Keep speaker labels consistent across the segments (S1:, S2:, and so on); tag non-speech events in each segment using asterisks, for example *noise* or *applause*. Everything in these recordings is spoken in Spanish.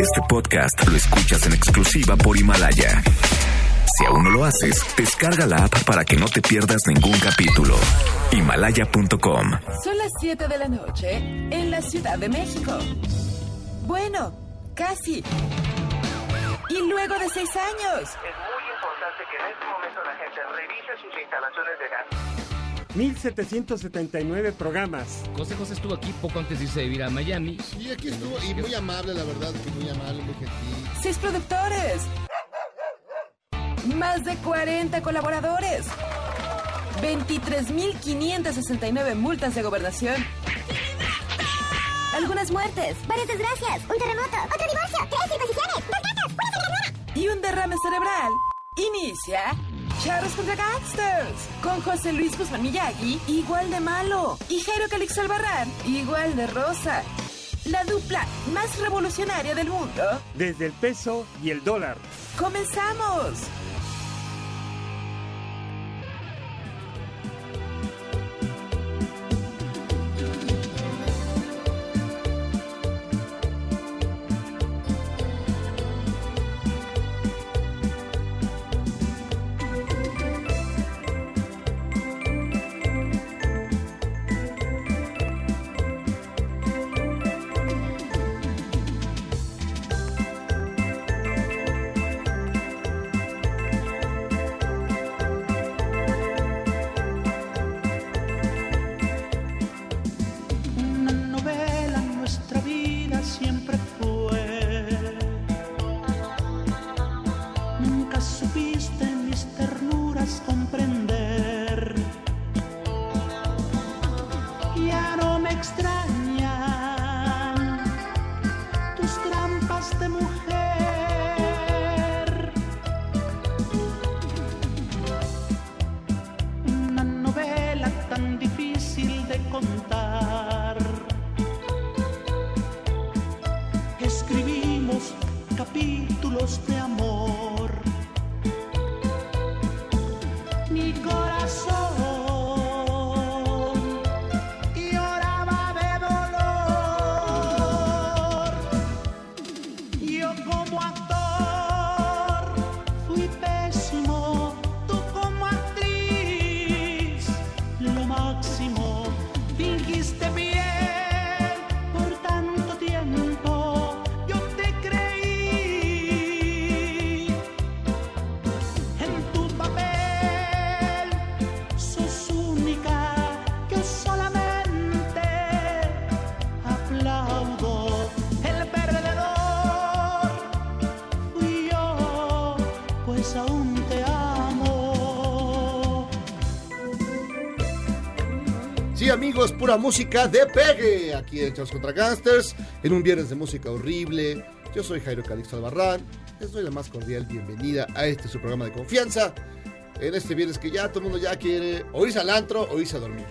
S1: Este podcast lo escuchas en exclusiva por Himalaya. Si aún no lo haces, descarga la app para que no te pierdas ningún capítulo. Himalaya.com.
S2: Son las 7 de la noche en la Ciudad de México. Bueno, casi. Y luego de seis años.
S3: Es muy importante que en este momento la gente revise sus instalaciones de gas.
S4: 1779 programas.
S5: José José estuvo aquí poco antes de irse a vivir a Miami.
S6: Sí, aquí estuvo, y muy amable, la verdad, que muy amable, muy gentil.
S2: Seis productores. Más de 40 colaboradores. 23.569 multas de gobernación. Algunas muertes
S7: Varias desgracias, un terremoto, otro divorcio, tres circuncisiones, dos vacas, una carrera.
S2: y un derrame cerebral. Inicia Charros contra Gangsters con José Luis Guzmán Miyagi, igual de malo, y Jairo Calix Albarrán, igual de rosa. La dupla más revolucionaria del mundo.
S4: Desde el peso y el dólar.
S2: ¡Comenzamos!
S8: Una novela nuestra vida siempre fue. Nunca supiste mis ternuras comprender. Ya no me extrañan tus trampas de mujer. una novela tan difícil de contar. Escribimos capítulos de amor. Mi corazón lloraba de dolor. Yo como actor fui pésimo, tú como actriz lo máximo. Fingiste bien por tanto tiempo, yo te creí. En tu papel sos única, yo solamente aplaudo. El perdedor fui yo, pues aún te amo.
S6: Sí, amigos, pura música de pegue. Aquí en Charles contra Gangsters, en un viernes de música horrible. Yo soy Jairo Calixto Albarrán. Les doy la más cordial bienvenida a este su programa de confianza. En este viernes que ya todo el mundo ya quiere o irse al antro o irse a dormir.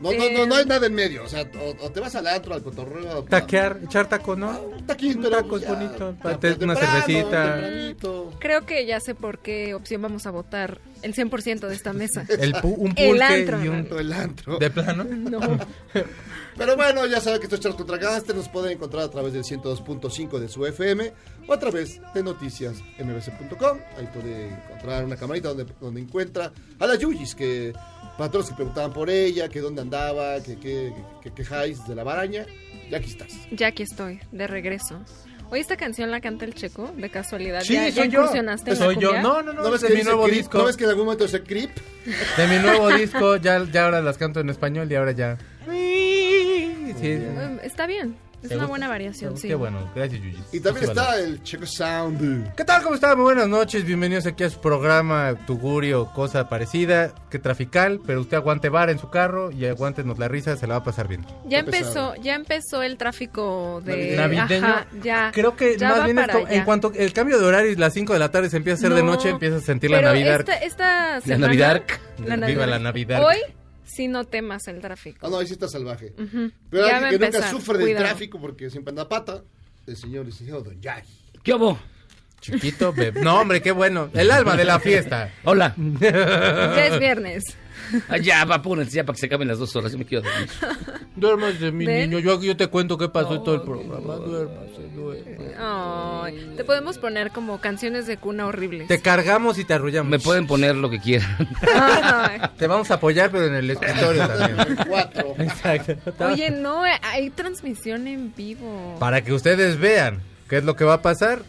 S6: No, no, no, no
S9: Eh,
S6: hay nada en medio. O sea, o, o te vas al antro, al cotorreo.
S9: Taquear, echar taco, ¿no?
S6: Un taquito.
S9: Un taco es
S6: ya,
S9: bonito,
S6: ya,
S9: para tener una
S6: temprano,
S9: cervecita.
S6: tempranito.
S10: Creo que ya sé por qué opción vamos a votar el 100% de esta mesa.
S9: *laughs* El pu- un pulque
S10: El antro,
S9: y
S10: hermano.
S9: un...
S6: El antro.
S9: ¿De plano? *laughs*
S10: No,
S6: Pero bueno, ya saben que estos charlas contra Gangster nos pueden encontrar a través del 102.5 de su FM o a través de noticiasmbc.com. Ahí puede encontrar una camarita donde, donde encuentra a la Yuyis, que para todos los que preguntaban por ella, que dónde andaba, que qué que, que quejáis de la baraña, ya aquí estás.
S10: ya aquí estoy, de regreso. Hoy esta canción la canta el checo, de casualidad.
S9: Sí,
S10: ¿Ya, ya
S9: soy yo.
S10: incursionaste en la
S9: Soy yo.
S10: cumbia?
S9: No, no, no,
S6: ¿No ves, que
S9: de mi
S6: dice
S9: nuevo
S6: creep?
S9: disco.
S6: ¿No ves que en algún momento dice creep?
S9: De mi nuevo disco, ya, ya ahora las canto en español y ahora ya... Sí,
S10: Eh, Está bien, es
S9: ¿Te
S10: una
S9: gusta?
S10: buena variación, sí.
S9: Qué bueno, gracias, Yuji.
S6: Y también
S9: Sí,
S6: está
S9: vale.
S6: el Checo Sound.
S9: ¿Qué tal? ¿Cómo están? Muy buenas noches, bienvenidos aquí a su programa Tugurio, cosa parecida, que trafical, pero usted aguante vara en su carro y aguántenos la risa, se la va a pasar bien.
S10: Ya
S6: Está pesado.
S10: empezó, ya empezó el tráfico de
S9: Navideño.
S10: Ajá, ya.
S9: Creo que
S10: ya
S9: más
S10: va
S9: bien
S10: para
S9: esto, en
S10: allá.
S9: cuanto el cambio de horario y las 5 de la tarde se empieza a hacer de
S10: No,
S9: noche, empiezas a sentir la
S10: pero
S9: Navidad.
S10: Esta, esta semana-
S9: la Navidad.
S10: la
S9: Viva
S10: Navidad.
S9: la Navidad.
S10: Hoy sí no temas el tráfico.
S6: Ah, no, ahí sí está salvaje.
S10: Ujú.
S6: Pero
S10: Ya va a
S6: alguien que nunca
S10: empezar,
S6: sufre del
S10: cuidado.
S6: tráfico porque siempre anda a pata, el señor licenciado Don Yagi.
S5: ¿Qué hubo?
S9: Chiquito, bebé. No, hombre, qué bueno. El alma de la
S10: *laughs*
S9: fiesta.
S5: Hola.
S10: Ya es viernes.
S5: *laughs*
S10: *laughs*
S5: Ah, Ya, apúrense ya para que se acaben las dos horas. Yo me quiero dormir.
S9: Duérmase, mi
S10: ¿Ven?
S9: niño. Yo, yo te cuento qué pasó en todo el programa. Duérmase, duérmase.
S10: Ay, te podemos poner como canciones de cuna horribles.
S9: Te cargamos y te arrullamos.
S5: Me pueden poner lo que quieran.
S10: Ay.
S9: *laughs* Te vamos a apoyar, pero en el escritorio también.
S10: *laughs*
S6: Cuatro.
S9: Exacto.
S10: Oye, no, eh, hay transmisión en vivo.
S9: Para que ustedes vean qué es lo que va a
S5: *clears throat*
S9: pasar,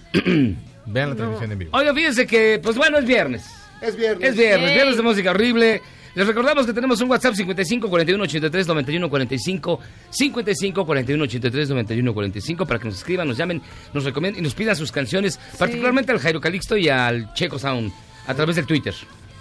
S9: vean la transmisión en vivo.
S5: Oigan, fíjense que, pues bueno, es viernes.
S6: Es viernes.
S5: Es viernes,
S10: Yay.
S5: viernes de música horrible. Les recordamos que tenemos un WhatsApp 55 41 83 91 45 55 41 83 91 45 para que nos escriban, nos llamen, nos recomienden y nos pidan sus canciones, particularmente al Jairo Calixto y al Checo Sound a través del Twitter.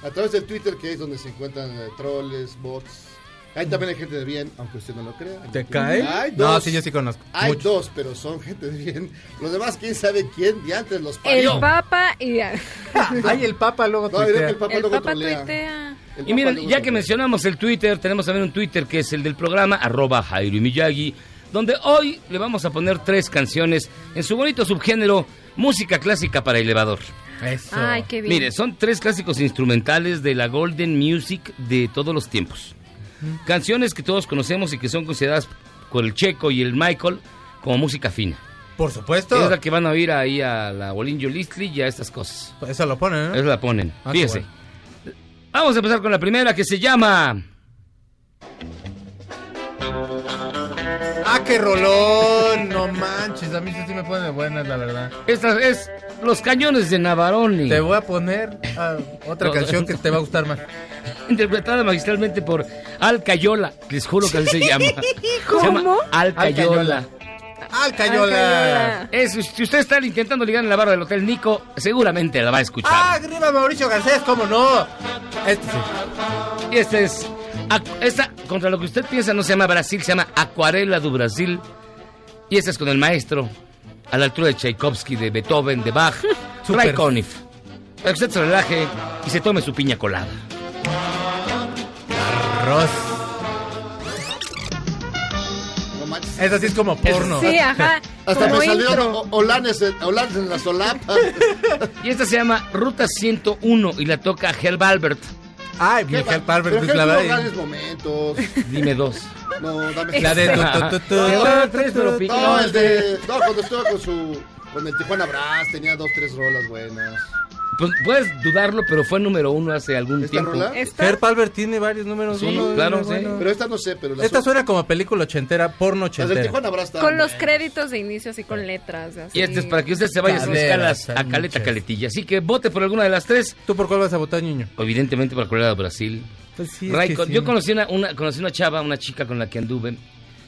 S6: A través del Twitter, que es donde se encuentran eh, trolls, bots. Ahí también hay gente de bien, aunque usted no lo crea.
S9: ¿Te
S6: cae?
S9: cae? No, sí, yo sí conozco.
S6: Hay
S9: Mucho.
S6: dos, pero son gente de bien. Los demás, quién sabe quién de antes los
S10: El
S6: parió.
S10: Papa y... *laughs*
S5: Ah,
S9: Ay, el Papa luego
S6: No, yo creo que
S9: tuitea.
S6: el Papa
S10: el
S6: luego
S10: Papa
S6: trolea.
S10: tuitea.
S6: El
S5: Y
S6: Papa
S5: miren,
S6: luego
S5: ya que
S6: trolea.
S5: mencionamos el Twitter, tenemos también un Twitter que es el del programa, arroba Jairo y Miyagi, donde hoy le vamos a poner tres canciones en su bonito subgénero, música clásica para elevador.
S9: Eso.
S10: Ay, qué bien.
S5: Mire, son tres clásicos instrumentales de la Golden Music de todos los tiempos. Canciones que todos conocemos y que son consideradas por el Checo y el Michael como música fina.
S9: Por supuesto.
S5: Es la que van a oír ahí a la Bolinjo Listli y a estas cosas.
S9: Eso lo Pues ponen,
S5: Eso
S9: ¿no?
S5: la ponen.
S9: Ah, qué
S5: Fíjese.
S9: bueno.
S5: Vamos a empezar con la primera que se llama...
S9: ¡Ah, qué rolón! No manches, a mí sí sí me pone de buenas, la verdad.
S5: Esta es Los Cañones de Navarone.
S9: Te voy a poner ah, otra
S5: No,
S9: canción que te va a gustar más.
S5: *laughs* Interpretada magistralmente por Al Cayola. Les juro que así se
S10: *laughs*
S5: llama.
S10: ¿Cómo?
S5: Se llama Al
S9: Al Cayola.
S5: Cayola.
S9: ¡Al Cayola!
S5: Es- si usted está intentando ligar en la barra del Hotel Nico, seguramente la va a escuchar.
S9: ¡Ah, arriba Mauricio Garcés, cómo no! Este sí.
S5: Y esta es. ac- Esta, contra lo que usted piensa, no se llama Brasil, se llama Acuarela do Brasil. Y esta es con el maestro, a la altura de Tchaikovsky, de Beethoven, de Bach, Ray
S9: *laughs* Súper.
S5: Conniff. Para que usted se relaje y se tome su piña colada.
S9: Ross.
S6: No manches.
S9: Esa sí es como porno.
S10: Sí, ajá.
S6: *laughs* Hasta
S10: como
S6: me salieron
S10: intro.
S6: o- olanes en, olanes en la
S9: *laughs*
S6: solapa.
S5: Y esta se llama Ruta 101 y la toca Helb Albert.
S9: Ay, mi hija Palmer,
S6: Pero
S9: pues la
S6: Helga,
S9: de...
S6: olanes momentos.
S5: Dime dos.
S6: No,
S10: *laughs*
S6: dame.
S9: *laughs* La de... tu, tu, tu, tu.
S5: Te voy a dar Ah, tres, pero pica.
S6: No, el de. No, cuando estuvo con su. Con el Tijuana Brass tenía dos, tres rolas buenas.
S5: Pues puedes dudarlo, pero fue número uno hace algún
S6: ¿Esta
S5: tiempo.
S6: rola?
S10: Está-
S9: Herb Palmer tiene varios números.
S5: Sí,
S9: uno,
S5: claro,
S9: uno,
S5: sí.
S9: uno.
S6: Pero esta no sé, pero la
S9: Esta suena como película ochentera, porno
S6: Las del
S9: ochentera.
S6: Tijuana Brass estaban
S10: Con los
S6: buenas.
S10: créditos de inicio así con letras. así.
S5: Y este es para que usted se vaya a sus
S9: Caderas,
S5: calas a
S9: sándwiches.
S5: caleta caletilla. Así que vote por alguna de las tres.
S9: ¿Tú por cuál vas a votar, niño?
S5: Evidentemente por Corea de Brasil.
S9: Pues sí,
S5: Ray Con- Yo conocí una, una- conocí una chava, una chica con la que anduve,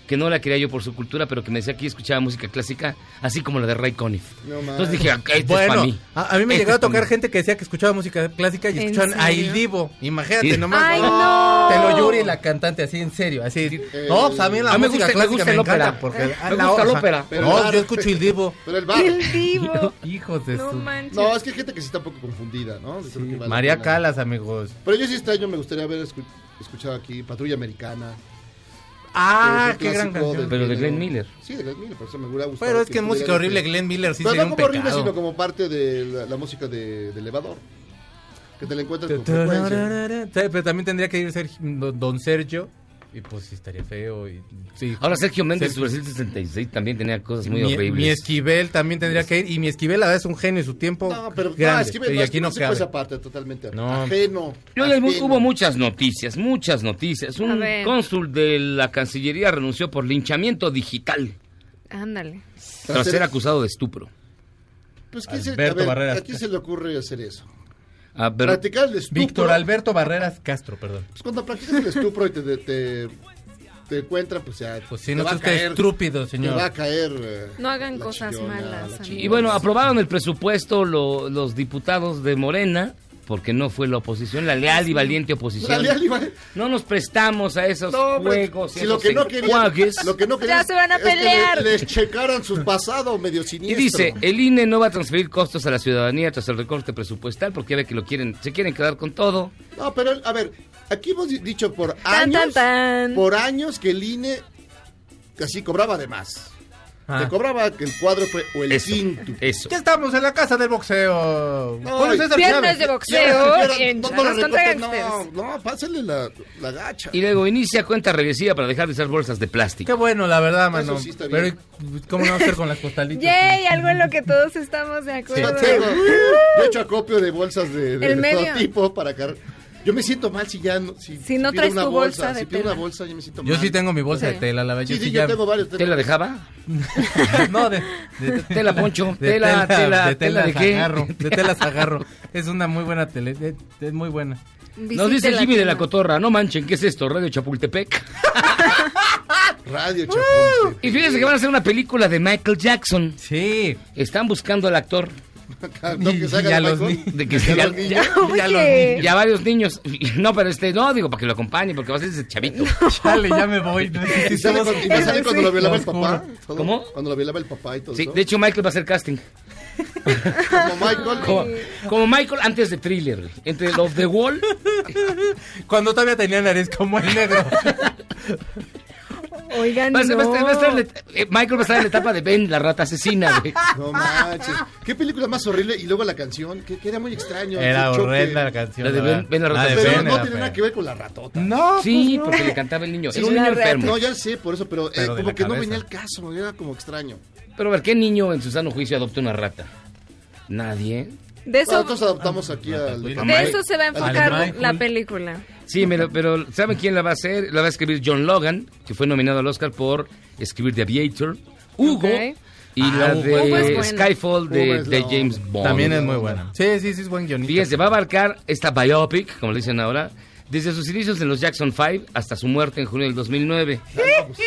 S5: que no la quería yo por su cultura, pero que me decía que escuchaba música clásica, así como la de Ray Conniff.
S6: No mames.
S5: Entonces dije, "Ok, este es para
S9: Bueno,
S5: mí.
S9: a, a mí me llegaba
S5: Este
S9: a
S5: es pa'
S9: tocar
S5: mí.
S9: gente que decía que escuchaba música clásica y
S10: ¿En
S9: escuchaban a
S10: serio?
S9: Il Divo. Imagínate
S5: Sí.
S9: nomás.
S10: ¡Ay, no!
S9: Te lo Yuri, la cantante, así en serio. Así.
S6: eh,
S9: No, pues a mí la
S5: A mí Ah, me
S9: música
S5: gusta- me
S9: clásica
S5: gusta
S9: me,
S5: el ópera.
S9: encanta. Porque,
S5: Me
S9: ah, la-
S5: gusta la
S9: o sea,
S5: ópera.
S6: Pero
S9: no,
S6: claro.
S9: yo escucho Il Divo.
S6: *laughs* Pero el bar.
S10: El
S9: *laughs*
S10: vivo.
S9: Hijos de
S10: No
S9: su...
S10: manches.
S6: No, es que hay gente que sí está un poco confundida, ¿no? Yo creo que vale la
S9: María
S6: pena.
S9: Calas, amigos.
S6: Pero yo sí extraño, me gustaría haber escu- escuchado aquí Patrulla Americana.
S9: Ah,
S6: que es
S9: qué
S6: un
S9: gran
S6: clásico del
S9: canción.
S5: Pero de
S6: género.
S5: Glenn Miller.
S6: Sí, de Glenn Miller, por eso me hubiera gustado.
S9: Pero es que en música
S6: pudiera
S9: horrible,
S6: este-
S9: Glenn Miller sí
S6: Pero
S9: sería
S6: no
S9: un
S6: como horrible, sino
S9: pecado.
S6: como parte de la, la música de, de elevador. Que te la encuentras con frecuencia.
S9: Tararara, Pero también tendría que ir Sergio- Don Sergio. Y pues sí, estaría feo. Y, sí.
S5: Ahora Sergio Méndez,
S9: Sergio-
S5: Brasil 66, también tenía cosas muy
S9: mi,
S5: horribles.
S9: mi Esquivel también tendría que ir. Y mi Esquivel, la verdad, es un genio en su tiempo.
S6: No, pero no,
S9: grande,
S6: es que me-
S9: y
S6: no, es
S9: aquí
S6: que
S9: no
S6: no se fue
S9: cabe.
S6: esa parte totalmente
S9: No.
S6: ajeno.
S5: Y hoy hay mu-
S6: ajeno.
S5: hubo muchas noticias, muchas noticias.
S10: A
S5: Un
S10: ver.
S5: cónsul de la Cancillería renunció por linchamiento digital
S10: Ándale.
S5: tras ser acusado de estupro.
S6: Pues, ¿quién se, a
S9: Alberto
S6: ver,
S9: Barreras.
S6: ¿A quién se le ocurre hacer eso?
S5: Ah, pero-
S6: Practicar el estupro.
S9: Víctor Alberto Barreras Castro, perdón.
S6: Pues cuando practicas el estupro y te, te, te, te encuentran, pues ya.
S9: Pues sí,
S6: te
S9: no
S6: va
S9: sea
S6: a
S9: usted
S6: caer-
S9: estúpido,
S6: te va a
S9: señor.
S6: caer. eh,
S10: No hagan
S6: la
S10: cosas
S6: chillona,
S10: malas,
S6: la
S10: amigos.
S6: chillona.
S5: Y bueno, aprobaron el presupuesto lo- los diputados de Morena, porque no fue la oposición, la leal y valiente oposición.
S6: La leal y valiente.
S5: No nos prestamos a esos
S6: No, hombre, Pues,
S5: juegos. y
S6: si lo
S5: esos
S6: que no querían,
S5: enjuagues.
S6: lo que no querían
S10: se van a
S6: es que le-
S10: pelear.
S6: les checaran su pasado medio
S5: Y
S6: siniestro.
S5: dice, el INE no va a transferir costos a la ciudadanía tras el recorte presupuestal, porque ya ve que lo quieren, se quieren quedar con todo.
S6: No, pero a ver, aquí hemos di- dicho por años,
S10: Tan, tan, tan.
S6: E por años que el INE casi cobraba de más.
S9: Ah.
S6: Te cobraba el cuádruple o el
S5: Eso.
S6: quinto.
S5: Eso.
S9: Ya estamos en la casa del boxeo.
S6: Ay,
S10: Viernes de boxeo
S6: Ya, ya, ya,
S10: en
S6: no, no, le
S10: Charlas contra
S6: recortes,
S10: Gangsters.
S6: no, no, pásenle la, la gacha.
S5: Y luego inicia cuenta regresiva para dejar de usar bolsas de
S9: Qué
S5: plástico.
S9: bueno, la verdad, mano.
S6: sí está
S9: Pero,
S6: bien.
S9: ¿cómo no hacer con las postalitas?
S10: Yay, algo en lo que todos estamos de acuerdo.
S6: Tengo- Yo he hecho acopio de bolsas de, de-
S10: El
S6: de todo
S10: medio.
S6: tipo para cargar. Yo me siento mal si ya no, si,
S10: Si no
S6: pido
S10: traes
S6: una
S10: tu bolsa de
S6: si pido
S10: tela.
S6: una bolsa yo me siento
S9: Yo
S6: mal.
S9: sí tengo mi bolsa
S10: Sí.
S9: de tela, la verdad.
S6: Sí,
S9: yo
S6: sí,
S9: sí
S6: yo
S9: ya-
S6: tengo varios.
S5: ¿Te
S6: *laughs*
S5: la dejaba?
S9: No, de, *laughs* de-
S5: *laughs* Tela, Poncho, tela, tela,
S9: de
S5: tela de qué? *laughs*
S9: agarro, de telas agarro. Es una muy buena tele, es, es muy buena.
S5: Nos dice Jimmy de la Cotorra, no manchen, ¿qué es esto? Radio Chapultepec.
S6: *laughs* Radio Chapultepec.
S5: Y fíjense que van a hacer una película de Michael Jackson.
S9: Sí.
S5: Están buscando al actor
S6: *laughs* No,
S9: Y-
S6: que
S9: y
S6: salga
S9: a
S6: la
S9: los
S6: Michael.
S9: ni-
S5: de que
S6: Ya
S5: *laughs* ya-
S6: los niños.
S5: ya-
S9: Ya los
S10: Oye.
S5: y a varios niños. *laughs* No, pero este, no, digo, para que lo acompañe, porque va a ser ese
S10: *laughs*
S5: chavito.
S9: Chale, ya me voy. ¿no?
S6: Y sale cuando, y va a salir cuando lo violaba el
S9: Oscuro.
S6: papá. Todo-
S5: ¿Cómo?
S6: Cuando lo violaba el papá y todo
S5: Sí,
S6: eso.
S5: de hecho, Michael va a hacer casting.
S6: Como Michael.
S5: Como, como Michael antes de Thriller, güey. entre Love the Wall.
S9: *laughs* Cuando todavía tenía nariz como el negro.
S5: *laughs*
S10: Oigan,
S5: va a ser- va a estar- va a estar en la
S10: no.
S5: et- eh, Michael va a estar en la etapa de Ben, la rata asesina. güey.
S6: No manches. Qué película más horrible. Y luego la canción, que, que era muy extraño.
S9: Era
S6: ese choque.
S9: horrenda la canción.
S5: La de
S9: verdad.
S5: Ben- Ben la
S9: La de
S5: Rata.
S6: Pero
S9: Ben
S6: no
S9: era
S6: tiene nada
S9: fea.
S6: que ver con la ratota.
S9: No,
S5: Sí,
S9: pues no.
S5: porque le cantaba el niño.
S10: Sí,
S5: Era un
S10: la
S5: niño
S10: rata.
S5: enfermo.
S6: No, ya sé, por eso, pero, eh,
S9: Pero de
S6: como
S9: la
S6: que no
S9: cabeza.
S6: venía el caso, era como extraño.
S5: Pero a ver, ¿qué niño en su sano juicio adopta una rata? Nadie. Pues,
S10: De eso,
S6: Nosotros adoptamos aquí al
S9: De
S6: al
S10: de
S6: Mike.
S10: eso se va a
S6: al
S9: Al
S10: enfocar
S9: Michael.
S10: la película.
S5: Sí, me lo- pero ¿saben quién la va a hacer? La va a escribir John Logan, que fue nominado al Oscar por escribir The Aviator, Hugo
S10: Ok.
S5: y
S9: Ah,
S5: la
S9: Hugo
S5: de
S10: es bueno.
S5: Skyfall
S6: Hugo
S5: de,
S6: es la
S5: de
S6: onda.
S5: James Bond.
S9: También es muy buena. Sí, sí, sí, es buen guionista.
S5: Fíjense, va a abarcar esta biopic, como le dicen ahora, desde sus inicios en los Jackson 5 hasta su muerte en junio del 2009.
S9: pues.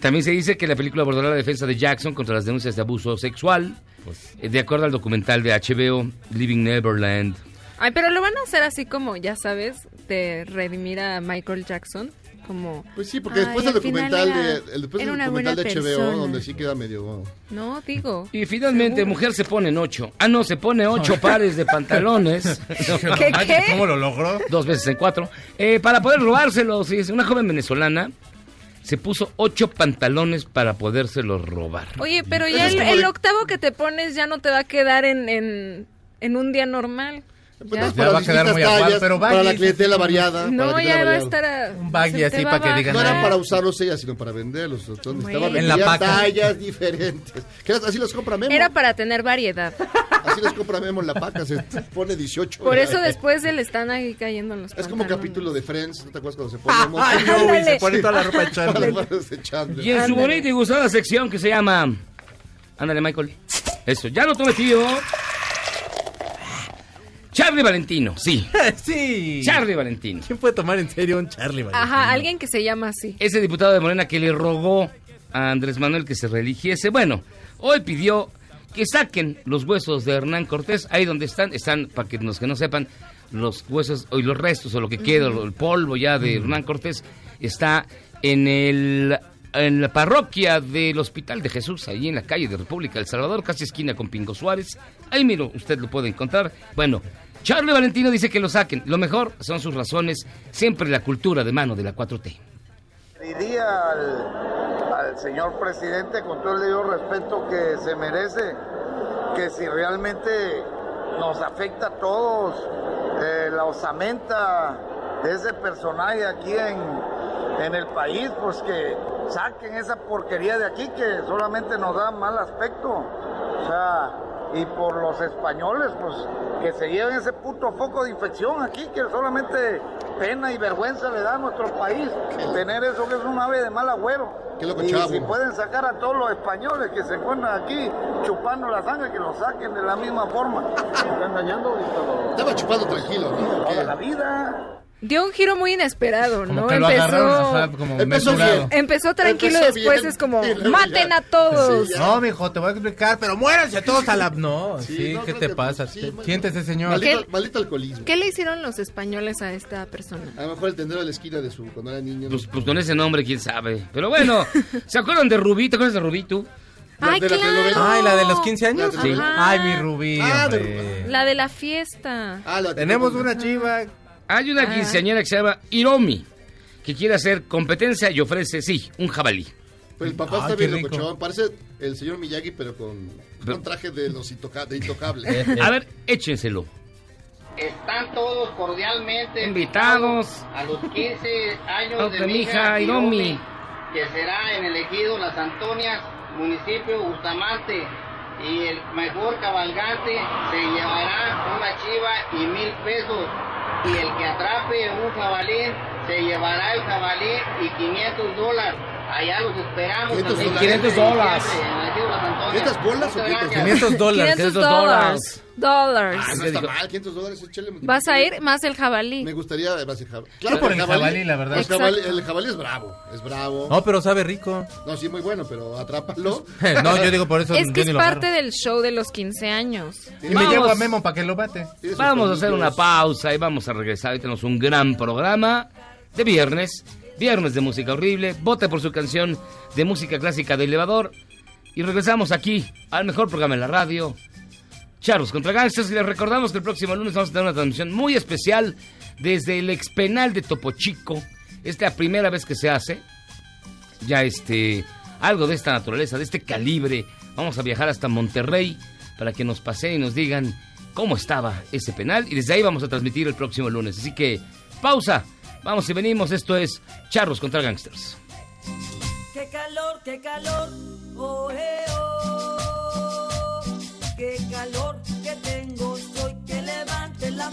S5: También se dice que la película abordará la defensa de Jackson contra las denuncias de abuso sexual,
S6: Pues.
S5: eh, de acuerdo al documental de HBO Living Neverland.
S10: Ay, pero lo van a hacer así como, ya sabes, de redimir a Michael Jackson. Como,
S6: Pues sí, porque
S10: Ay,
S6: después
S10: al
S6: del documental
S10: final
S6: de,
S10: era-
S6: el- después
S10: era
S6: del
S10: una
S6: documental de
S10: buena
S6: HBO,
S10: persona.
S6: donde sí queda medio. oh,
S10: No, digo.
S5: Y finalmente,
S10: Seguro.
S5: mujer se pone en ocho. Ah, no, se
S9: *laughs*
S5: pone ocho pares de pantalones. *laughs* No,
S10: ¿Qué,
S9: Ay,
S10: qué?
S9: ¿Cómo lo logró?
S5: dos veces en cuatro, eh, para poder robárselos. Fíjese, Una joven venezolana se puso ocho pantalones para podérselos robar.
S10: Oye, pero
S6: Eso
S10: ya
S6: es
S10: el,
S6: como
S10: el
S6: de-
S10: octavo que te pones ya no te va a quedar en, en, en un día normal.
S6: pues
S10: Ya.
S6: no es
S9: Ya
S6: para
S9: va a quedar
S6: distintas
S9: muy aguado,
S6: tallas,
S9: pero
S6: para
S9: baggy,
S6: la clientela
S9: sí, sí, sí.
S6: variada. para la
S10: No,
S6: clientela
S10: ya va a
S6: variada.
S10: estar a,
S9: Un baggy
S10: se te
S9: así
S10: va
S9: para que
S10: a
S9: digan,
S6: No era
S10: bajar.
S6: para usarlos ella, sino para venderlos. Entonces,
S10: Bueno.
S6: estaba
S10: "Ah". En
S9: la
S6: vendía
S9: paca.
S6: tallas diferentes. *laughs* Que así los compra Memo.
S10: Era para tener variedad.
S6: Así los compra Memo en la paca, se pone 18.
S10: Por eso
S6: después
S10: después se le están ahí cayendo los
S6: Es como
S10: pantalones.
S6: capítulo de Friends, ¿no te acuerdas cuando se
S10: *laughs*
S6: pone Memo?
S9: Ay, no, güey, se
S10: Ah, Ándale.
S9: pone toda
S6: *laughs*
S9: la ropa de
S6: Para las
S9: Chandler.
S6: manos de Chandler.
S5: Y en su bonita y gustada sección que se llama... Ándale, Michael. Eso, ya lo tomé, tío. Charlie Valentino, sí.
S9: *laughs* Sí.
S5: Charlie Valentino.
S9: ¿Quién puede tomar en serio a un Charlie? Valentino?
S10: Ajá, alguien que se llama así.
S5: Ese diputado de Morena que le rogó a Andrés Manuel que se reeligiese. Bueno, hoy pidió que saquen los huesos de Hernán Cortés. Ahí donde están, están, para que los que no sepan, los huesos o y los restos o lo que queda, o el polvo ya de Hernán Cortés, está en el en la parroquia del Hospital de Jesús, ahí en la calle de República El Salvador, casi esquina con Pingo Suárez. Ahí miro, usted lo puede encontrar. Bueno, Charlie Valentino dice que lo saquen. Lo mejor son sus razones, siempre la cultura de mano de la 4T.
S11: Diría al, al señor presidente, con todo el debido respeto que se merece, que si realmente nos afecta a todos eh, la osamenta de ese personaje aquí en, en el país, pues que saquen esa porquería de aquí que solamente nos da mal aspecto. O sea, y por los españoles, pues que se lleven ese puto foco de infección aquí, que solamente pena y vergüenza le da a nuestro país tener eso que es un ave de mal agüero.
S6: Qué loco,
S11: y
S6: chavo.
S11: si pueden sacar a todos los españoles que se encuentran aquí chupando la sangre, que lo saquen de la misma forma. Está engañando Víctor.
S6: Estaba chupando tranquilo, ¿no?
S11: toda la
S6: ¿Qué?
S11: vida.
S10: Dio un giro muy inesperado,
S9: Como
S10: ¿no?
S9: que lo agarraron, ajá,
S10: Empezó,
S9: como
S6: Empezó
S9: mesurado.
S10: empezó tranquilo,
S6: Empezó
S10: después
S6: bien, *laughs*
S10: es como,
S6: y luego
S10: maten
S6: ya".
S10: a todos.
S6: Sí, ya.
S9: No, mijo, te voy a explicar, pero muéranse todos a la... No, sí,
S6: Sí, no,
S9: ¿qué
S6: creo
S9: te
S6: que-
S9: pasa?
S6: sí,
S9: Te-
S6: bueno.
S9: Siéntese, señor.
S6: Maldito, maldito alcoholismo.
S10: ¿Qué le hicieron los españoles a esta persona?
S6: A lo mejor el tendero de la esquina de su cuando era niño.
S5: Pues, pues con ese nombre, quién sabe.
S6: *laughs*
S5: Pero bueno, ¿se acuerdan de Rubí? ¿Te acuerdas de Rubí tú?
S6: La
S10: ¡Ay,
S6: de la
S10: claro!
S6: telenovela.
S9: Ay, la de los 15 años.
S6: Sí.
S10: Ajá.
S9: Ay, mi rubí.
S6: Ah, de
S9: hombre.
S10: La de la fiesta.
S6: Ah, la-
S9: Tenemos una chiva.
S5: Hay una
S9: *laughs*
S10: Ah.
S5: quinceañera que se llama Iromi, que quiere hacer competencia y ofrece, sí, un jabalí.
S6: Pero el papá
S9: Ay,
S6: está
S9: qué
S6: bien
S9: rico.
S6: locochón. Parece el señor Miyagi, pero con, con traje de los intoca- de
S9: *laughs*
S6: intocables.
S9: Eh,
S5: A ver, échenselo.
S12: Están todos cordialmente
S5: Invitados.
S12: a los 15 años de
S5: Otra
S12: mi
S5: mija
S12: hija
S5: y Domi.
S12: Iromi, que será en el ejido Las Antonias, municipio Bustamante. Y el mejor cabalgante se llevará una chiva y mil pesos. Y el que atrape un jabalí se llevará el jabalí y 500 dólares. Allá los esperamos.
S5: 500
S12: también,
S5: dólares.
S12: 15 de
S5: 500 dólares.
S12: diciembre, en el ejido Las Antonias.
S6: ¿Quinientas bolas o 500
S12: Muchas
S6: dólares? 500
S12: gracias.
S6: dólares.
S10: 500
S6: dólares.
S10: dólares. Dólares.
S6: Ah, no está mal, 500 dólares, échale.
S10: Vas a ir más el jabalí.
S6: Me gustaría además el jabalí.
S9: Yo por el jabalí, la verdad.
S6: El jabalí,
S10: Exacto.
S6: el jabalí es bravo, es bravo.
S9: No, pero sabe rico. *laughs*
S6: No, sí, muy bueno, pero atrápalo.
S9: No, yo digo por eso
S10: Es que
S9: yo
S10: es
S9: ni lo
S10: parte del show de los 15 años.
S9: agarro. Y me llevo a Memo para que lo bate.
S5: Vamos a hacer una pausa y vamos a regresar. Hoy tenemos un gran programa de viernes. Viernes de música horrible. Vote por su canción de música clásica de elevador. Y regresamos aquí al mejor programa en la radio. Charlos contra Gangsters. Y les recordamos que el próximo lunes vamos a tener una transmisión muy especial desde el expenal de Topo Chico. Es la primera vez que se hace. ya este algo de esta naturaleza, de este calibre. Vamos a viajar hasta Monterrey para que nos paseen y nos digan cómo estaba ese penal y desde ahí vamos a transmitir el próximo lunes. Así que pausa, vamos y venimos. Esto es Charros contra Gangsters.
S13: ¡Qué calor, qué calor! ¡Oh, eh, oh! ¡Qué calor que tengo! Soy que levante las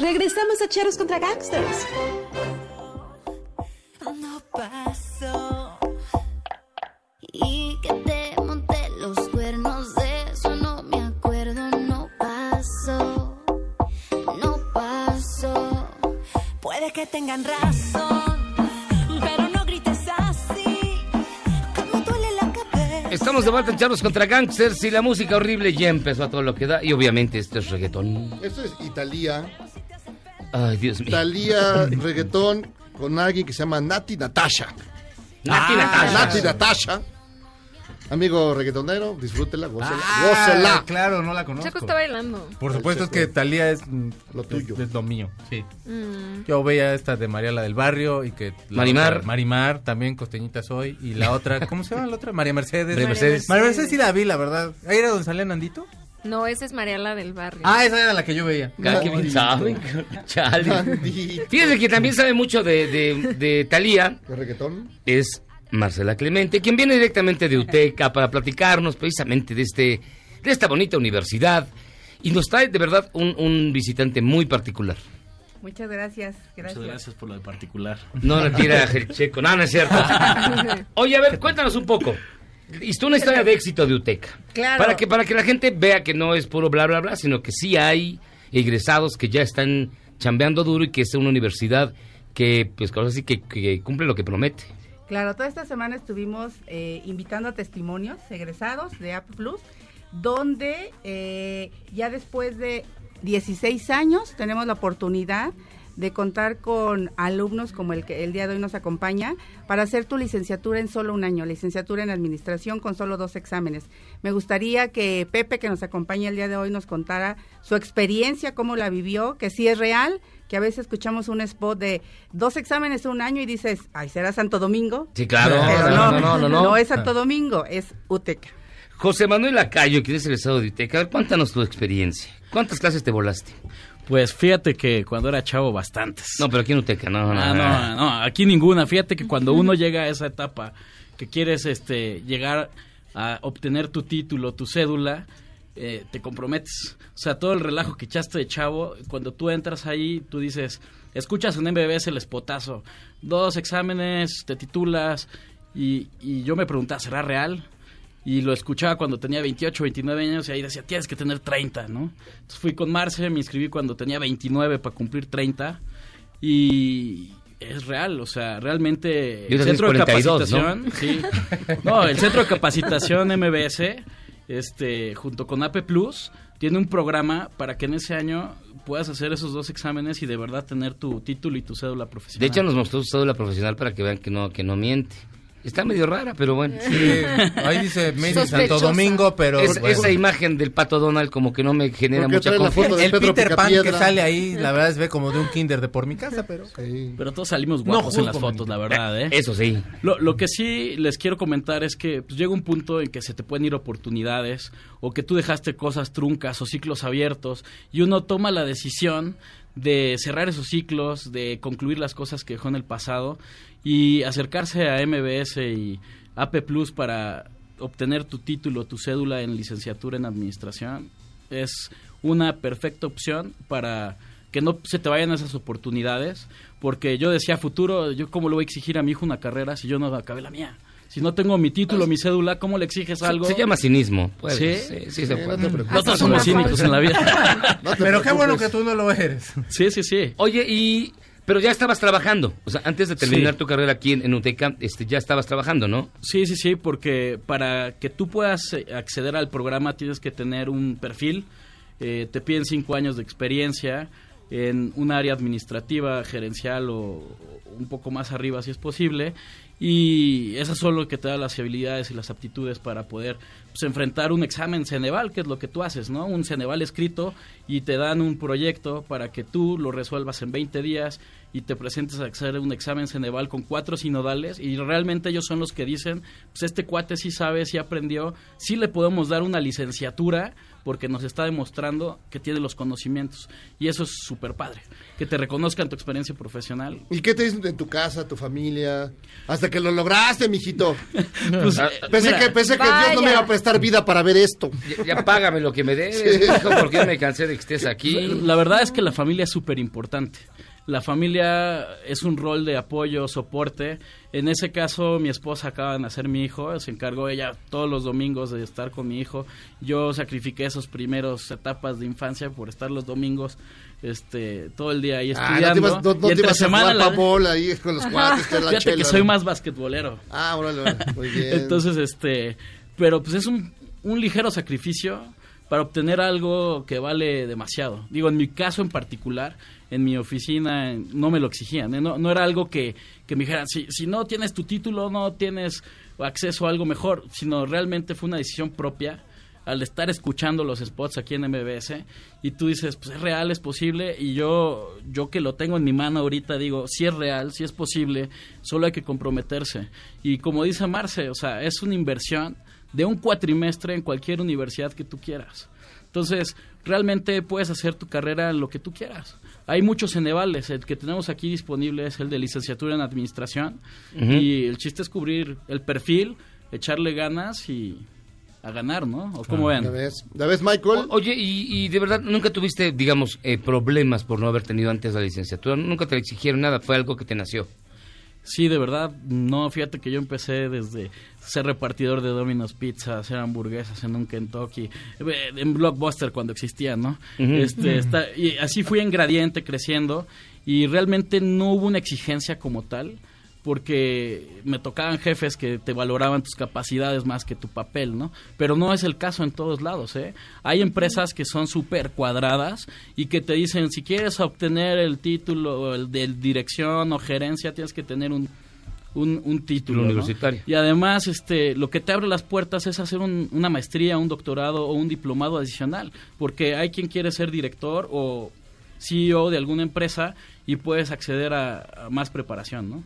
S14: Regresamos a Cheros contra Gangsters.
S15: no pasó y que te monté los cuernos de eso no me acuerdo no pasó no pasó
S13: Puede que tengan razón, pero no grites así. Como duele la cabeza.
S5: Estamos de vuelta en Charlos contra Gangsters y la música horrible ya empezó a todo lo que da y obviamente esto es reggaetón.
S6: Esto es Italia.
S5: Ay, Dios mío.
S6: Italia, reggaetón, con alguien que se llama Nati Natasha. Ah,
S5: Nati Natasha.
S6: Nati Natasha. Amigo reggaetonero, disfrútela, gózala.
S9: Ah,
S6: gózala.
S9: Claro, no la conozco.
S10: Chaco está bailando.
S9: Por supuesto es que
S6: Este,
S9: Talía es mm, Es, es lo mío. Sí.
S10: Mm.
S9: Yo veía esta de Mariala del Barrio y que la
S5: Marimar.
S9: otra- Marimar, también costeñita soy y la otra, ¿cómo se llama la otra? María Mercedes.
S5: María Mercedes.
S9: María Mercedes sí la vi, la verdad. Ahí era donde salía Nandito.
S10: No, esa es Mariala del Barrio.
S9: Ah, esa era la que yo veía.
S5: Cada quien bien sabe. *laughs* Chale. Fíjense que también sabe mucho de, de, de Thalía.
S6: ¿De reggaetón?
S5: es Marcela Clemente, quien viene directamente de UTECA para platicarnos precisamente de, este, de esta bonita universidad. Y nos trae de verdad un, un visitante muy particular.
S16: Muchas gracias.
S17: Muchas
S16: Gracias.
S17: gracias por lo de particular.
S5: No *laughs*
S17: *laughs*
S5: retira el checo, no, no es cierto. Oye, a ver, cuéntanos un poco. Hiciste una historia de éxito de UTECA.
S16: Claro.
S5: Para que, para que la gente vea que no es puro bla, bla, bla, sino que sí hay egresados que ya están chambeando duro y que es una universidad que, pues, ahora sí que, que cumple lo que promete.
S16: Claro, toda esta semana estuvimos eh, invitando a testimonios egresados de App Plus, donde eh, ya después de 16 años tenemos la oportunidad de contar con alumnos como el que el día de hoy nos acompaña para hacer tu licenciatura en solo un año, licenciatura en administración con solo dos exámenes. Me gustaría que Pepe, que nos acompaña el día de hoy, nos contara su experiencia, cómo la vivió, que sí es real, que a veces escuchamos un spot de dos exámenes un año y dices, ay, ¿será Santo Domingo?
S5: Sí, claro.
S16: Pero
S5: No, no, no, no, no.
S16: es Santo Domingo, es UTECA.
S5: José Manuel Lacayo, que eres egresado de UTEC, a ver, cuéntanos tu experiencia. ¿Cuántas clases te volaste?
S17: Pues fíjate que cuando era chavo, bastantes.
S5: No, pero aquí en UTEC, no, no,
S17: Ah, no, no, aquí ninguna. Fíjate que cuando uno llega a esa etapa que quieres este, llegar a obtener tu título, tu cédula, eh, te comprometes. O sea, todo el relajo que echaste de chavo, cuando tú entras ahí, tú dices, escuchas en MBS el espotazo, dos exámenes, te titulas, y, y yo me preguntaba, ¿será real? Y lo escuchaba cuando tenía 28, 29 años y ahí decía, tienes que tener 30, ¿no? Entonces fui con Marce, me inscribí cuando tenía 29 para cumplir 30 y es real, o sea, realmente
S5: Y ahora
S17: el centro
S5: tienes
S17: de
S5: 42,
S17: capacitación, sí. No, el centro de capacitación MBS este, junto con AP Plus, tiene un programa para que en ese año puedas hacer esos dos exámenes y de verdad tener tu título y tu cédula profesional.
S5: De hecho, nos mostró su cédula profesional para que vean que no, que no miente. Está medio rara, pero bueno.
S9: Sí, ahí
S5: *laughs*
S9: dice Made in Santo Sospechosa. Domingo, pero
S5: Es-
S9: bueno.
S5: Esa imagen del pato Donald como que no me genera
S9: Porque
S5: mucha
S9: trae la foto
S5: confianza.
S9: de El Pedro Peter Pan que Picapiedra. sale ahí, la verdad, se ve como de un kinder de por mi casa, pero...
S17: Pero todos salimos guapos
S9: No
S17: en las
S9: juzgo,
S17: fotos, la verdad, ¿eh?
S5: Eso sí.
S17: Lo, lo que sí les quiero comentar es que pues, llega un punto en que se te pueden ir oportunidades o que tú dejaste cosas truncas o ciclos abiertos y uno toma la decisión de cerrar esos ciclos, de concluir las cosas que dejó en el pasado y acercarse a MBS y AP Plus para obtener tu título, tu cédula en licenciatura en administración. Es una perfecta opción para que no se te vayan esas oportunidades, porque yo decía futuro, yo cómo le voy a exigir a mi hijo una carrera si yo no acabé la mía. Si no tengo mi título, mi cédula, ¿cómo le exiges algo?
S5: Se llama cinismo. Puede,
S17: Sí,
S5: sí, sí se
S17: Sí,
S5: puede.
S17: no te preocupes. No todos somos cínicos en la vida. No te
S9: Pero qué bueno
S17: preocupes.
S9: que tú no lo eres.
S17: *laughs* Sí, sí, sí.
S5: Oye, y... Pero ya estabas trabajando. O sea, antes de terminar tu carrera aquí en, en
S17: *laughs*
S5: UTECA, este, *laughs* ya estabas trabajando, ¿no?
S17: Sí, sí, sí, porque para que tú puedas eh, acceder al programa tienes que tener un perfil. Eh, te piden cinco años de experiencia en un área administrativa, gerencial o, o un poco más arriba si es posible. Y eso es solo lo que te da las habilidades y las aptitudes para poder pues, enfrentar un examen Ceneval, que es lo que tú haces, ¿no? Un Ceneval escrito y te dan un proyecto para que tú lo resuelvas en 20 días y te presentes a hacer un examen Ceneval con cuatro sinodales y realmente ellos son los que dicen, pues este cuate sí sabe, sí aprendió, sí le podemos dar una licenciatura porque nos está demostrando que tiene los conocimientos y eso es súper padre, que te reconozcan tu experiencia profesional.
S6: ¿Y qué te dicen en tu casa, tu familia? Hasta que lo lograste, mijito.
S17: Pues,
S6: Ah,
S17: eh,
S6: pensé
S5: mira.
S6: que, pensé que Dios no me iba a prestar vida para ver esto.
S5: Ya, ya págame lo que me debes,
S6: Sí.
S5: hijo, porque ya me cansé de que estés aquí.
S17: La verdad es que la familia es súper importante. La familia es un rol de apoyo, soporte. En ese caso, mi esposa acaba de nacer mi hijo, se encargó ella todos los domingos de estar con mi hijo. Yo sacrifiqué esas primeras etapas de infancia por estar los domingos este, todo el día ahí
S6: Ah, no te
S17: estudiando.
S6: ibas, no- no
S17: Y
S6: te
S17: entre
S6: ibas a jugar
S17: la-
S6: pavol ahí con los cuates, que la
S17: Fíjate
S6: chela,
S17: que soy
S6: ¿no?
S17: más basquetbolero.
S6: Ah, órale, órale,
S17: *laughs*
S6: muy bien.
S17: Entonces, este, pero pues es un, un ligero sacrificio para obtener algo que vale demasiado. Digo, en mi caso en particular, en mi oficina en- no me lo exigían, ¿eh? no, no era algo que, que me dijeran, si, si no tienes tu título, no tienes acceso a algo mejor, sino realmente fue una decisión propia al estar escuchando los spots aquí en MBS y tú dices, pues es real, es posible y yo yo que lo tengo en mi mano ahorita digo, si es real, si es posible, solo hay que comprometerse. Y como dice Marce, o sea, es una inversión de un cuatrimestre en cualquier universidad que tú quieras. Entonces, realmente puedes hacer tu carrera en lo que tú quieras. Hay muchos Enevales, el que tenemos aquí disponible es el de licenciatura en administración
S5: Ujú.
S17: y el chiste es cubrir el perfil, echarle ganas y a ganar, ¿no? ¿O cómo ven?
S6: Michael?
S5: oye, y, y de verdad, ¿nunca tuviste, digamos, eh, problemas por no haber tenido antes la licenciatura? ¿Nunca te exigieron nada? ¿Fue algo que te nació?
S17: Sí, de verdad, no, fíjate que yo empecé desde ser repartidor de Domino's Pizza, hacer hamburguesas en un Kentucky, eh, en Blockbuster cuando existía, ¿no?
S5: Ujú.
S17: este,
S5: Ujú.
S17: está- y así fui en gradiente creciendo y realmente no hubo una exigencia como tal porque me tocaban jefes que te valoraban tus capacidades más que tu papel, ¿no? Pero no es el caso en todos lados, ¿eh? Hay empresas que son súper cuadradas y que te dicen, si quieres obtener el título o el de dirección o gerencia, tienes que tener un, un, un título. ¿no?
S5: universitario.
S17: Y además, este, lo que te abre las puertas es hacer un- una maestría, un doctorado o un diplomado adicional, porque hay quien quiere ser director o CEO de alguna empresa y puedes acceder a, a más preparación, ¿no?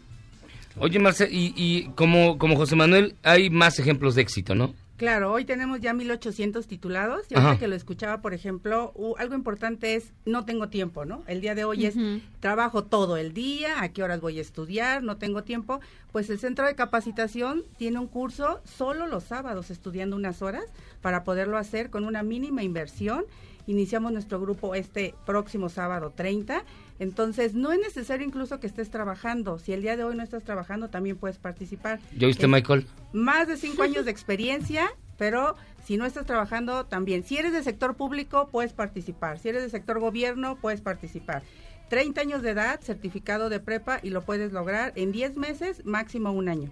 S5: Oye, Marce, y, y como, como José Manuel, hay más ejemplos de éxito, ¿no?
S16: Claro, hoy tenemos ya 1800 titulados y ahorita
S5: Ajá.
S16: que lo escuchaba, por ejemplo, u- algo importante es no tengo tiempo, ¿no? El día de hoy
S10: Ujú.
S16: es trabajo todo el día, a qué horas voy a estudiar, no tengo tiempo. Pues el centro de capacitación tiene un curso solo los sábados, estudiando unas horas para poderlo hacer con una mínima inversión. Iniciamos nuestro grupo este próximo sábado 30. Entonces, no es necesario incluso que estés trabajando. Si el día de hoy no estás trabajando, también puedes participar.
S5: ¿Ya viste,
S16: Es-
S5: Michael?
S16: más de cinco años de experiencia, pero si no estás trabajando también. Si eres del sector público, puedes participar. Si eres del sector gobierno, puedes participar. 30 años de edad, certificado de prepa y lo puedes lograr en 10 meses, máximo un año.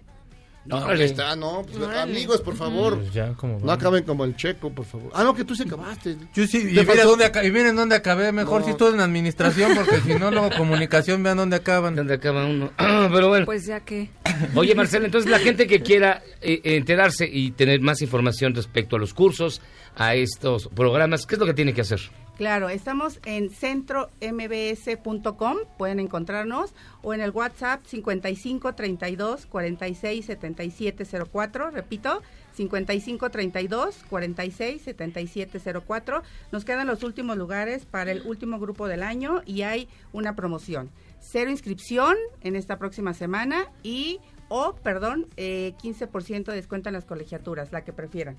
S6: No,
S5: Órale.
S6: ahí está, no. pues,
S5: Órale.
S6: amigos, por favor.
S9: Pues ya, como
S6: no
S9: van.
S6: acaben como el checo, por favor. Ah, no, que tú se acabaste.
S9: Yo sí, y,
S6: Te
S9: mira
S6: faltó-
S9: dónde aca- y miren dónde acabé, mejor
S6: No.
S9: si estuve en administración, porque si no, luego comunicación, vean dónde acaban.
S5: Dónde acaba uno. Ah, *clears throat* Pero bueno.
S10: Pues ya que.
S5: *coughs* Oye, Marcela, entonces la gente que quiera eh, enterarse y tener más información respecto a los cursos, a estos programas, ¿qué es lo que tiene que hacer?
S16: Claro, estamos en centrombs.com, pueden encontrarnos, o en el WhatsApp 55 32 46 77 04, repito, 55 32 46 77 04. Nos quedan los últimos lugares para el último grupo del año y hay una promoción. Cero inscripción en esta próxima semana y, o, perdón, eh, 15% de descuento en las colegiaturas, la que prefieran.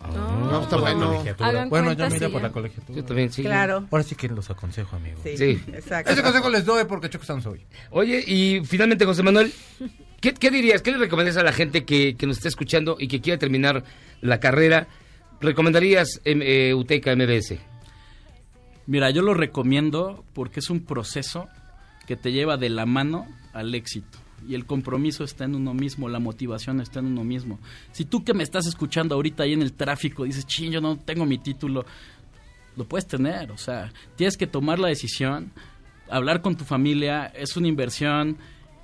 S9: Ah,
S6: No, está bueno.
S9: Hagan Bueno, yo me cuentas iría y por ya. la colegiatura.
S5: Yo también, sí.
S16: Claro.
S9: Ahora sí que los aconsejo, amigos.
S5: Sí, Sí. exacto.
S9: Ese consejo les doy porque Choco Sans soy.
S5: Oye, y finalmente, José Manuel, ¿qué, qué dirías? ¿Qué le recomendarías a la gente que, que nos está escuchando y que quiera terminar la carrera? ¿Recomendarías em, eh, UTECA MBS?
S17: Mira, yo lo recomiendo porque es un proceso que te lleva de la mano al éxito. Y el compromiso está en uno mismo, la motivación está en uno mismo. Si tú que me estás escuchando ahorita ahí en el tráfico dices, ching, yo no tengo mi título, lo puedes tener. O sea, tienes que tomar la decisión, hablar con tu familia, es una inversión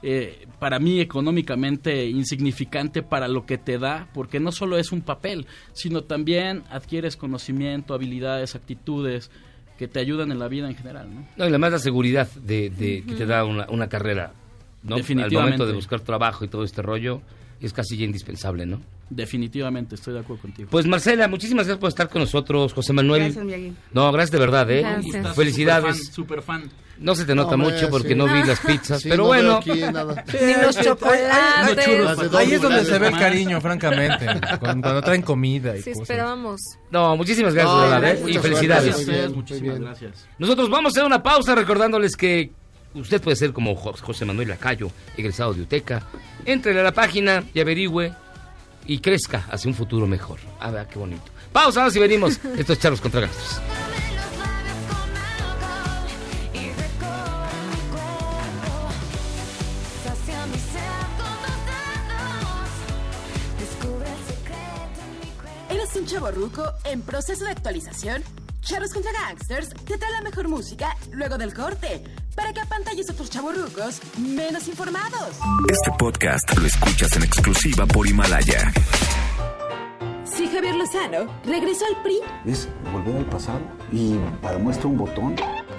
S17: eh, para mí económicamente insignificante para lo que te da, porque no solo es un papel, sino también adquieres conocimiento, habilidades, actitudes que te ayudan en la vida en general, ¿no?
S5: No, y además la seguridad de, de- que te da una, una carrera, ¿no? Al
S17: Definitivamente.
S5: momento de buscar trabajo y todo este rollo, es casi ya indispensable, ¿no?
S17: Definitivamente, estoy de acuerdo contigo.
S5: Pues Marcela, muchísimas gracias por estar con nosotros, José Manuel.
S17: Gracias, Miyagi.
S5: No, gracias de verdad, ¿eh?
S17: Gracias. Estás
S5: Felicidades.
S17: Super fan.
S5: No se te nota
S17: Hombre,
S5: mucho porque
S17: sí.
S5: no
S6: *laughs*
S5: vi las pizzas,
S6: Sí,
S5: pero
S6: no
S5: bueno.
S6: veo aquí nada.
S9: Ni los
S10: chocolates.
S9: Ahí es donde se ve el cariño, *laughs* francamente. Cuando, cuando traen comida y
S10: Sí,
S9: cosas.
S10: esperábamos.
S5: No, muchísimas gracias,
S9: No,
S5: de verdad,
S9: gracias,
S5: ¿eh?
S9: mucha
S5: y
S9: suerte.
S5: felicidades.
S9: Gracias a ustedes,
S17: muchísimas gracias.
S5: Nosotros vamos a hacer una pausa recordándoles que usted puede ser como Jo- José Manuel Lacayo, egresado de UTECA. Entrele a la página y averigüe y crezca hacia un futuro mejor. Ah, vea, qué bonito. Pausa, vamos
S6: *laughs*
S5: y venimos. Estos charlos contra gastos.
S7: Y recorre mi cuerpo Sacia mi ser con tus dedos Descubre el secreto en mi cuerpo
S2: ¿Eres un chavo ruco en proceso de actualización? Charros contra Gangsters te trae la mejor música luego del corte para que apantalles a tus chavos rucos menos informados.
S1: Este podcast lo escuchas en exclusiva por Himalaya.
S14: Si Javier Lozano regresó al PRI,
S18: Es volver al pasado y para muestra un botón.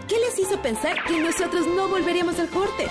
S14: ¿qué les hizo pensar que nosotros no volveríamos al corte?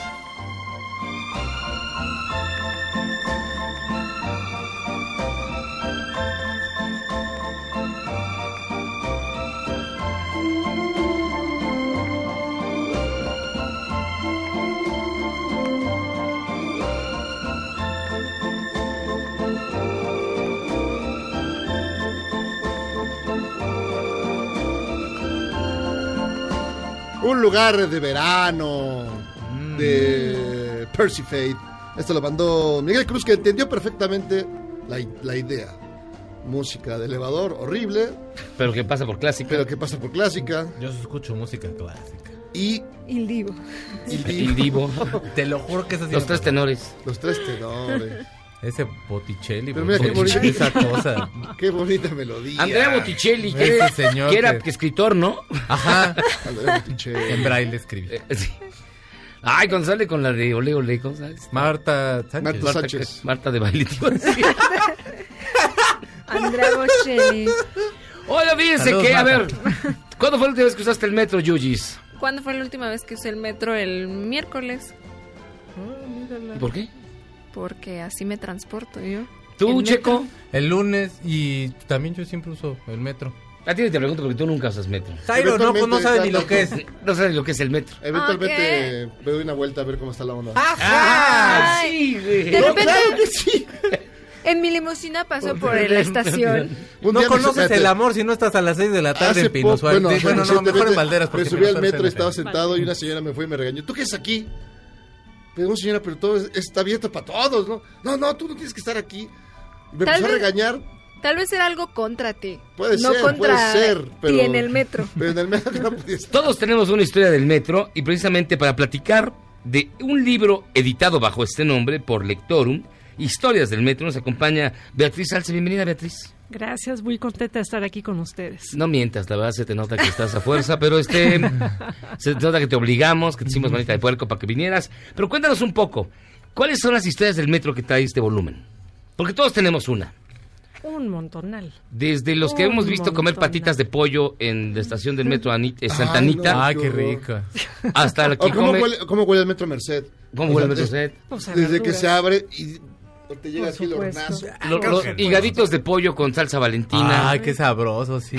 S6: Un lugar de verano
S5: Mm.
S6: de Percy Fate. Esto lo mandó Miguel Cruz, que entendió perfectamente la, i- la idea. Música de elevador, horrible,
S5: Pero que pasa por clásica.
S6: pero que pasa por clásica.
S9: Yo escucho música clásica.
S6: Y.
S10: Il Divo.
S5: Il Divo.
S6: *laughs*
S9: Te lo juro que es así.
S5: Los tres tenores.
S6: Los tres tenores.
S9: Ese Botticelli.
S6: Pero mira qué bonita,
S9: Botticelli, Esa
S6: *laughs*
S9: cosa.
S6: qué bonita melodía. Este
S5: Andrea Botticelli, que,
S9: Ese
S5: era-
S9: señor
S5: que era
S9: que-
S5: escritor, ¿no? *laughs*
S9: Ajá.
S6: Andrea Botticelli.
S9: En braille escribí.
S5: Eh, sí. Ay, González con la de Ole Ole, ¿cómo sabes?
S9: Marta Sánchez.
S5: Marta Sánchez. Marta de baile. te iba a decir.
S10: Andrea Bocelli.
S5: *laughs* Hola, fíjense
S10: Saludos,
S5: que, a
S10: Marta.
S5: ver, ¿cuándo fue la última vez que usaste el metro, Yuyis?
S10: ¿Cuándo fue la última vez que usé el metro? El miércoles.
S5: Ah, ¿Y por qué?
S10: Porque así me transporto yo.
S5: ¿Tú,
S10: El
S5: Checo?
S10: metro.
S9: El lunes y también yo siempre uso el metro.
S5: A ti te pregunto porque tú nunca usas metro.
S9: Jairo, no, pues, no sabe ni lo que es.
S5: No sabes lo que es el metro.
S6: Eventualmente me doy una vuelta a ver cómo está la onda.
S5: ¡Ajá! Ah, Sí, güey.
S10: De
S6: No,
S10: repente.
S6: claro que
S10: *laughs* En mi limusina
S5: *laughs*
S10: paso por la estación.
S6: Un
S9: no
S6: día me
S9: conoces
S6: supe-
S9: el amor si no estás a las 6 de la tarde en
S6: Hace
S9: Pino
S6: poco,
S9: Suárez. Bueno, no,
S6: recientemente
S9: mejor en Valderas.
S6: Me
S9: porque
S6: subí
S9: no
S6: al
S9: estás en
S6: metro,
S9: la
S6: estaba
S9: calle.
S6: sentado y una señora me fue y me regañó. ¿Tú qué es aquí? Le digo, señora, pero todo es- está abierto para todos, ¿no? No, no, tú no tienes que estar aquí. Me
S10: Tal
S6: empezó a
S10: vez-
S6: regañar.
S10: Tal vez era algo contra ti.
S6: Puede
S10: no
S6: ser,
S10: contra
S6: puede ser, pero-
S10: ti en el metro.
S6: Pero en el metro no podía estar.
S5: Todos tenemos una historia del metro y precisamente para platicar de un libro editado bajo este nombre por Lectorum Historias del Metro. Nos acompaña Beatriz Alce. Bienvenida, Beatriz.
S19: Gracias, muy contenta de estar aquí con ustedes.
S5: No mientas, la verdad se te nota que estás a fuerza, pero este se te nota que te obligamos, que te hicimos manita de puerco para que vinieras. Pero cuéntanos un poco, ¿cuáles son las historias del metro que trae este volumen? Porque todos tenemos una.
S19: Un montonal.
S5: Desde los que
S19: Un
S5: hemos visto comer
S19: montón.
S5: patitas de pollo en la estación del metro Ani- eh, Santa
S6: Ay,
S5: Anita.
S6: no, Ah, qué qué horror. *laughs* rica.
S5: Hasta la que
S6: Oh, ¿Cómo,
S5: come-
S6: huele, cómo huele el metro Merced?
S5: ¿Cómo huele el
S6: O sea,
S5: Metro Merced?
S6: des-
S5: Pues a
S6: Desde que
S5: verduras.
S6: se abre y te llega
S5: Por
S6: así el
S5: supuesto.
S6: hornazo.
S5: Lo- los higaditos de pollo con salsa valentina.
S9: Ay, qué sabroso, sí.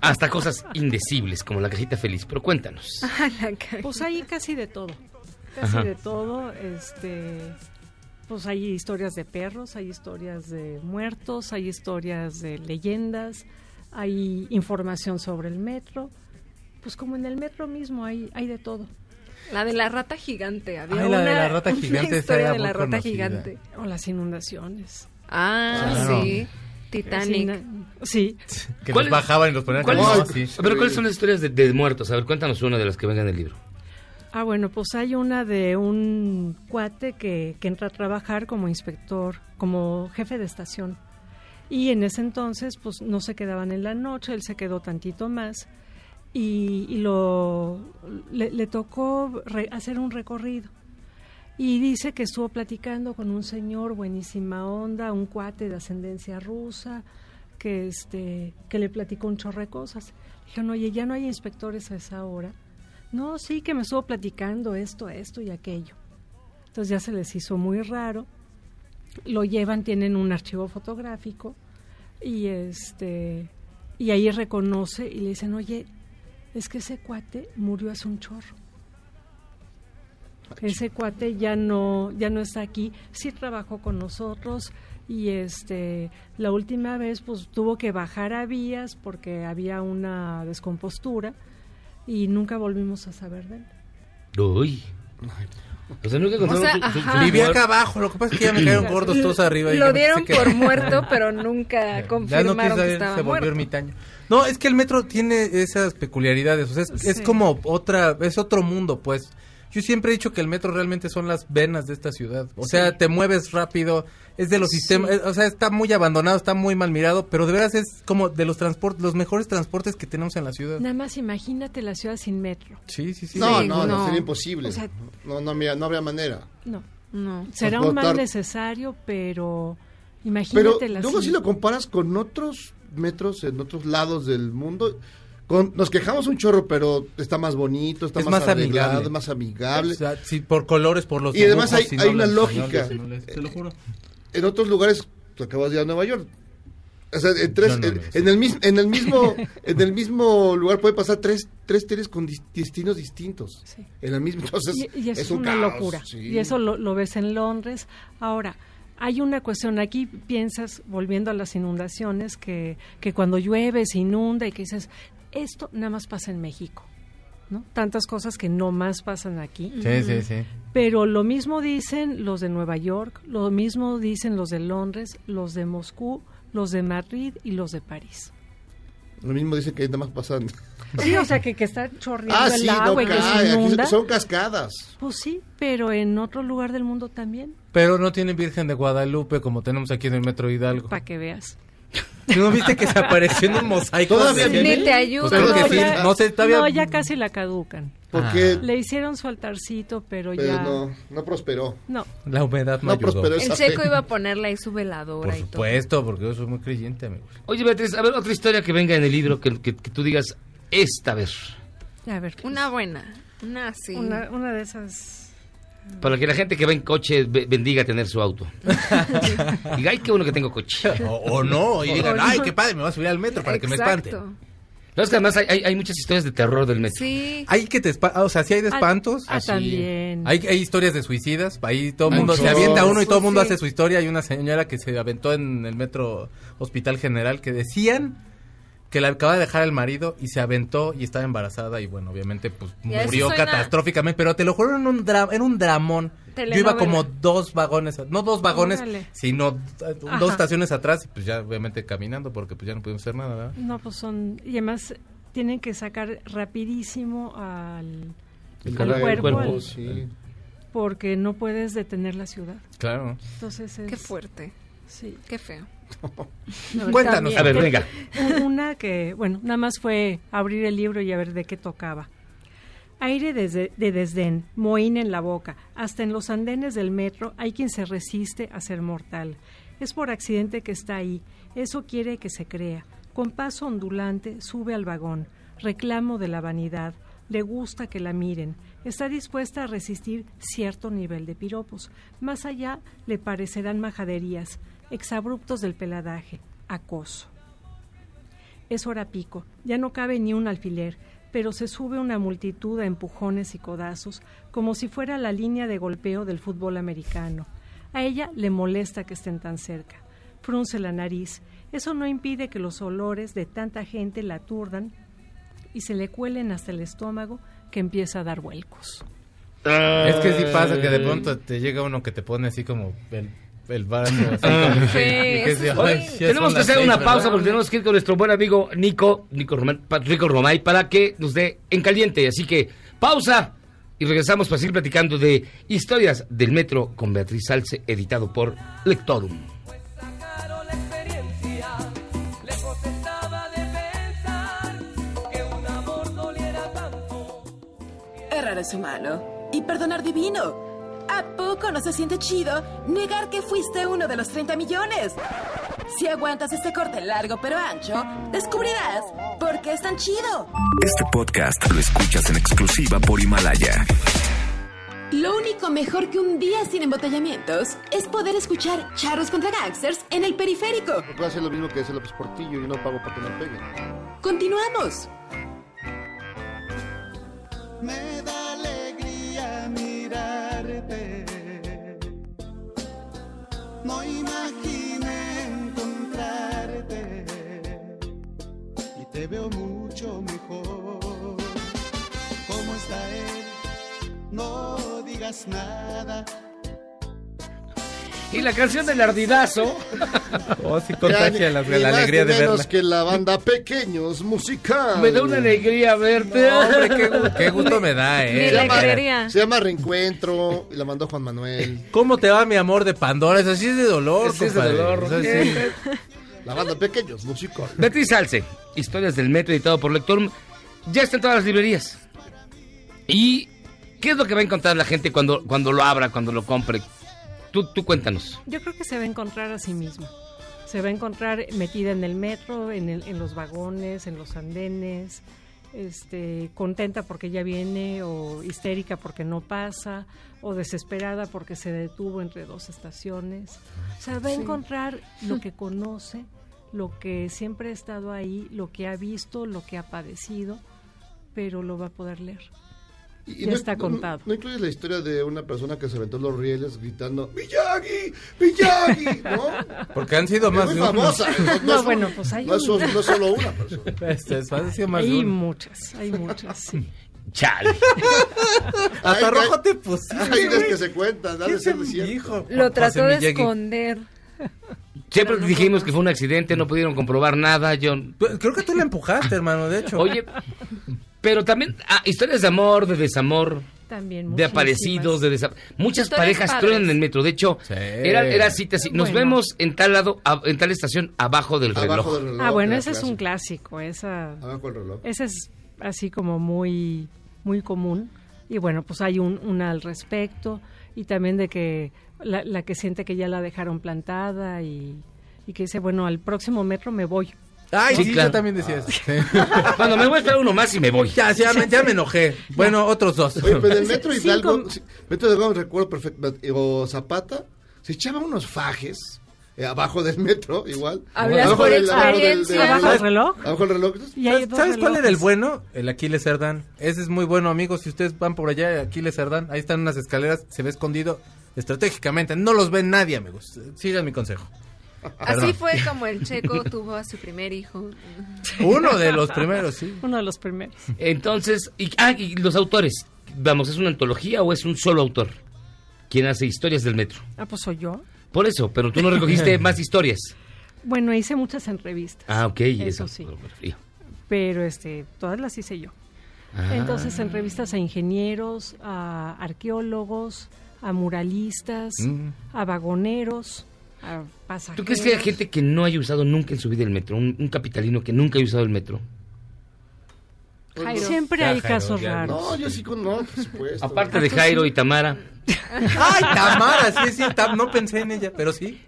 S5: Hasta cosas indecibles como la cajita feliz. Pero cuéntanos.
S19: Pues ahí casi de todo. Casi
S5: Ajá.
S19: de todo. Este, pues hay historias de perros, hay historias de muertos, hay historias de leyendas, hay información sobre el metro. Pues como en el metro mismo hay, hay de todo.
S10: La de la rata gigante. Había
S19: Ay, la de
S10: una-
S19: la
S10: *laughs*
S19: rata
S10: una
S19: gigante, esa
S10: historia
S19: era
S10: de la
S19: muy
S10: rata
S19: conocida.
S10: gigante.
S19: O las inundaciones.
S10: Ah,
S9: Claro.
S10: sí. Titanic.
S19: Sí.
S9: Que
S5: ¿Cuál
S9: los
S5: es-
S9: bajaban y los ponían
S5: ¿Cuál
S9: como "Ah,
S5: es-
S9: así.
S5: Pero ¿cuáles son las historias de, de muertos? A ver, cuéntanos una de las que vengan del libro.
S19: Ah, bueno, pues hay una de un cuate que, que entra a trabajar como inspector, como jefe de estación. Y en ese entonces, pues no se quedaban en la noche, él se quedó tantito más y, y lo, le, le tocó re- hacer un recorrido. Y dice que estuvo platicando con un señor buenísima onda, un cuate de ascendencia rusa, que este que le platicó un chorro de cosas. Dijeron, oye, ya no hay inspectores a esa hora. No, sí, que me estuvo platicando esto, esto y aquello. Entonces ya se les hizo muy raro. Lo llevan, tienen un archivo fotográfico y este y ahí reconoce y le dicen, oye, es que ese cuate murió hace un chorro. Ese cuate ya no, ya no está aquí, sí trabajó con nosotros y este la última vez pues tuvo que bajar a vías porque había una descompostura y nunca volvimos a saber de él.
S5: Uy. O sea, nunca encontraron
S10: sea,
S5: su- su- su
S10: ajá.
S9: Viví
S5: muerto.
S9: acá abajo, lo que pasa es que
S19: *clears throat*
S9: ya me cayeron gordos todos arriba. y ya me
S10: Lo
S9: quise
S10: dieron
S9: quedar. *laughs*
S10: por muerto, pero nunca
S9: Ya no quiso
S10: confirmaron que
S9: saber,
S10: estaba
S9: se volvió
S10: muerto.
S9: ermitaño. No, es que el metro tiene esas peculiaridades, o sea, es, es
S10: Sí.
S9: como otra, es otro mundo, pues. Yo siempre he dicho que el metro realmente son las venas de esta ciudad. O sea, te mueves rápido, es de los sistemas, eh, o sea, está muy abandonado, está muy mal mirado, pero de veras es como de los transportes, los mejores transportes que tenemos en la ciudad.
S19: Nada más imagínate la ciudad sin metro.
S9: Sí, sí, sí.
S6: No,
S19: Sí,
S6: no, no,
S19: no.
S6: sería imposible.
S19: O sea-
S6: no, no, había, no habría manera.
S19: No,
S10: no.
S19: Será
S6: Pues,
S19: un mal
S6: votar-
S19: necesario, pero
S6: Pero
S19: imagínate la
S6: luego si lo comparas con otros metros en otros lados del mundo, con, nos quejamos un chorro, pero está más bonito, está
S9: Es
S6: más,
S9: más
S6: arreglado,
S9: amigable.
S6: más amigable.
S9: O sea, sí, por colores, por los
S6: y además hay,
S9: dibujos, si no
S6: hay una
S9: las-
S6: lógica.
S9: si no las- te lo juro.
S6: En otros lugares, tú acabas de ir a Nueva York. O sea, en, tres-
S9: Yo no
S6: en,
S9: lo sé.
S6: en el mismo, en el
S9: *laughs*
S6: mismo, en el mismo lugar puede pasar tres, tres trenes con dis- destinos distintos. En el mismo, entonces
S19: y, y eso es
S6: un
S19: una
S6: caos,
S19: locura.
S6: sí.
S19: Y eso lo, lo ves en Londres. Ahora, hay una cuestión aquí, piensas, volviendo a las inundaciones, que, que cuando llueve se inunda y que dices, esto nada más pasa en México. ¿no? Tantas cosas que no más pasan aquí.
S9: Sí, sí, sí.
S19: Pero lo mismo dicen los de Nueva York, lo mismo dicen los de Londres, los de Moscú, los de Madrid y los de París.
S6: Lo mismo dicen que nada más pasan.
S19: Sí, o sea, que, que está chorreando
S6: Ah,
S19: el
S6: sí, no
S19: agua y que
S6: cae,
S19: se
S6: aquí
S19: inunda.
S6: son cascadas.
S19: Pues sí, pero en otro lugar del mundo también,
S9: Pero no tienen Virgen de Guadalupe como tenemos aquí en el Metro Hidalgo.
S19: para que veas.
S9: ¿No viste que se apareció en un mosaico?
S10: Todavía
S9: de-
S10: viene. Ni te ayuda.
S9: Pues creo que
S10: No,
S9: sí,
S10: ya-
S9: no sé, todavía... Ah.
S19: No, ya casi la caducan.
S6: ¿Por qué?
S19: Le hicieron su altarcito, pero,
S6: Pero
S19: ya...
S6: no, no prosperó.
S19: No.
S9: La humedad no,
S6: No
S9: ayudó.
S6: prosperó
S10: El checo iba a ponerle ahí su veladora
S9: Por
S10: y todo.
S9: supuesto, porque yo soy muy creyente, amigo.
S5: Oye, Beatriz, a ver, otra historia que venga en el libro que, que- que tú digas, esta vez.
S19: A ver.
S10: Una buena. Una así.
S19: Una, una de esas...
S5: Para que la gente que va en coche be- bendiga tener su auto. Diga, ay, qué bueno que tengo coche.
S9: O, o no, y digan,
S5: O no.
S9: ay, qué padre, me voy a subir al metro para que me espante.
S5: No, es que además hay, hay- hay muchas historias de terror del metro.
S10: Sí.
S9: Hay que te espa- ah, o sea, sí hay de
S5: Ah,
S9: espantos.
S5: ah, también.
S9: Hay, hay historias de suicidas, ahí todo el
S5: Hay
S9: mundo se
S5: muchos.
S9: avienta uno y todo el mundo
S5: Sí.
S9: hace su historia. Hay una señora que se aventó en el metro Hospital General que decían que la acaba de dejar el marido y se aventó y estaba embarazada y bueno, obviamente pues
S10: Ya, eso
S9: murió
S10: suena-
S9: catastróficamente, pero te lo juro en un dra- en un dramón. Yo iba
S10: Telenovela.
S9: como dos vagones, no dos vagones,
S19: Órale.
S9: sino eh, dos
S19: Ajá.
S9: estaciones atrás y pues ya obviamente caminando porque pues ya no pudimos hacer nada, ¿verdad?
S19: No, pues son... Y además tienen que sacar rapidísimo al,
S5: El
S19: al
S5: cadáver, el
S19: cuerpo.
S5: cuerpo,
S19: al-
S5: sí.
S19: porque no puedes detener la ciudad.
S9: Claro.
S19: Entonces es...
S10: Qué fuerte.
S19: Sí.
S10: Qué feo.
S19: Cuéntanos.
S5: A ver, venga.
S19: U- Una que, bueno, nada más fue abrir el libro y a ver de qué tocaba. Aire desde, de desdén, mohín en la boca. Hasta en los andenes del metro hay quien se resiste a ser mortal. Es por accidente que está ahí. Eso quiere que se crea. Con paso ondulante sube al vagón. Reclamo de la vanidad. Le gusta que la miren. Está dispuesta a resistir cierto nivel de piropos. Más allá le parecerán majaderías, exabruptos del peladaje, acoso. Es hora pico, ya no cabe ni un alfiler, pero se sube una multitud a empujones y codazos, como si fuera la línea de golpeo del fútbol americano. A ella le molesta que estén tan cerca. Frunce la nariz. Eso no impide que los olores de tanta gente la aturdan y se le cuelen hasta el estómago que empieza a dar vuelcos.
S9: Es que sí pasa que de pronto te llega uno que te pone así como el, el brazo. así
S5: Ah.
S9: como que- *laughs* y que dice, "Ay,
S5: Oye,
S9: ya son
S5: tenemos que
S9: las
S5: hacer
S9: seis,
S5: una
S9: ¿verdad?".
S5: pausa porque tenemos que ir con nuestro buen amigo Nico, Nico Román, pa- Rico Romay, para que nos dé en caliente. Así que pausa y regresamos para seguir platicando de historias del metro con Beatriz Salce, editado por Lectorum.
S8: experiencia, lejos estaba de pensar que un amor doliera tanto.
S2: Errar es humano y perdonar divino. ¿A poco no se siente chido negar que fuiste uno de los 30 millones? Si aguantas este corte largo pero ancho, descubrirás por qué es tan chido.
S1: Este podcast lo escuchas en exclusiva por Himalaya.
S14: Lo único mejor que un día sin embotellamientos es poder escuchar charros contra gangsters en el periférico.
S6: Voy a hacer lo mismo que hace López Portillo, yo no pago para que me peguen.
S14: Continuamos.
S8: Me da alegría mirarte. No imaginé encontrarte y te veo mucho mejor. ¿Cómo está él? No digas nada.
S5: Y la canción del ardidazo.
S9: Oh, sí, contagia la, la
S6: Ni más
S9: alegría
S6: ni
S9: de
S6: menos
S9: verla.
S6: que la banda Pequeños Musical.
S5: Me da una alegría verte.
S9: Hombre, qué, gu- qué gusto me da, eh.
S6: se, llama, se llama Reencuentro y la mandó Juan Manuel.
S9: ¿Cómo te va mi amor de Pandora? Eso sí es de dolor,
S6: Ese es de
S9: compadre.
S6: dolor,
S9: Eso
S6: ¿qué?
S9: sí.
S6: La banda Pequeños Musical.
S5: Beatriz Salce, historias del metro, editado por Lectorum, ya está en todas las librerías. ¿Y qué es lo que va a encontrar la gente cuando, cuando lo abra, cuando lo compre? Tú, tú cuéntanos.
S19: Yo creo que se va a encontrar a sí misma. Se va a encontrar metida en el metro, en, el- en los vagones, en los andenes, este, contenta porque ya viene, o histérica porque no pasa, o desesperada porque se detuvo entre dos estaciones. O sea, va a
S10: Sí.
S19: encontrar lo que conoce, lo que siempre ha estado ahí, lo que ha visto, lo que ha padecido, pero lo va a poder leer.
S6: Y
S19: ya está contado.
S6: No, incluyes la historia de una persona que se aventó los rieles gritando ¡Miyagi! ¡Miyagi! ¿No?
S9: Porque han sido
S6: Es
S9: más
S6: muy
S9: de uno. *laughs*
S6: famosa.
S19: *laughs*
S6: No, no es
S19: bueno,
S6: un-
S19: pues hay
S6: no es un-
S19: una.
S6: no es solo una persona.
S9: Este, es- ha sido más de
S19: Hay
S9: uno.
S19: muchas, hay muchas, sí.
S5: Chale.
S9: Hasta
S6: Ay,
S9: rojo
S6: ay,
S9: te pusiste.
S6: Hay unas
S9: güey.
S6: que se cuentan, dale ser cierto.
S10: Lo
S5: trató
S10: trató
S5: de
S10: de
S5: Miyagi.
S10: esconder.
S5: Siempre dijimos que fue un accidente, no pudieron comprobar nada, John.
S9: Pues, Creo que tú la empujaste, hermano, *laughs* de hecho.
S5: Oye, pero también ah, historias de amor, de desamor,
S19: También
S5: de
S19: muchísimas.
S5: aparecidos, de desa- Muchas
S19: Historias
S5: parejas
S19: padres.
S5: truenan en el metro. De hecho, era, era cita así. Nos
S19: Bueno.
S5: vemos en tal lado, a- en tal estación, abajo del reloj.
S19: Ah, bueno, ese es un clásico, esa.
S9: Ah,
S6: Abajo el reloj.
S19: Ese es así como muy, muy común. Y bueno, pues hay un, una al respecto y también de que la, la que siente que ya la dejaron plantada y, y que dice, bueno, al próximo metro me voy.
S9: Ay,
S5: Sí,
S9: sí,
S5: claro.
S9: yo también decía eso.
S19: *laughs*
S5: Bueno, me voy a esperar uno más y me voy.
S9: Ya, ya, me, ya me
S5: *laughs*
S9: enojé. Bueno, otros dos.
S6: Oye, pero en el metro
S9: Sí,
S6: Hidalgo,
S9: con-
S6: sí, metro Hidalgo recuerdo perfecto, o Zapata, se echaba unos fajes eh, abajo del metro, igual.
S9: Hablas
S6: abajo
S9: por
S19: experiencia. ¿Abajo del reloj?
S6: Abajo del reloj.
S19: Y hay dos
S9: ¿Sabes cuál era el
S19: relojes.
S9: bueno? El Aquiles Cerdán. Ese es muy bueno, amigos. Si ustedes van por allá, Aquiles Cerdán, ahí están unas escaleras, se ve escondido estratégicamente. No los ve nadie, amigos. Sigan mi consejo.
S10: *laughs* Así
S9: Perdón.
S10: fue como el checo tuvo a su primer hijo.
S9: Uno de los primeros, sí.
S19: Uno de los primeros.
S5: Entonces, y, ah, y los autores. Vamos, ¿es una antología o es un solo autor? Quien hace historias del metro.
S19: Ah, pues soy yo.
S5: Por eso, pero tú no
S19: *laughs*
S5: recogiste más historias.
S19: Bueno, hice muchas entrevistas,
S5: Ah, ok.
S19: Eso sí. pero este, todas las hice yo.
S5: Ah.
S19: Entonces entrevistas a ingenieros, a arqueólogos, a muralistas,
S5: Mm.
S19: a vagoneros, a pasajeros.
S5: ¿Tú crees que hay gente que no haya usado nunca en su vida el metro? Un, un capitalino que nunca haya usado el metro.
S19: Jairo. Siempre hay casos raros.
S6: No, yo sí con no, por supuesto.
S10: Ah,
S6: *laughs*
S5: Aparte de Jairo y Tamara.
S9: Ay, Tamara, Ah, sí, sí, Tam- no pensé en ella, pero sí.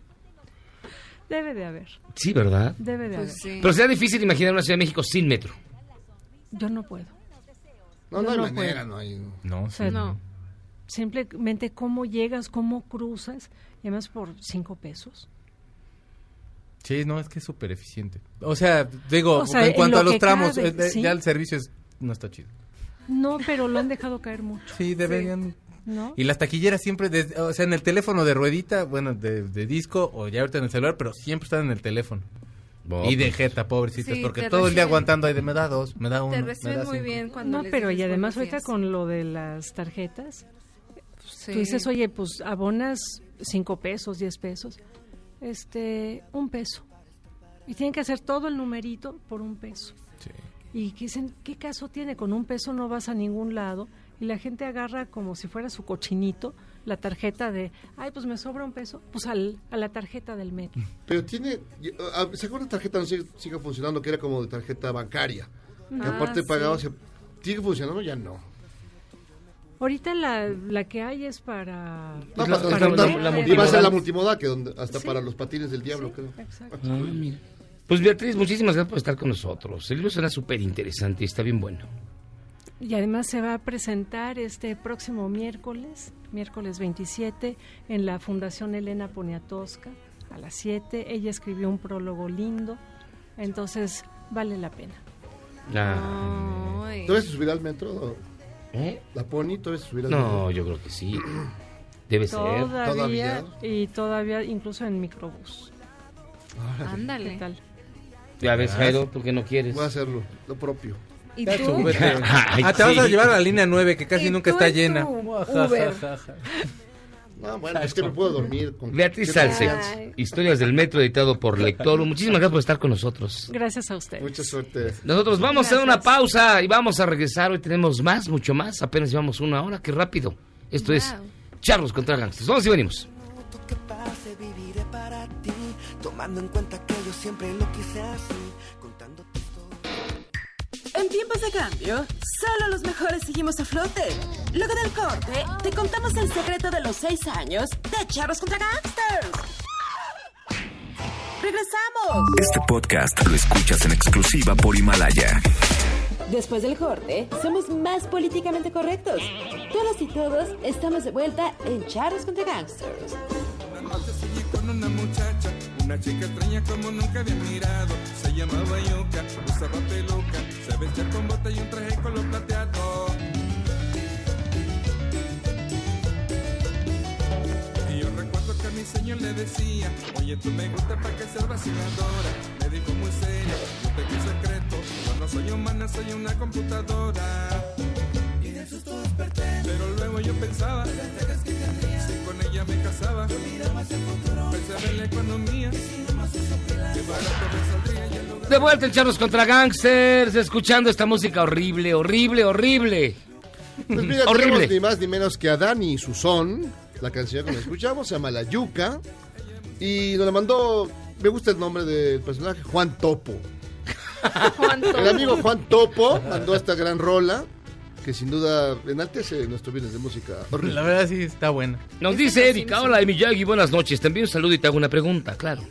S19: Debe de haber,
S5: Sí, ¿verdad?
S19: debe de
S10: Pues
S19: haber.
S10: sí.
S5: Pero será difícil imaginar una Ciudad de México sin metro.
S19: Yo no puedo.
S6: No, no
S19: Yo
S6: hay
S19: no
S6: manera,
S19: puedo.
S6: no hay.
S9: No,
S19: O sea, no. Simplemente cómo llegas, cómo cruzas, y además por cinco pesos.
S9: Sí, no, es que es súper eficiente. O sea, digo,
S19: O sea,
S9: en cuanto
S19: en
S9: a
S19: lo
S9: los
S19: que
S9: tramos,
S19: cabe,
S9: eh, eh,
S19: sí.
S9: ya el servicio es, no está chido.
S19: No, pero lo han dejado caer mucho.
S9: Sí, deberían.
S19: ¿No?
S9: Y las taquilleras siempre, des- o sea, en el teléfono de ruedita, bueno, de, de disco o ya ahorita en el celular, pero siempre están en el teléfono. y
S5: pues.
S9: de jeta, pobrecitas,
S10: Sí,
S9: porque
S10: te
S9: todo el día
S10: reciben.
S9: aguantando ahí de me da dos, me da uno.
S10: Te
S9: me da
S10: reciben muy
S9: cinco".
S10: bien cuando
S19: No,
S10: les
S19: pero y
S10: dices
S19: además
S10: buenos
S19: ahorita
S10: días.
S19: con lo de las tarjetas,
S10: Sí.
S19: tú dices, oye, pues abonas cinco pesos, diez pesos, este, un peso. Y tienen que hacer todo el numerito por un peso. Y que dicen, ¿qué caso tiene? Con un peso no vas a ningún lado. Y la gente agarra como si fuera su cochinito la tarjeta de, ay, pues me sobra un peso, pues al- a la tarjeta del metro.
S6: Pero tiene. yo- ah, ¿Se una tarjeta no sigue, sigue funcionando que era como de tarjeta bancaria? Que
S19: Ah,
S6: aparte
S19: sí.
S6: pagabas. ¿Sigue funcionando? Ya no.
S19: Ahorita la, la que hay es para...
S5: Pues
S6: No, para
S19: para el
S6: transportar.
S19: metro.
S6: Ah, y va a ser la multimodal, que donde, hasta para los patines del diablo, creo.
S19: Ah,
S5: Pues Beatriz, muchísimas gracias por estar con nosotros. El libro será súper interesante y está bien bueno.
S19: Y además se va a presentar este próximo miércoles, miércoles 27, en la Fundación Elena Poniatowska, a las 7. Ella escribió un prólogo lindo, entonces vale la pena.
S5: Ah,
S19: Ah.
S6: ¿Tú ves subir al metro?
S5: ¿Eh?
S6: ¿La Pony? ¿Tú ves subir al metro?
S5: No, yo creo que sí. Debe ser.
S19: Todavía, y todavía incluso en microbús.
S10: Ándale.
S19: ¿Qué tal?
S5: Ya ves, Jairo, tú que no quieres.
S6: Voy a hacerlo, lo propio.
S10: ¿Y
S9: Ya,
S10: tú?
S9: súbete.
S5: *laughs* Ay,
S9: ah, te vas a
S5: sí.
S9: llevar a la línea 9 que casi
S10: ¿Y
S9: nunca
S10: tú
S9: está
S10: en tu
S9: llena.
S10: Uber?
S6: No, Ah, bueno, es que me puedo dormir. Con
S5: Beatriz
S6: cierta
S5: Salce,
S6: confianza.
S5: Historias del Metro, editado por Lectoro. Muchísimas gracias por estar con nosotros.
S19: Gracias a ustedes.
S6: Mucha suerte.
S5: Nosotros vamos a hacer una pausa y vamos a regresar. Hoy tenemos más, mucho más. Apenas llevamos una hora. Qué rápido. Esto es Charlos contra Gangsters. Vamos y venimos.
S20: que pase viviré para ti, tomando en cuenta que yo siempre lo quise así, contando
S2: En tiempos de cambio, solo los mejores seguimos a flote. Luego del corte, te contamos el secreto de los seis años de Charros contra Gangsters. ¡Regresamos!
S1: Este podcast lo escuchas en exclusiva por Himalaya.
S14: Después del corte, somos más políticamente correctos. Todos y todos estamos de vuelta en Charros contra Gangsters.
S21: Una noche seguí con una muchacha, una chica extraña como nunca había mirado. Se llamaba Yuka, usaba peluca, se vestía con bota y un traje color plateado. Y yo recuerdo que a mi señor le decía, oye tú me gusta para que seas vaciladora. Me dijo muy seria, yo tengo un secreto, yo no soy humana, soy una computadora. Y del susto desperté, pero luego yo pensaba, si con ella me casaba, yo miraba hacia el futuro, pensaba en la economía, que barato me saldría y el lugar.
S5: De vuelta en Charlos contra Gangsters, escuchando esta música horrible, horrible, horrible.
S6: Pues mira,
S5: horrible.
S6: tenemos ni más ni menos que a Dani Susón, la canción que nos escuchamos, se llama La Yuca. Y nos la mandó, me gusta el nombre del personaje, Juan Topo. El amigo Juan Topo mandó esta gran rola, que sin duda enaltece nuestro bienes de música. horrible.
S9: La verdad sí está buena.
S5: Nos dice Erika, hola Miyagi, buenas noches. Te envío un saludo y te hago una pregunta, claro.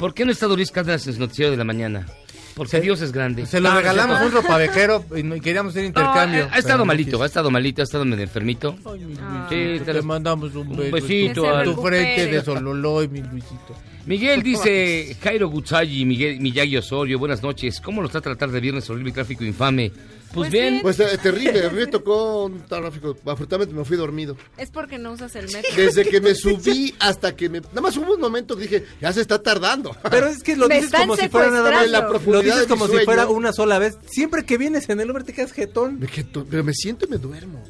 S5: ¿Por qué no está Doris Cárdenas en el noticiero de la mañana? Porque Dios es grande.
S9: Se lo
S5: Ah,
S9: regalamos
S5: no
S9: un
S5: es *laughs* cierto.
S9: ropavejero y, no- y queríamos hacer intercambio.
S5: Ah, ha estado
S9: pero no
S5: malito,
S9: quiso.
S5: ha estado malito, ha estado medio enfermito.
S9: Ay, mi
S5: Ah.
S9: Luisito,
S5: Sí,
S9: te
S5: te las-
S9: mandamos un,
S5: un
S9: beso.
S5: besito
S9: Tu-
S5: al-
S9: Tu frente
S5: recupere.
S9: de Sololoy, mi Luisito.
S5: Miguel dice, Jairo Gutsai, Miguel Miyagi Osorio, buenas noches. ¿Cómo lo está tratar de viernes horrible y tráfico infame? Pues, bien.
S6: Pues eh, terrible, a mí me tocó un tráfico. Afortunadamente me fui dormido.
S10: Es porque no usas el metro.
S6: Desde que
S5: *laughs*
S6: me subí hasta que me. Nada más hubo un momento que dije, ya se está tardando.
S9: Pero es que lo dices como si fuera nada más.
S6: En la profundidad
S9: lo dices
S6: de mi
S9: como si
S6: sueño.
S9: fuera una sola vez. Siempre que vienes en el Uber te quedas jetón.
S6: pero me siento y me duermo.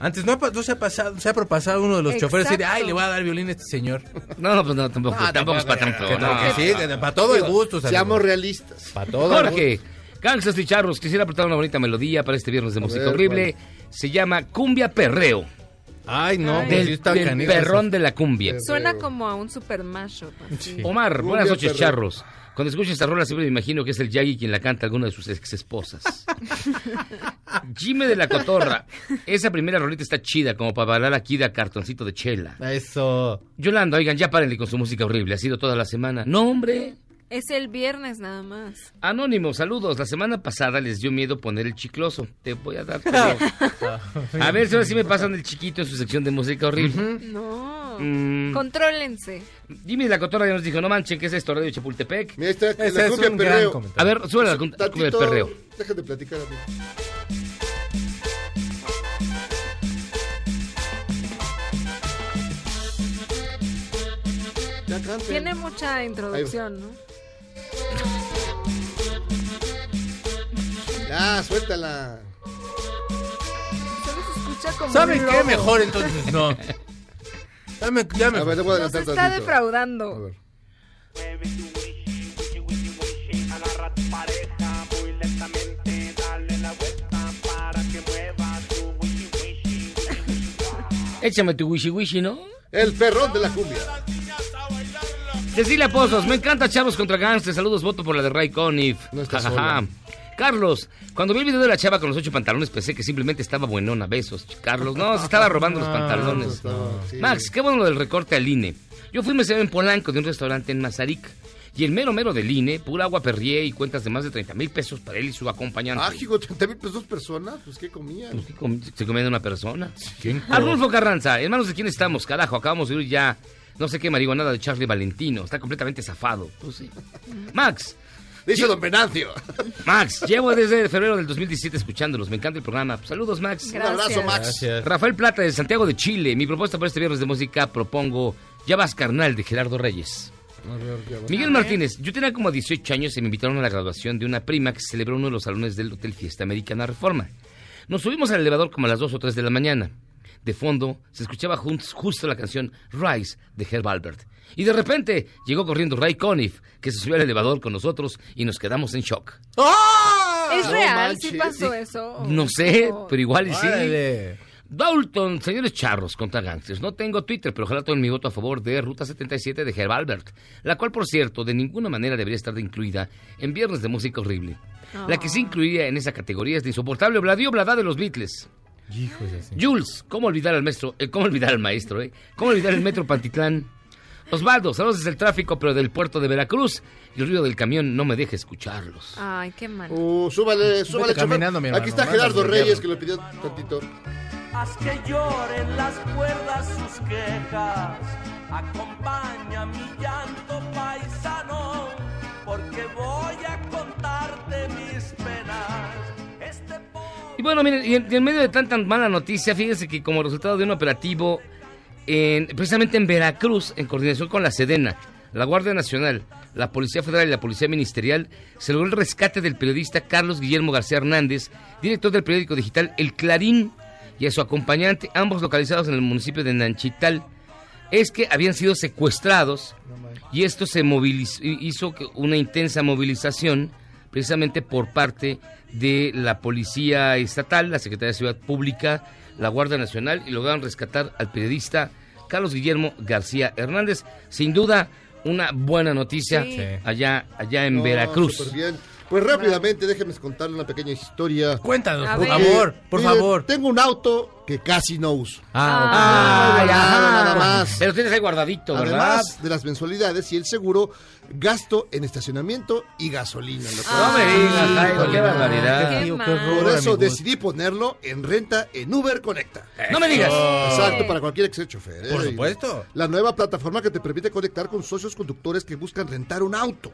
S9: Antes no, ha pa- no se ha pasado, se ha propasado uno de los choferes y de,
S5: Exacto.
S9: ay, le voy a dar violín a este señor.
S5: *laughs* No, pues no, tampoco,
S9: Ah,
S5: tampoco es para tanto.
S9: que no,
S5: no.
S9: que sí, que para todo el
S6: Digo,
S9: gusto.
S6: Seamos realistas.
S9: Para todo el
S5: Jorge, Gangsters y Charros, quisiera aportar una bonita melodía para este viernes de música
S9: ver,
S5: horrible. Se llama Cumbia Perreo.
S9: Ay, no,
S5: del,
S9: pues sí está
S5: del
S9: canijo
S5: perrón
S9: eso.
S5: de la cumbia.
S10: Suena como a un super mashup. así.
S5: Omar, buenas noches, Charros. Cuando escucho esta rola siempre me imagino que es el Yagi quien la canta a alguna de sus ex esposas. Jimmy de la Cotorra. Esa primera rolita está chida, como para bailar aquí de a cartoncito de chela.
S9: Eso.
S5: Yolanda, oigan, ya párenle con su música horrible. Ha sido toda la semana. No, hombre.
S10: Es el viernes nada más.
S5: Anónimo, saludos. La semana pasada les dio miedo poner el chicloso. Te voy a dar todo. A ver si ahora sí me pasan el chiquito en su sección de música horrible.
S10: No.
S5: Mm.
S10: Contrólense.
S5: Jimmy de la Cotorra ya nos dijo, no manchen, ¿qué es esto? Radio Chapultepec.
S6: Ese la es cumbia un gran perreo.
S5: A
S6: comentario.
S5: ver, suena la cumbia del
S6: Tantito,
S5: perreo.
S6: Déjate platicar a mí. Ya cante.
S10: Tiene mucha introducción, ¿no?
S6: Ya, suéltala.
S10: Solo se escucha como
S9: ¿Saben
S10: un
S9: qué?
S10: lobo.
S9: Mejor entonces no. Ya me, ya me-
S10: Nos está defraudando.
S5: Échame tu wishy wishy, ¿no?
S6: El perrón de la cumbia.
S5: Cecilia Pozos, me encanta Chavos contra Gangsters. Saludos, voto por la de Ray Conniff. No
S6: estás sola.
S5: Carlos, cuando vi el video de la chava con los ocho pantalones pensé que simplemente estaba buenona. Besos, Carlos. No, se estaba robando los
S6: No,
S5: pantalones.
S6: no, no, Ah, sí.
S5: Max, qué bueno lo del recorte al INE. Yo fui mesero en Polanco de un restaurante en Mazarik. Y el mero mero del INE, pura agua perrié y cuentas de más de 30 mil pesos para él y su acompañante.
S6: Ah, hijo, 30 mil pesos personas, pues qué comían.
S5: Pues, ¿qué com- ¿Se comiendo una persona? Arnulfo Carranza, hermanos, ¿de quién estamos? Carajo, acabamos de oír ya no sé qué marihuanada de Charlie Valentino. Está completamente zafado. Pues sí. Max.
S6: Dice don Venancio.
S5: Max, llevo desde febrero del 2017 escuchándolos. Me encanta el programa. Saludos, Max.
S6: Un abrazo, Gracias. Max. Gracias.
S5: Rafael Plata, de Santiago de Chile. Mi propuesta para este viernes de música propongo Ya vas carnal, de Gerardo Reyes. Miguel Martínez, yo tenía como 18 años y me invitaron a la graduación de una prima que celebró uno de los salones del Hotel Fiesta Americana Reforma. Nos subimos al elevador como a las 2 o 3 de la mañana. De fondo se escuchaba jun- justo la canción Rise de Herb Albert. Y de repente llegó corriendo Ray Conniff, que se subió al elevador con nosotros y nos quedamos en shock.
S10: ¿Es
S7: No
S10: real? ¿Sí
S7: manches.
S10: pasó eso?
S5: No sé,
S10: Oh.
S5: pero igual y sí.
S9: Órale.
S5: Dalton, señores charros contra gangsters. No tengo Twitter, pero ojalá tomen mi voto a favor de Ruta 77 de Herb Albert, la cual, por cierto, de ninguna manera debería estar incluida en Viernes de Música Horrible. La
S9: Ah.
S5: que sí incluiría en esa categoría es de insoportable Bladio Bladá de los Beatles.
S9: Hijo de así.
S5: Jules, ¿cómo olvidar al maestro? eh, ¿Cómo olvidar al maestro, eh? ¿Cómo olvidar el metro Pantitlán? Osvaldo, saludos desde el tráfico, pero del puerto de Veracruz. Y el ruido del camión no me deja escucharlos.
S10: Ay, qué mal.
S6: Uh, súbale, súbale,
S5: Vete caminando,
S6: chofer.
S5: mi
S6: Aquí
S5: hermano,
S6: está
S5: mándalo
S6: Gerardo
S5: al
S6: Reyes
S5: infierno.
S6: que lo pidió tantito.
S8: Haz que lloren las cuerdas sus quejas. Acompaña mi llanto paisano, porque voy a contarte mis penas. Este
S5: Y bueno, miren, y en, y en medio de tanta mala noticia, fíjense que como resultado de un operativo en- precisamente en Veracruz, en coordinación con la Sedena, la Guardia Nacional, la Policía Federal y la Policía Ministerial, se logró el rescate del periodista Carlos Guillermo García Hernández, director del periódico digital El Clarín, y a su acompañante, ambos localizados en el municipio de Nanchital, es que habían sido secuestrados y esto se movilizó, hizo que una intensa movilización precisamente por parte de la Policía Estatal, la Secretaría de Ciudad Pública, la Guardia Nacional y lograron rescatar al periodista Carlos Guillermo García Hernández. Sin duda, una buena noticia
S6: Sí. Sí.
S5: allá, allá en
S6: No,
S5: Veracruz.
S6: súper bien. Pues rápidamente, déjenme contarle una pequeña historia.
S9: Cuéntanos,
S5: A por ver. favor, por favor.
S6: Tengo un auto que casi no uso.
S5: Ah, ok. Ah, ya.
S6: Nada, nada más.
S5: Pero tienes ahí guardadito, ¿verdad?
S6: Además de las mensualidades y el seguro, gasto en estacionamiento y gasolina. lo cual-
S5: No me digas,
S6: Sí,
S5: Jairo, qué
S6: no.
S5: barbaridad. Qué feo, qué horror,
S6: Por eso
S5: amigos.
S6: decidí ponerlo en renta en Uber Conecta.
S5: No me digas.
S6: Exacto, para cualquier que sea chofer. ¿eh?
S9: Por supuesto.
S6: La nueva plataforma que te permite conectar con socios conductores que buscan rentar un auto.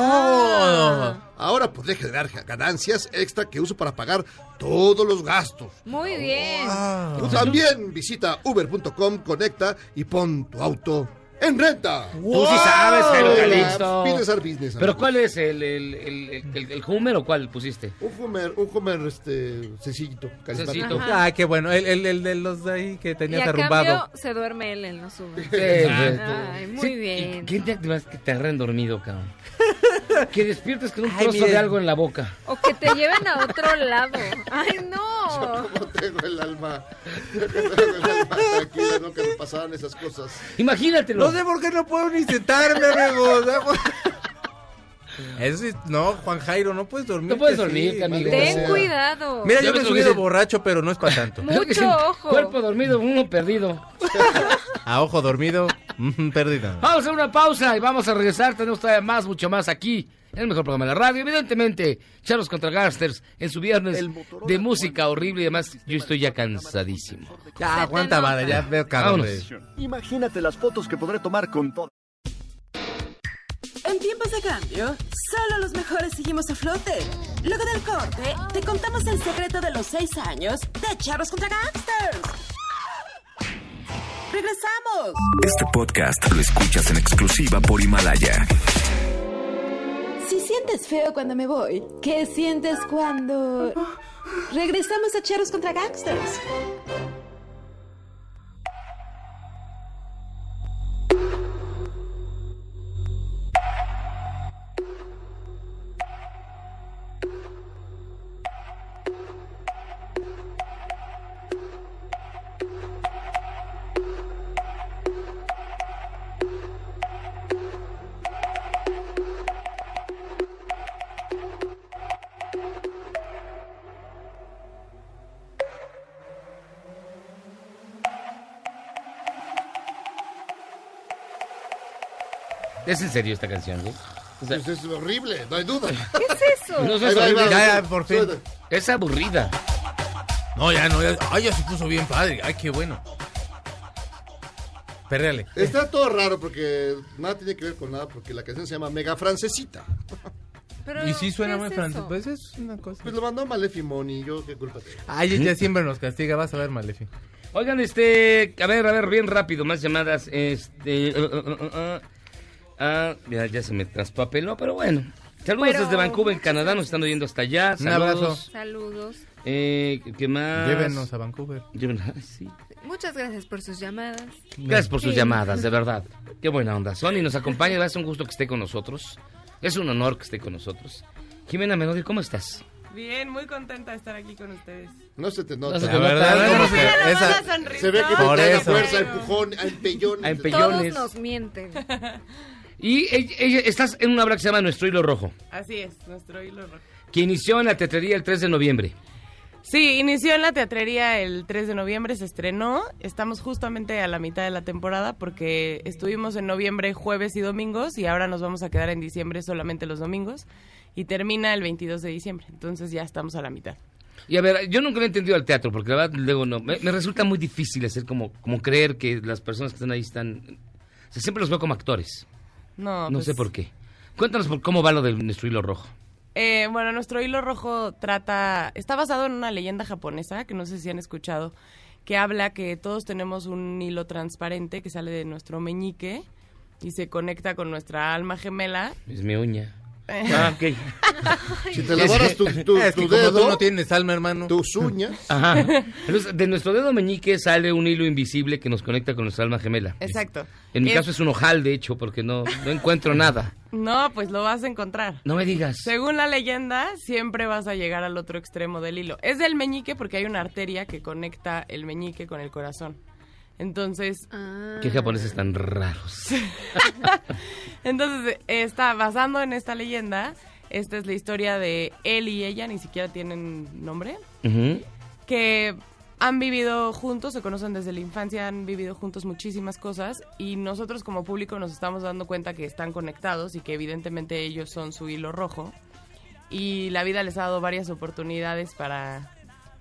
S5: Ah.
S6: Ahora pues, podré generar ganancias extra que uso para pagar todos los gastos.
S10: Muy bien.
S5: Ah.
S6: Tú también visita uber.com, conecta y pon tu auto en renta.
S5: Tú sí sabes, Jairo Calixto.
S6: Business are business.
S5: ¿Pero
S6: amigo.
S5: cuál es? ¿El, el, el, el, el- el Hummer o cuál pusiste?
S6: Un Homer, un Homer este, sencillito, carismático.
S5: Sencillito.
S9: Ah, qué bueno. El, el, el de los de ahí que
S10: Y
S9: tenías
S10: a
S9: arrumbado.
S10: cambio se duerme él en los Uber.
S5: Exacto.
S10: Ay, muy
S5: Sí, ¿y
S9: *laughs*
S10: bien.
S5: ¿Quién te activas que te agarren dormido, cabrón? Que despiertes con un
S10: Ay,
S5: trozo
S10: miren.
S5: de algo en la boca.
S10: O que te lleven a otro lado. Ay, no.
S6: *laughs* Yo tengo el alma. Yo tengo el alma tranquila, no que me pasaran esas cosas.
S5: Imagínatelo.
S9: No sé por qué no puedo ni sentarme,
S5: *laughs*
S9: amigos. Eso sí, no, Juan Jairo, no puedes dormir.
S5: No puedes
S9: que sí,
S5: dormirte, amigo.
S9: maldita
S10: Ten
S9: sea.
S10: cuidado.
S9: Mira, yo me he
S5: ves,
S9: subido
S5: Ulises.
S9: borracho, pero no es para
S10: *laughs*
S9: tanto.
S10: Mucho ojo.
S5: Cuerpo dormido, uno perdido.
S9: A ojo dormido, mm, pérdida.
S5: Vamos a una pausa y vamos a regresar. Tenemos todavía más, mucho más aquí en el mejor programa de la radio. Evidentemente, Charlos contra Gangsters en su viernes de música horrible y demás. Yo estoy ya cansadísimo.
S9: Ya, aguanta, vara, ya veo cabrón.
S5: Vámonos.
S3: Imagínate las fotos que podré tomar con todo.
S2: En tiempos de cambio, solo los mejores seguimos a flote. Luego del corte, te contamos el secreto de los seis años de Charros contra Gangsters. ¡Regresamos!
S1: Este podcast lo escuchas en exclusiva por Himalaya.
S14: Si sientes feo cuando me voy, ¿qué sientes cuando...
S2: Ah.
S14: Regresamos a Charros contra Gangsters.
S5: Es en serio esta canción, ¿sí? O sea,
S6: Pues es horrible, no hay duda.
S10: ¿Qué es eso?
S5: no
S6: Ahí
S5: seas
S6: va, ahí
S5: horrible.
S6: va.
S5: Suéltate. Es aburrida.
S9: No, ya no. ya- ay, ya se puso bien padre. Ay, qué bueno. Perreale.
S6: Está todo raro porque nada tiene que ver con nada porque la canción se llama Mega Francesita.
S9: y sí suena muy francés. Pues es una cosa.
S6: Pues lo mandó Malefi Moni, yo qué culpa tengo.
S9: Ay, ella siempre nos castiga. Vas a ver, Malefi.
S5: Oigan, este, a ver, a ver, bien rápido, más llamadas. Este, uh, uh, uh, uh, ah, ya, ya se me traspapeló, pero bueno. Saludos
S10: Pero-
S5: desde Vancouver, Canadá, nos están oyendo hasta allá.
S9: Un
S5: Saludos.
S9: abrazo.
S10: Saludos.
S5: Eh, ¿qué
S9: Ah,
S5: más?
S9: Llévenos a Vancouver.
S5: Llévenos, ay, sí.
S10: Muchas gracias por sus llamadas.
S5: Gracias por sus
S10: Sí.
S5: llamadas, de verdad. Qué buena onda. Sony nos acompaña, es un gusto que esté con nosotros. Es un honor que esté con nosotros. Jimena Melody, ¿cómo estás?
S22: Bien, muy contenta de estar aquí con ustedes.
S6: No se te nota.
S5: No se te La nota, verdad, ¿verdad? no se te-
S22: Mira nomás esa- la sonrisa.
S6: se ve que
S5: Por
S6: te trae
S5: eso.
S6: fuerza, empujón, a empellones.
S5: A empellones.
S10: Todos nos mienten.
S5: Y ella- ella- estás en una obra que se llama Nuestro Hilo Rojo,
S22: *laughs* Así es, nuestro hilo rojo.
S5: que inició en la teatrería el 3 de noviembre.
S22: Sí, inició en la teatrería el 3 de noviembre, se estrenó. Estamos justamente a la mitad de la temporada porque estuvimos en noviembre jueves y domingos y ahora nos vamos a quedar en diciembre solamente los domingos y termina el 22 de diciembre. Entonces ya estamos a la mitad.
S5: Y a ver, yo nunca lo he entendido al teatro, porque la verdad luego no. Me, me resulta muy difícil hacer como, como creer que las personas que están ahí están. o sea, siempre los veo como actores.
S22: No,
S5: No sé
S22: pues,
S5: por qué. Cuéntanos por cómo va lo de nuestro hilo rojo.
S22: Eh, bueno, nuestro hilo rojo trata, está basado en una leyenda japonesa que no sé si han escuchado, que habla que todos tenemos un hilo transparente que sale de nuestro meñique y se conecta con nuestra alma gemela.
S5: Es mi uña.
S22: Eh.
S5: Ah, ok.
S6: Si te lavaras tu, tu,
S9: Es
S6: tu
S9: que como
S6: dedo,
S9: tú no tienes alma, hermano.
S6: tus uñas.
S5: *laughs* Ajá. Entonces, de nuestro dedo meñique sale un hilo invisible que nos conecta con nuestra alma gemela.
S22: Exacto.
S5: En mi
S22: Es-
S5: caso es un ojal, de hecho, porque no, no encuentro nada.
S22: No, pues lo vas a encontrar.
S5: No me digas.
S22: Según la leyenda, siempre vas a llegar al otro extremo del hilo. Es del meñique porque hay una arteria que conecta el meñique con el corazón. Entonces...
S5: Qué japoneses tan raros.
S22: *laughs* Entonces, eh, está basando en esta leyenda. Esta es la historia de él y ella, ni siquiera tienen nombre.
S5: Ujú.
S22: Que han vivido juntos, se conocen desde la infancia, han vivido juntos muchísimas cosas. Y nosotros, como público, nos estamos dando cuenta que están conectados y que, evidentemente, ellos son su hilo rojo. Y la vida les ha dado varias oportunidades para,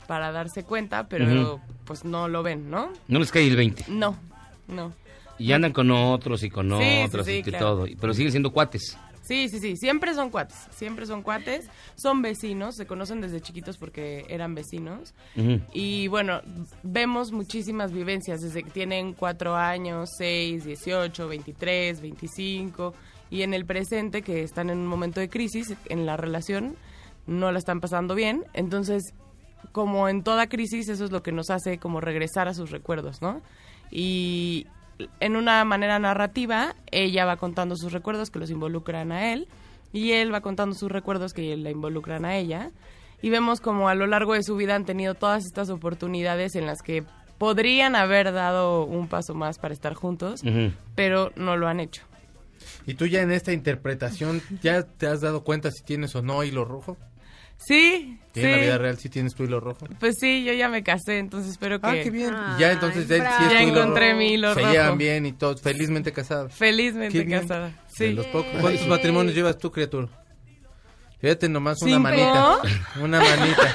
S22: para darse cuenta, pero
S5: Ujú.
S22: pues no lo ven, ¿no?
S5: No les cae el 20.
S22: No, no.
S5: Y andan con otros y con
S22: Sí, sí,
S5: otros
S22: sí,
S5: y que
S22: claro.
S5: todo. Pero siguen siendo cuates.
S22: Sí, sí, sí, siempre son cuates, siempre son cuates, son vecinos, se conocen desde chiquitos porque eran vecinos.
S5: Ujú.
S22: Y bueno, vemos muchísimas vivencias desde que tienen 4 años, 6, 18, 23, 25 y en el presente que están en un momento de crisis en la relación, no la están pasando bien, entonces como en toda crisis eso es lo que nos hace como regresar a sus recuerdos, ¿no? Y en una manera narrativa ella va contando sus recuerdos que los involucran a él y él va contando sus recuerdos que la involucran a ella. Y vemos como a lo largo de su vida han tenido todas estas oportunidades en las que podrían haber dado un paso más para estar juntos,
S4: Ujú.
S22: pero no lo han hecho.
S9: ¿Y tú ya en esta interpretación ya te has dado cuenta si tienes o no hilo rojo?
S22: Sí,
S9: ¿Y en la
S22: sí.
S9: vida real sí tienes tu hilo rojo?
S22: Pues sí, yo ya me casé, entonces espero que...
S9: Ah, qué bien. Y ya entonces ya, sí
S22: ya
S9: es tu hilo
S22: encontré
S9: rojo.
S22: mi hilo
S9: Se
S22: rojo.
S9: llevan bien y todos felizmente casados.
S22: Felizmente
S9: Qué bien.
S22: casada.
S9: De
S22: Sí.
S9: los pocos. ¿Cuántos matrimonios llevas tú, criatura? Fíjate nomás una
S22: Cinco.
S9: manita. Una manita.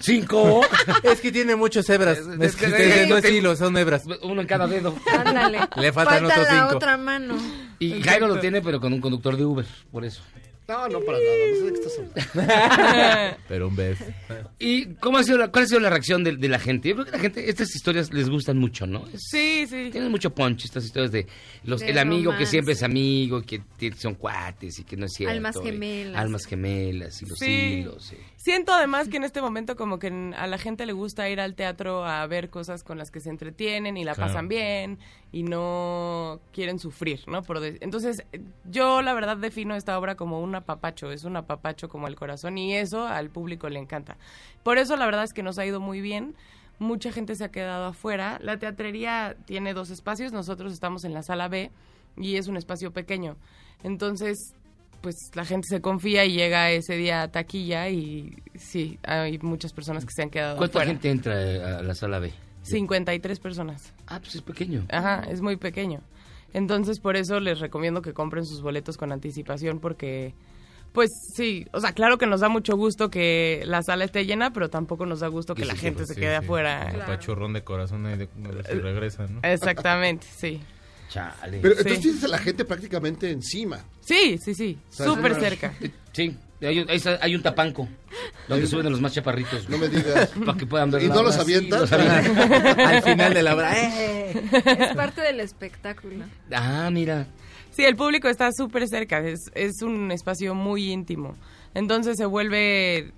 S5: cinco.
S9: *laughs* Es que tiene muchos hebras. Es que ustedes no es hilo, son hebras.
S5: Uno en cada dedo.
S10: Ándale.
S9: Le faltan
S10: Falta
S9: otros
S10: la
S9: cinco.
S10: otra mano. *laughs*
S5: Y Jairo lo *laughs* tiene, pero con un conductor de Uber, por eso.
S6: No, no para nada. No sé de qué estás hablando.
S9: Pero un beso.
S5: ¿Y cómo ha sido la, cuál ha sido la reacción de, de la gente? Yo creo que la gente, estas historias les gustan mucho, ¿no? Es-
S22: Sí, sí.
S5: tienen mucho punch estas historias de los,
S10: De
S5: el amigo que
S10: romance.
S5: siempre es amigo, que ti- son cuates y que no es cierto.
S22: Almas
S5: y
S22: gemelas.
S5: Almas gemelas y los
S22: Sí.
S5: hilos. sí.
S22: Siento además que en este momento como que en- a la gente le gusta ir al teatro a ver cosas con las que se entretienen y la
S5: Claro.
S22: pasan bien y no quieren sufrir, ¿no? Por de- Entonces eh, yo la verdad defino esta obra como un apapacho, es un apapacho como el corazón y eso al público le encanta. Por eso la verdad es que nos ha ido muy bien. Mucha gente se ha quedado afuera. La teatrería tiene dos espacios, nosotros estamos en la sala B y es un espacio pequeño. Entonces, pues la gente se confía y llega ese día a taquilla y sí, hay muchas personas que se han quedado
S5: ¿Cuánta
S22: afuera.
S5: gente entra eh, a la sala B?
S22: 53 personas.
S5: Ah, pues es pequeño.
S22: Ajá, es muy pequeño. Entonces, por eso les recomiendo que compren sus boletos con anticipación porque pues sí, o sea, claro que nos da mucho gusto que la sala esté llena, pero tampoco nos da gusto que
S9: Sí,
S22: la
S9: sí,
S22: gente
S9: pues,
S22: se
S9: sí,
S22: quede
S9: sí.
S22: afuera.
S9: Como pachurrón de corazón ahí de, a ver si regresa, ¿no?
S22: Exactamente, sí.
S5: Chale.
S6: Pero
S22: Sí.
S6: entonces tienes a la gente prácticamente encima.
S22: Sí, sí, sí,
S6: sea,
S22: súper
S6: sí,
S22: cerca.
S5: Eh, Sí, hay, un- ahí está- hay un tapanco donde suben a los más chaparritos. No
S6: me digas.
S5: *laughs* Para que puedan ver
S6: ¿Y
S5: la
S6: no
S5: obra.
S6: los
S5: Sí,
S6: avientan?
S5: los *laughs*
S9: *laughs*
S5: avientan.
S9: Al final de la obra,
S10: Eh.
S9: eh.
S10: Es parte del espectáculo.
S5: Ah, mira.
S22: Sí, el público está súper cerca, es, es un espacio muy íntimo. Entonces se vuelve,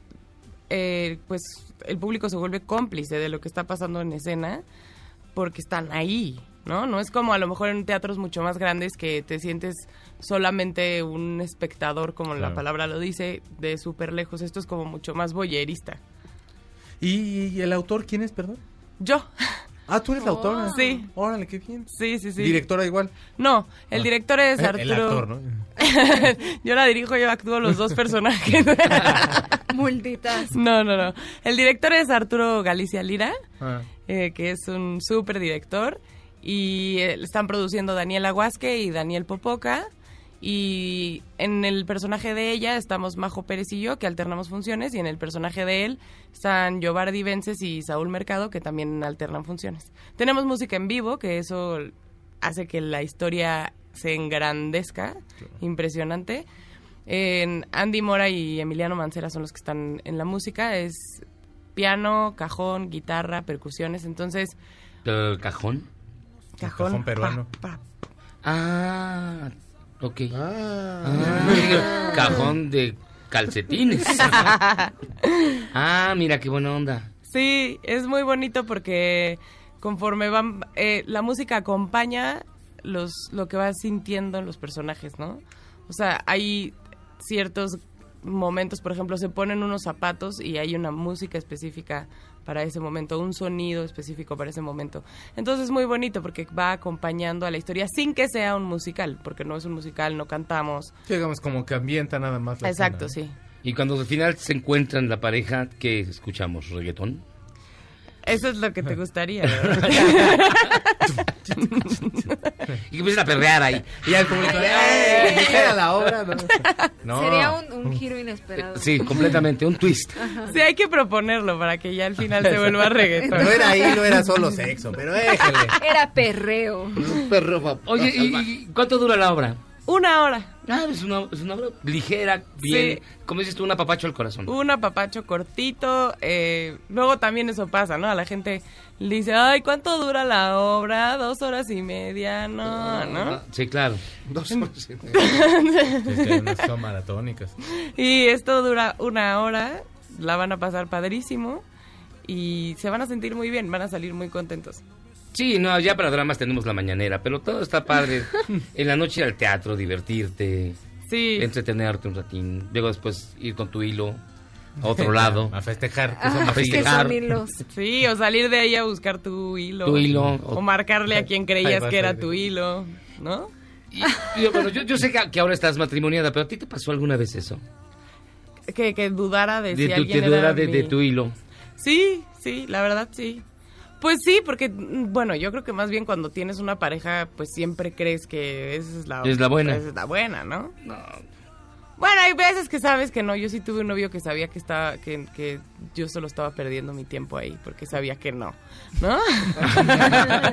S22: eh, pues el público se vuelve cómplice de lo que está pasando en escena porque están ahí, ¿no? No es como a lo mejor en teatros mucho más grandes que te sientes solamente un espectador, como
S9: Claro.
S22: la palabra lo dice, de súper lejos. Esto es como mucho más boyerista.
S9: ¿Y, y el autor quién es, perdón?
S22: Yo.
S9: Ah, tú eres la autora.
S22: Oh. Sí.
S9: Órale, qué bien.
S22: Sí, sí, sí.
S9: ¿Directora igual?
S22: No, el
S9: Ah.
S22: director es
S9: Eh,
S22: Arturo.
S9: *laughs* El actor, ¿no?
S22: *laughs* yo la dirijo, yo actúo los dos personajes.
S10: Multitas.
S22: No, no, no. El director es Arturo Galicia Lira,
S9: Ah.
S22: eh, que es un súper director. Y eh, están produciendo Daniel Aguasque y Daniel Popoca. Y en el personaje de ella estamos Majo Pérez y yo, que alternamos funciones. Y en el personaje de él están Yobardi Vences y Saúl Mercado, que también alternan funciones. Tenemos música en vivo, que eso hace que la historia se engrandezca. Impresionante. En Andy Mora y Emiliano Mancera son los que están en la música. Es piano, cajón, guitarra, percusiones. Entonces,
S5: ¿El cajón?
S22: cajón.
S5: cajón peruano.
S22: pa, pa.
S5: Ah, ok. Ah, dije, cajón de
S22: *laughs*
S9: *laughs*
S5: calcetines. ah, mira qué buena onda.
S22: Sí, es muy bonito porque conforme van, eh, la música acompaña los, lo que vas sintiendo en los personajes, ¿no? O sea, hay ciertos momentos, por ejemplo, se ponen unos zapatos y hay una música específica para ese momento, un sonido específico para ese momento. Entonces es muy bonito porque va acompañando a la historia sin que sea un musical, porque no es un musical, no cantamos.
S9: Llegamos como que ambienta nada más. la
S22: Exacto,
S9: escena.
S22: sí.
S5: Y cuando al final se encuentran la pareja, que escuchamos? ¿Reggaetón?
S22: Eso es lo que te gustaría. ¿verdad?
S5: Y empiezan a perrear ahí. Y al público,
S10: Ay,
S5: ¡eh!
S10: ay,
S5: Era
S10: ay.
S5: la obra, ¿no? *laughs* No.
S10: Sería un, un giro inesperado.
S5: Sí, completamente,
S6: *laughs*
S5: un twist.
S22: Sí, hay que proponerlo para que ya al final se vuelva reggaetón.
S9: No era ahí, no era solo sexo, pero déjale.
S10: Era perreo.
S6: Perro,
S5: Oye, ¿y, y cuánto dura la obra?
S22: Una hora.
S5: Ah, es una, es una obra ligera, bien. Como dices tú, un apapacho al corazón.
S22: Un apapacho cortito. eh, luego también eso pasa, ¿no? A la gente le dice, ay, ¿cuánto dura la obra? Dos horas y media, no, *laughs* ¿no?
S5: Sí, claro.
S6: Dos horas y
S9: Es que unas son maratónicas.
S22: *laughs* Y esto dura una hora, la van a pasar padrísimo y se van a sentir muy bien, van a salir muy contentos.
S5: Sí, no, ya para dramas tenemos la mañanera, pero todo está padre. en la noche ir al teatro, divertirte.
S22: Sí.
S5: entretenerte un ratín, luego después ir con tu hilo a otro lado.
S4: A festejar,
S5: Ah, que son más festejar.
S22: Sí, o salir de ahí a buscar tu hilo.
S5: Tu hilo,
S22: O,
S5: o-
S22: marcarle a quien
S5: Ahí
S22: creías
S5: vas
S22: que
S5: a
S22: era
S5: ver.
S22: tu hilo, ¿no?
S5: Y yo, bueno, yo, yo sé que, que ahora estás matrimoniada, pero ¿a ti te pasó alguna vez eso?
S22: *laughs* Que, que dudara de, si
S5: De tu,
S22: alguien
S5: te
S22: era
S5: dudara de, de
S22: mi-
S5: tu hilo.
S22: Sí, sí, la verdad sí. Pues sí, porque, mm, bueno, yo creo que más bien cuando tienes una pareja, pues siempre crees que esa es la,
S5: Es la buena.
S22: esa es la buena, ¿no? Bueno, hay veces que sabes que no. Yo sí tuve un novio que sabía que estaba, que, que yo solo estaba perdiendo mi tiempo ahí, porque sabía que no, ¿no?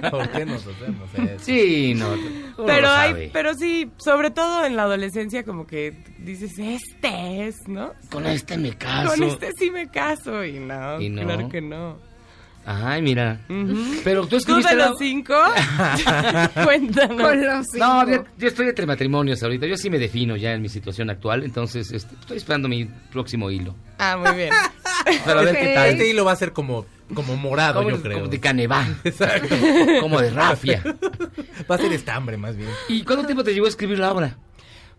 S4: ¿Por qué nos hacemos eso?
S5: Sí, no.
S4: uno
S22: pero
S4: lo
S22: hay,
S4: sabe.
S22: pero sí, sobre todo en la adolescencia como que dices, este es, ¿no?
S5: Con este me caso.
S22: Con este sí me caso y no,
S5: Y no.
S22: claro que no.
S5: Ay, mira. *laughs*
S22: Ujú.
S5: Pero tú
S22: ¿Tú
S5: escribiste...
S22: de
S5: la- *laughs*
S22: los cinco? Cuéntanos.
S5: Con No, yo, yo estoy entre matrimonios ahorita. Yo sí me defino ya en mi situación actual, entonces este, estoy esperando mi próximo hilo.
S22: Ah, muy bien. *laughs*
S5: Pero a ver qué tal.
S9: Este hilo va a ser como, como morado,
S5: Como-
S9: yo creo.
S5: como de Canevá.
S9: *laughs* Exacto.
S5: Como
S9: Pues, *laughs*
S5: de rafia. *laughs*
S9: Va a ser estambre, más bien.
S5: ¿Y cuánto tiempo te llevó a escribir la obra?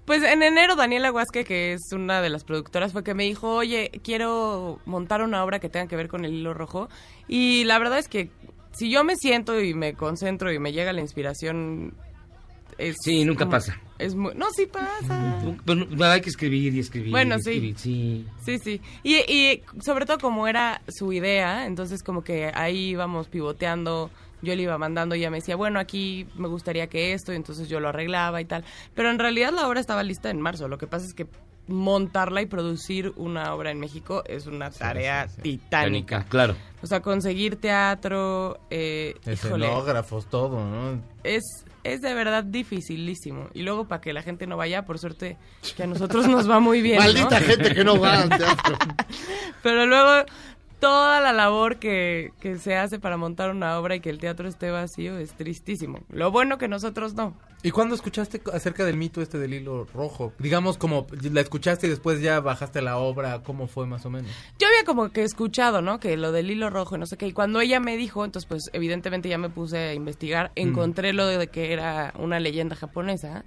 S22: Pues en enero Daniela Huasque, que es una de las productoras, fue que me dijo, oye, quiero montar una obra que tenga que ver con el hilo rojo. Y la verdad es que si yo me siento y me concentro y me llega la inspiración... Es
S5: Sí, nunca pasa.
S22: Es muy- no, sí pasa.
S5: Bueno, hay que escribir y escribir.
S22: Bueno,
S5: y
S22: sí.
S5: escribir, sí.
S22: Sí, sí. Y, y sobre todo como era su idea, entonces como que ahí íbamos pivoteando, yo le iba mandando y ella me decía, bueno, aquí me gustaría que esto, y entonces yo lo arreglaba y tal. Pero en realidad la obra estaba lista en marzo, lo que pasa es que montarla y producir una obra en México es una tarea titánica.
S5: Tánica, Claro.
S22: O sea, conseguir teatro, eh, híjole,
S9: Escenógrafos, todo, ¿no?
S22: es, es de verdad dificilísimo. Y luego para que la gente no vaya, por suerte que a nosotros nos va muy bien. ¿no?
S6: Maldita gente que no va al teatro.
S22: *laughs* Pero luego toda la labor que, que se hace para montar una obra y que el teatro esté vacío es tristísimo. Lo bueno que nosotros no.
S9: ¿Y cuándo escuchaste co- acerca del mito este del hilo rojo? Digamos, como la escuchaste y después ya bajaste la obra, ¿cómo fue más o menos?
S22: Yo había como que escuchado, ¿no? Que lo del hilo rojo, y no sé qué. Y cuando ella me dijo, entonces pues evidentemente ya me puse a
S6: Mm.
S22: investigar. Encontré lo de que era una leyenda japonesa.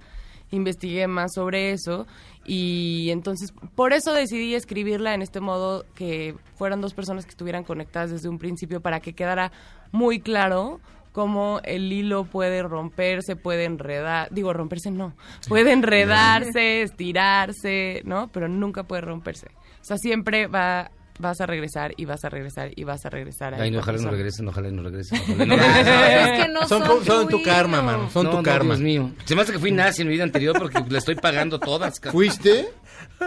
S22: Investigué más sobre eso. Y entonces por eso decidí escribirla en este modo que fueran dos personas que estuvieran conectadas desde un principio para que quedara muy claro cómo el hilo puede romperse, puede enredar, digo romperse no, puede enredarse, estirarse, ¿no? Pero nunca puede romperse. O sea, siempre va vas a regresar y vas a regresar y vas a regresar. a
S5: Ay, no,
S22: esa
S5: ojalá no
S22: persona.
S5: regresen, ojalá no regresen. *laughs*
S22: Es que no Son son co- son tu tu karma, hilo. mano, son tu karma.
S5: Dios mío. Se me hace que fui nazi en mi vida anterior porque la estoy pagando todas.
S6: ¿Fuiste?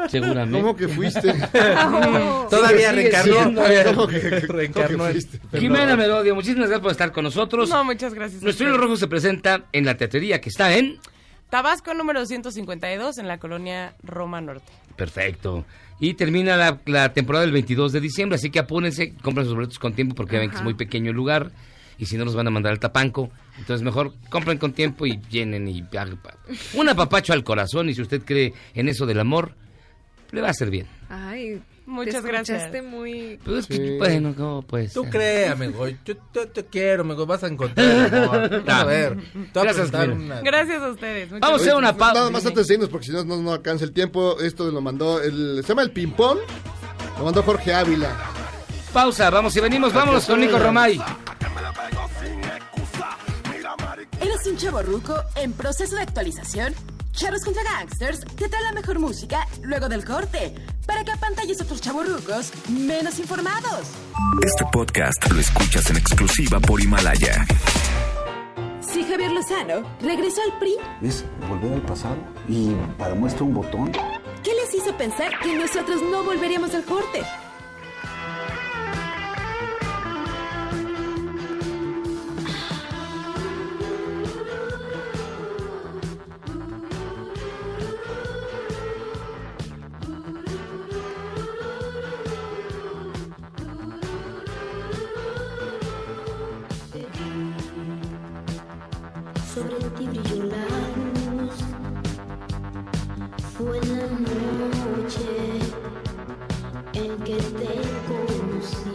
S5: Seguramente.
S6: ¿Cómo que
S5: *laughs*
S6: fuiste?
S5: Todavía
S6: Sigue
S5: reencarnó,
S9: *laughs*
S6: siendo,
S5: todavía
S6: ¿cómo que- cómo que
S5: reencarnó.
S6: fuiste?
S5: Jimena Merodio, muchísimas gracias por estar con nosotros.
S22: No, muchas gracias. a
S5: Nuestro hilo
S22: ustedes.
S5: rojo se presenta en la teatería que está en...
S22: Tabasco número 252 en la colonia Roma Norte.
S5: Perfecto. Y termina la, la temporada el 22 de diciembre, así que apúrense, compren sus boletos con tiempo porque ya ven que es
S22: Ajá.
S5: muy pequeño el lugar y si no nos van a mandar al tapanco. Entonces mejor compren con tiempo y llenen y hagan pa- un apapacho al corazón y si usted cree en eso del amor, le va a hacer bien.
S10: Ay,
S22: muchas
S10: te
S22: gracias.
S10: escuchaste muy...
S5: Pues, Bueno, ¿cómo pues?
S9: Tú créame, güey. Yo, yo te quiero, me vas a encontrar. amor. Vas a ver. Te voy a
S6: Gracias,
S9: presentar
S6: Jimena.
S5: Ah.
S9: una-
S22: Gracias a ustedes. muchas
S6: Oye, pues,
S22: gracias.
S6: Nada más antes de irnos, porque si no, no, no alcanza el tiempo. Esto lo mandó, el, se llama El Pimpón. Lo mandó Jorge Ávila.
S5: Pausa, vamos y venimos, vámonos con Nico Romay.
S2: ¿Eres un chavo en proceso de actualización? Charros contra Gangsters te trae la mejor música luego del corte para que apantalles a otros chavorrucos menos informados.
S1: Este podcast lo escuchas en exclusiva por Himalaya.
S14: Si Javier Lozano regresó al PRI,
S18: Es volver al pasado y para muestra un botón.
S14: ¿qué les hizo pensar que nosotros no volveríamos al corte?
S15: Sobre ti brilló la luz, fue la noche en que te conocí.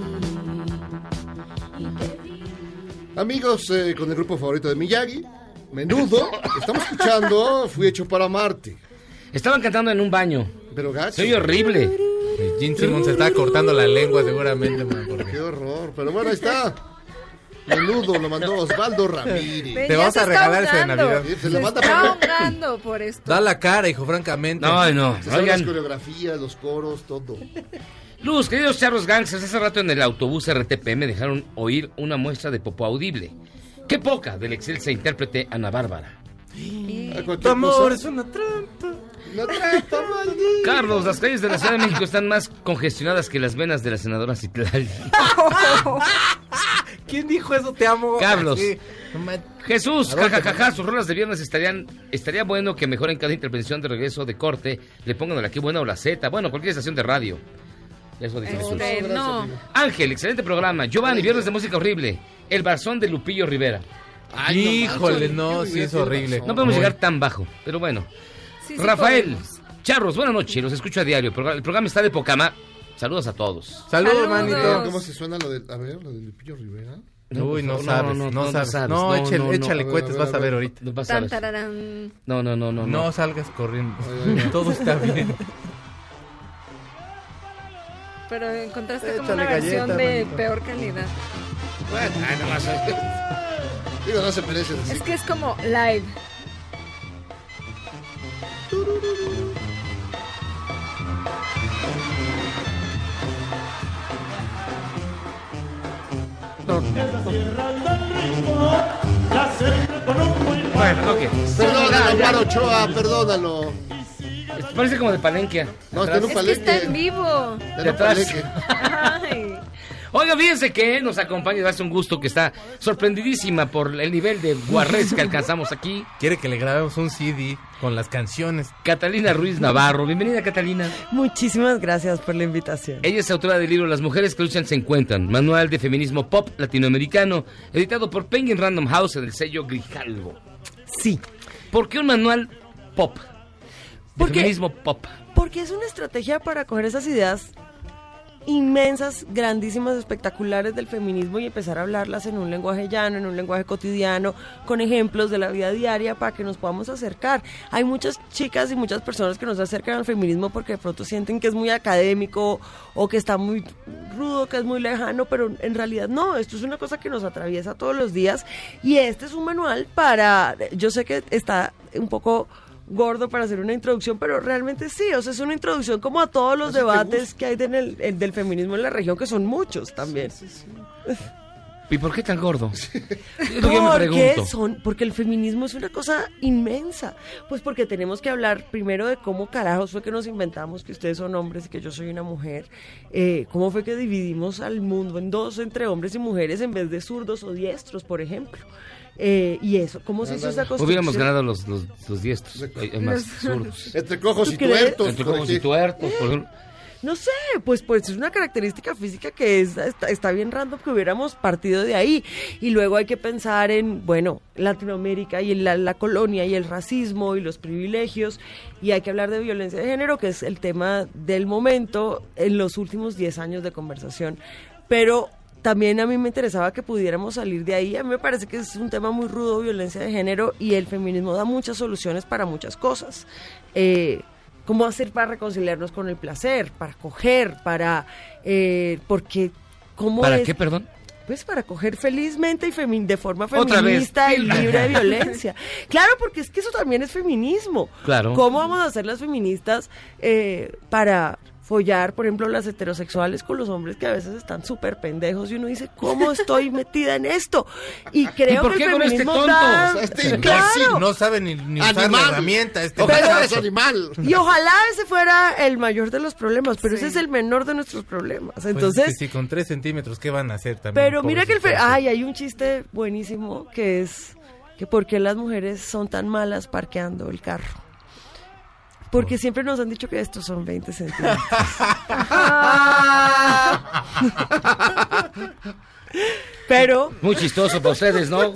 S6: Amigos, eh, con el grupo favorito de Miyagi, Menudo, estamos escuchando Fui hecho para Marte.
S5: Estaban cantando en un baño.
S6: Pero
S5: *laughs* Soy horrible.
S4: Gene Simmons se estaba cortando la lengua seguramente, man,
S6: Qué horror. Pero bueno, ahí está. Menudo lo mandó Osvaldo Ramírez.
S10: Ven, ya se está ahogando.
S6: Se
S10: Se
S6: lo manda
S10: está
S6: por-
S10: ahogando por esto.
S9: Da la cara, hijo, francamente.
S5: No, no,
S6: Se saben
S5: oigan.
S6: las coreografías, los coros, todo.
S5: Luz, queridos charros gangsters, hace rato en el autobús RTP me dejaron oír una muestra de popo audible. Qué poca del excelsa intérprete Ana Bárbara.
S9: Tu amor es una trampa.
S6: Una
S9: *laughs*
S6: trampa maldita.
S5: Carlos, las calles de la Ciudad de México están más congestionadas que las venas de la senadora Citlali.
S9: *laughs* ¿Quién dijo eso? Te amo.
S5: Carlos.
S9: Así. No ma-
S5: Jesús,
S9: Claro que
S5: jajajaja, sus rolas de viernes estarían, estaría bueno que mejoren cada intervención de regreso de corte, le pongan la que buena o la Z, bueno, cualquier estación de radio. Eso dice Jesús.
S10: Este, no.
S5: Ángel, excelente programa. Giovanni, viernes de música horrible. El barzón de Lupillo Rivera.
S9: Ay, no Híjole, manches, no, Lupillo sí Rivera es tiene horrible.
S5: No
S9: razón.
S5: podemos
S9: Muy.
S5: llegar tan bajo, pero bueno.
S10: Sí, sí
S5: Rafael,
S10: podemos.
S5: charros, buenas noches, los escucho a diario. Progra- El programa está de Pocama. Saludos a todos.
S9: Saludos,
S6: Pero,
S9: manito.
S6: ¿Cómo se suena lo de, a ver, lo de Lupillo Rivera?
S9: Uy, no sabes, no sabes. No, échale- échale cohetes, vas a ver ahorita.
S5: No vas a
S10: Tan,
S5: ver.
S10: tararán.
S5: No, no, no, no.
S9: No, salgas corriendo.
S5: Ay, ay,
S9: *laughs*
S5: ay.
S9: Todo está bien.
S10: Pero encontraste como
S9: Échale
S10: una versión
S9: galleta,
S10: de
S9: manito.
S10: peor calidad.
S5: Bueno, ay, no más.
S6: Digo, no se merece
S10: Es
S6: decir.
S10: que es como live.
S5: Bueno, ok.
S6: Perdónalo, Amparo Ochoa, perdónalo.
S5: Parece como de palenque.
S6: No, está
S5: Atrás.
S6: en un
S10: Es que está
S6: palenque.
S10: en vivo.
S6: De atrás.
S10: Ay.
S5: Oiga, fíjense que nos acompaña, hace un gusto que está sorprendidísima por el nivel de guarrez que alcanzamos aquí.
S9: Quiere que le grabemos un CD con las canciones.
S5: Catalina Ruiz Navarro, bienvenida Catalina.
S11: Muchísimas gracias por la invitación.
S5: Ella es autora del libro Las mujeres que luchan se encuentran, manual de feminismo pop latinoamericano, editado por Penguin Random House en el sello Grijalvo.
S11: Sí.
S5: ¿Por qué un manual pop? De
S11: Porque-
S5: feminismo pop.
S11: Porque es una estrategia para coger esas ideas inmensas, grandísimas, espectaculares del feminismo y empezar a hablarlas en un lenguaje llano, en un lenguaje cotidiano, con ejemplos de la vida diaria para que nos podamos acercar. Hay muchas chicas y muchas personas que nos acercan al feminismo porque de pronto sienten que es muy académico o que está muy rudo, que es muy lejano, pero en realidad no, esto es una cosa que nos atraviesa todos los días y este es un manual para, yo sé que está un poco gordo para hacer una introducción, pero realmente sí, o sea, es una introducción como a todos los debates que hay en el- en- del feminismo en la región, que son muchos también.
S5: ¿Y por qué tan gordo? Es lo que yo me
S11: Porque,
S5: pregunto.
S11: son, porque el feminismo es una cosa inmensa. Pues porque tenemos que hablar primero de cómo carajos fue que nos inventamos que ustedes son hombres y que yo soy una mujer. Eh, cómo fue que dividimos al mundo en dos, entre hombres y mujeres, en vez de zurdos o diestros, por ejemplo. Eh, y eso, ¿cómo se hizo esa cosa?
S5: Hubiéramos ganado los, los, los diestros, eh, eh, más
S6: *laughs*
S5: zurdos.
S10: Este
S6: Entre cojos
S11: ¿Tú
S6: y
S11: crees?
S6: tuertos.
S5: Entre
S6: por
S5: cojos
S6: aquí.
S5: y tuertos, por ejemplo.
S11: No sé, pues, pues es una característica física que es, está, está bien random que hubiéramos partido de ahí. Y luego hay que pensar en, bueno, Latinoamérica y en la, la colonia y el racismo y los privilegios. Y hay que hablar de violencia de género, que es el tema del momento en los últimos 10 años de conversación. Pero también a mí me interesaba que pudiéramos salir de ahí. A mí me parece que es un tema muy rudo, violencia de género, y el feminismo da muchas soluciones para muchas cosas. Eh, ¿Cómo hacer para reconciliarnos con el placer, para coger, para... eh, porque... ¿cómo
S5: ¿Para
S11: es-
S5: qué, perdón?
S11: Pues para coger felizmente y femi- de forma
S5: Otra vez.
S11: feminista
S5: *laughs*
S11: y libre de violencia. Claro, porque es que eso también es feminismo.
S5: Claro.
S11: ¿Cómo vamos a hacer las feministas eh, para follar, por ejemplo, las heterosexuales con los hombres que a veces están súper pendejos y uno dice, ¿cómo
S9: *laughs*
S11: estoy metida en esto? Y creo
S9: por
S11: que
S9: qué
S11: el
S9: con este
S11: feminismo
S9: tonto?
S11: da-
S9: O sea, este
S11: claro.
S9: imbécil no sabe ni- ni usar la herramienta, este
S6: Ojalá
S9: muchacho.
S6: es animal.
S11: Y ojalá ese fuera el mayor de los problemas, pero ese es el menor de nuestros problemas.
S9: Pues,
S11: Entonces,
S9: es que sí, con 3 centímetros, ¿qué van a hacer también?
S11: Pero mira que el... fe-
S9: pobrecitos?
S11: Ay, hay un chiste buenísimo que es que por qué las mujeres son tan malas parqueando el carro. Porque
S5: Oh.
S11: siempre nos han dicho que estos son 20 centímetros.
S9: Ah.
S11: Pero.
S5: Muy chistoso para ustedes,
S11: *laughs*
S5: ¿no?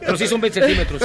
S5: Pero sí son 20 centímetros.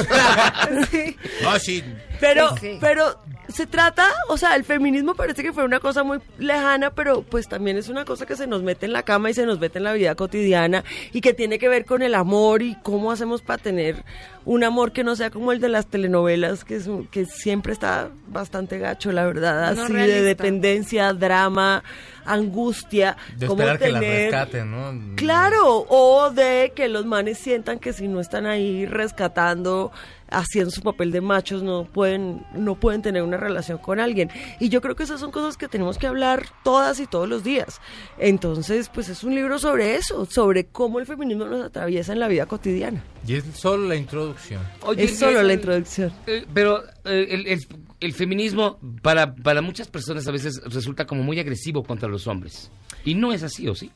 S5: Ah, sí.
S11: Pero,
S5: Sí, sí.
S11: pero se trata, o sea, el feminismo parece que fue una cosa muy lejana, pero pues también es una cosa que se nos mete en la cama y se nos mete en la vida cotidiana y que tiene que ver con el amor y cómo hacemos para tener un amor que no sea como el de las telenovelas, que, es un- que siempre está bastante gacho, la verdad,
S9: No
S11: así de
S9: realista.
S11: dependencia, drama, angustia.
S9: De
S11: ah, cómo
S9: esperar que la
S11: tener-
S9: rescaten, ¿no?
S11: Claro, o de que los manes sientan que si no están ahí rescatando, haciendo su papel de machos, no pueden, no pueden tener una relación con alguien. Y yo creo que esas son cosas que tenemos que hablar todas y todos los días. Entonces, pues es un libro sobre eso, sobre cómo el feminismo nos atraviesa en la vida cotidiana.
S9: Y es solo la introducción.
S5: Oye,
S11: es solo
S5: es-
S11: la introducción.
S5: Eh, pero eh, el, el- el feminismo para, para muchas personas a veces resulta como muy agresivo contra los hombres. Y no es así, ¿o sí?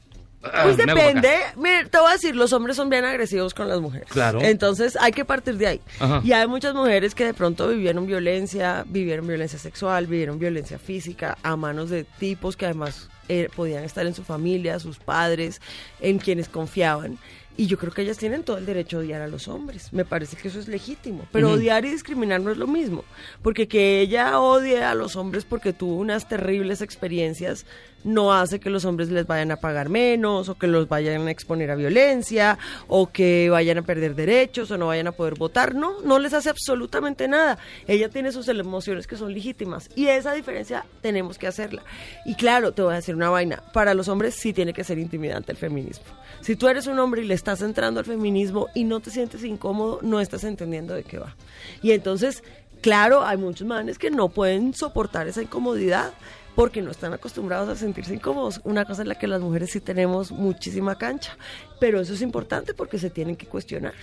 S5: Ah,
S11: Pues
S5: me hago para acá.
S11: depende. Mira, te voy a decir, los hombres son bien agresivos con las mujeres.
S5: Claro.
S11: Entonces hay que partir de ahí.
S5: Ajá.
S11: Y hay muchas mujeres que de pronto vivieron violencia, vivieron violencia sexual, vivieron violencia física a manos de tipos que además eh, podían estar en su familia, sus padres, en quienes confiaban. Y yo creo que ellas tienen todo el derecho a odiar a los hombres. Me parece que eso es legítimo. Pero
S12: Ujú.
S11: odiar y discriminar no es lo mismo. Porque que ella odie a los hombres porque tuvo unas terribles experiencias no hace que los hombres les vayan a pagar menos o que los vayan a exponer a violencia o que vayan a perder derechos o no vayan a poder votar. No, no les hace absolutamente nada. Ella tiene sus emociones que son legítimas y esa diferencia tenemos que hacerla. Y claro, te voy a decir una vaina. Para los hombres sí tiene que ser intimidante el feminismo. Si tú eres un hombre y le estás entrando al feminismo y no te sientes incómodo, no estás entendiendo de qué va. Y entonces, claro, hay muchos manes que no pueden soportar esa incomodidad porque no están acostumbrados a sentirse incómodos. Una cosa en la que las mujeres sí tenemos muchísima cancha, pero eso es importante porque se tienen que cuestionar.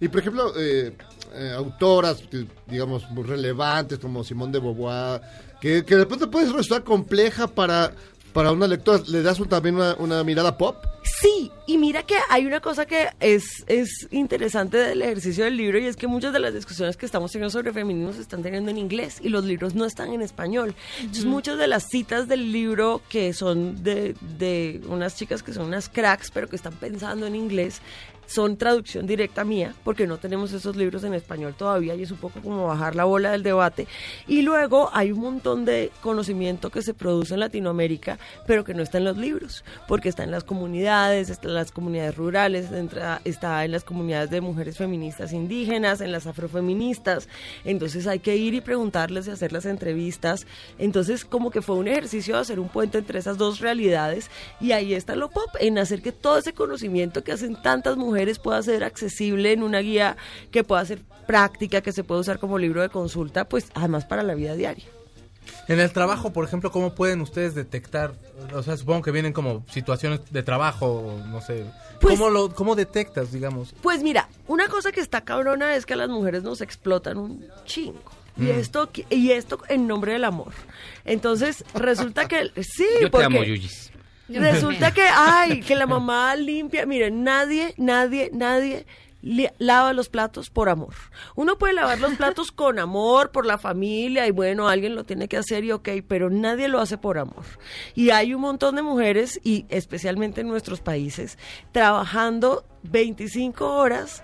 S6: Y por ejemplo, eh, eh, autoras, que, digamos, muy relevantes como Simón de Beauvoir, que, que de pronto puedes resultar compleja para, para una lectora. ¿Le das un- también una, una mirada pop?
S11: Sí, y mira que hay una cosa que es, es interesante del ejercicio del libro y es que muchas de las discusiones que estamos teniendo sobre feminismo se están teniendo en inglés y los libros no están en español. Entonces
S12: Ujú.
S11: muchas de las citas del libro que son de, de unas chicas que son unas cracks pero que están pensando en inglés son traducción directa mía porque no tenemos esos libros en español todavía y es un poco como bajar la bola del debate. Y luego hay un montón de conocimiento que se produce en Latinoamérica pero que no está en los libros porque está en las comunidades, está en las comunidades rurales, entra- está en las comunidades de mujeres feministas indígenas, en las afrofeministas. Entonces hay que ir y preguntarles y hacer las entrevistas. Entonces como que fue un ejercicio de hacer un puente entre esas dos realidades y ahí está lo pop, en hacer que todo ese conocimiento que hacen tantas mujeres pueda ser accesible en una guía que pueda ser práctica, que se pueda usar como libro de consulta, pues además para la vida diaria.
S9: En el trabajo, por ejemplo, ¿cómo pueden ustedes detectar? O sea, supongo que vienen como situaciones de trabajo, no sé. ¿Cómo, lo, ¿Cómo detectas, digamos?
S11: Pues mira, una cosa que está cabrona es que a las mujeres nos explotan un chingo. Y
S9: Mm.
S11: esto, qui- y esto en nombre del amor. Entonces, resulta que sí,
S5: Yo te
S11: porque
S5: amo, Yuyis.
S11: resulta que ay, que la mamá limpia, miren, nadie, nadie, nadie li- lava los platos por amor. Uno puede lavar los platos con amor por la familia y bueno, alguien lo tiene que hacer y ok, pero nadie lo hace por amor. Y hay un montón de mujeres y especialmente en nuestros países trabajando 25 horas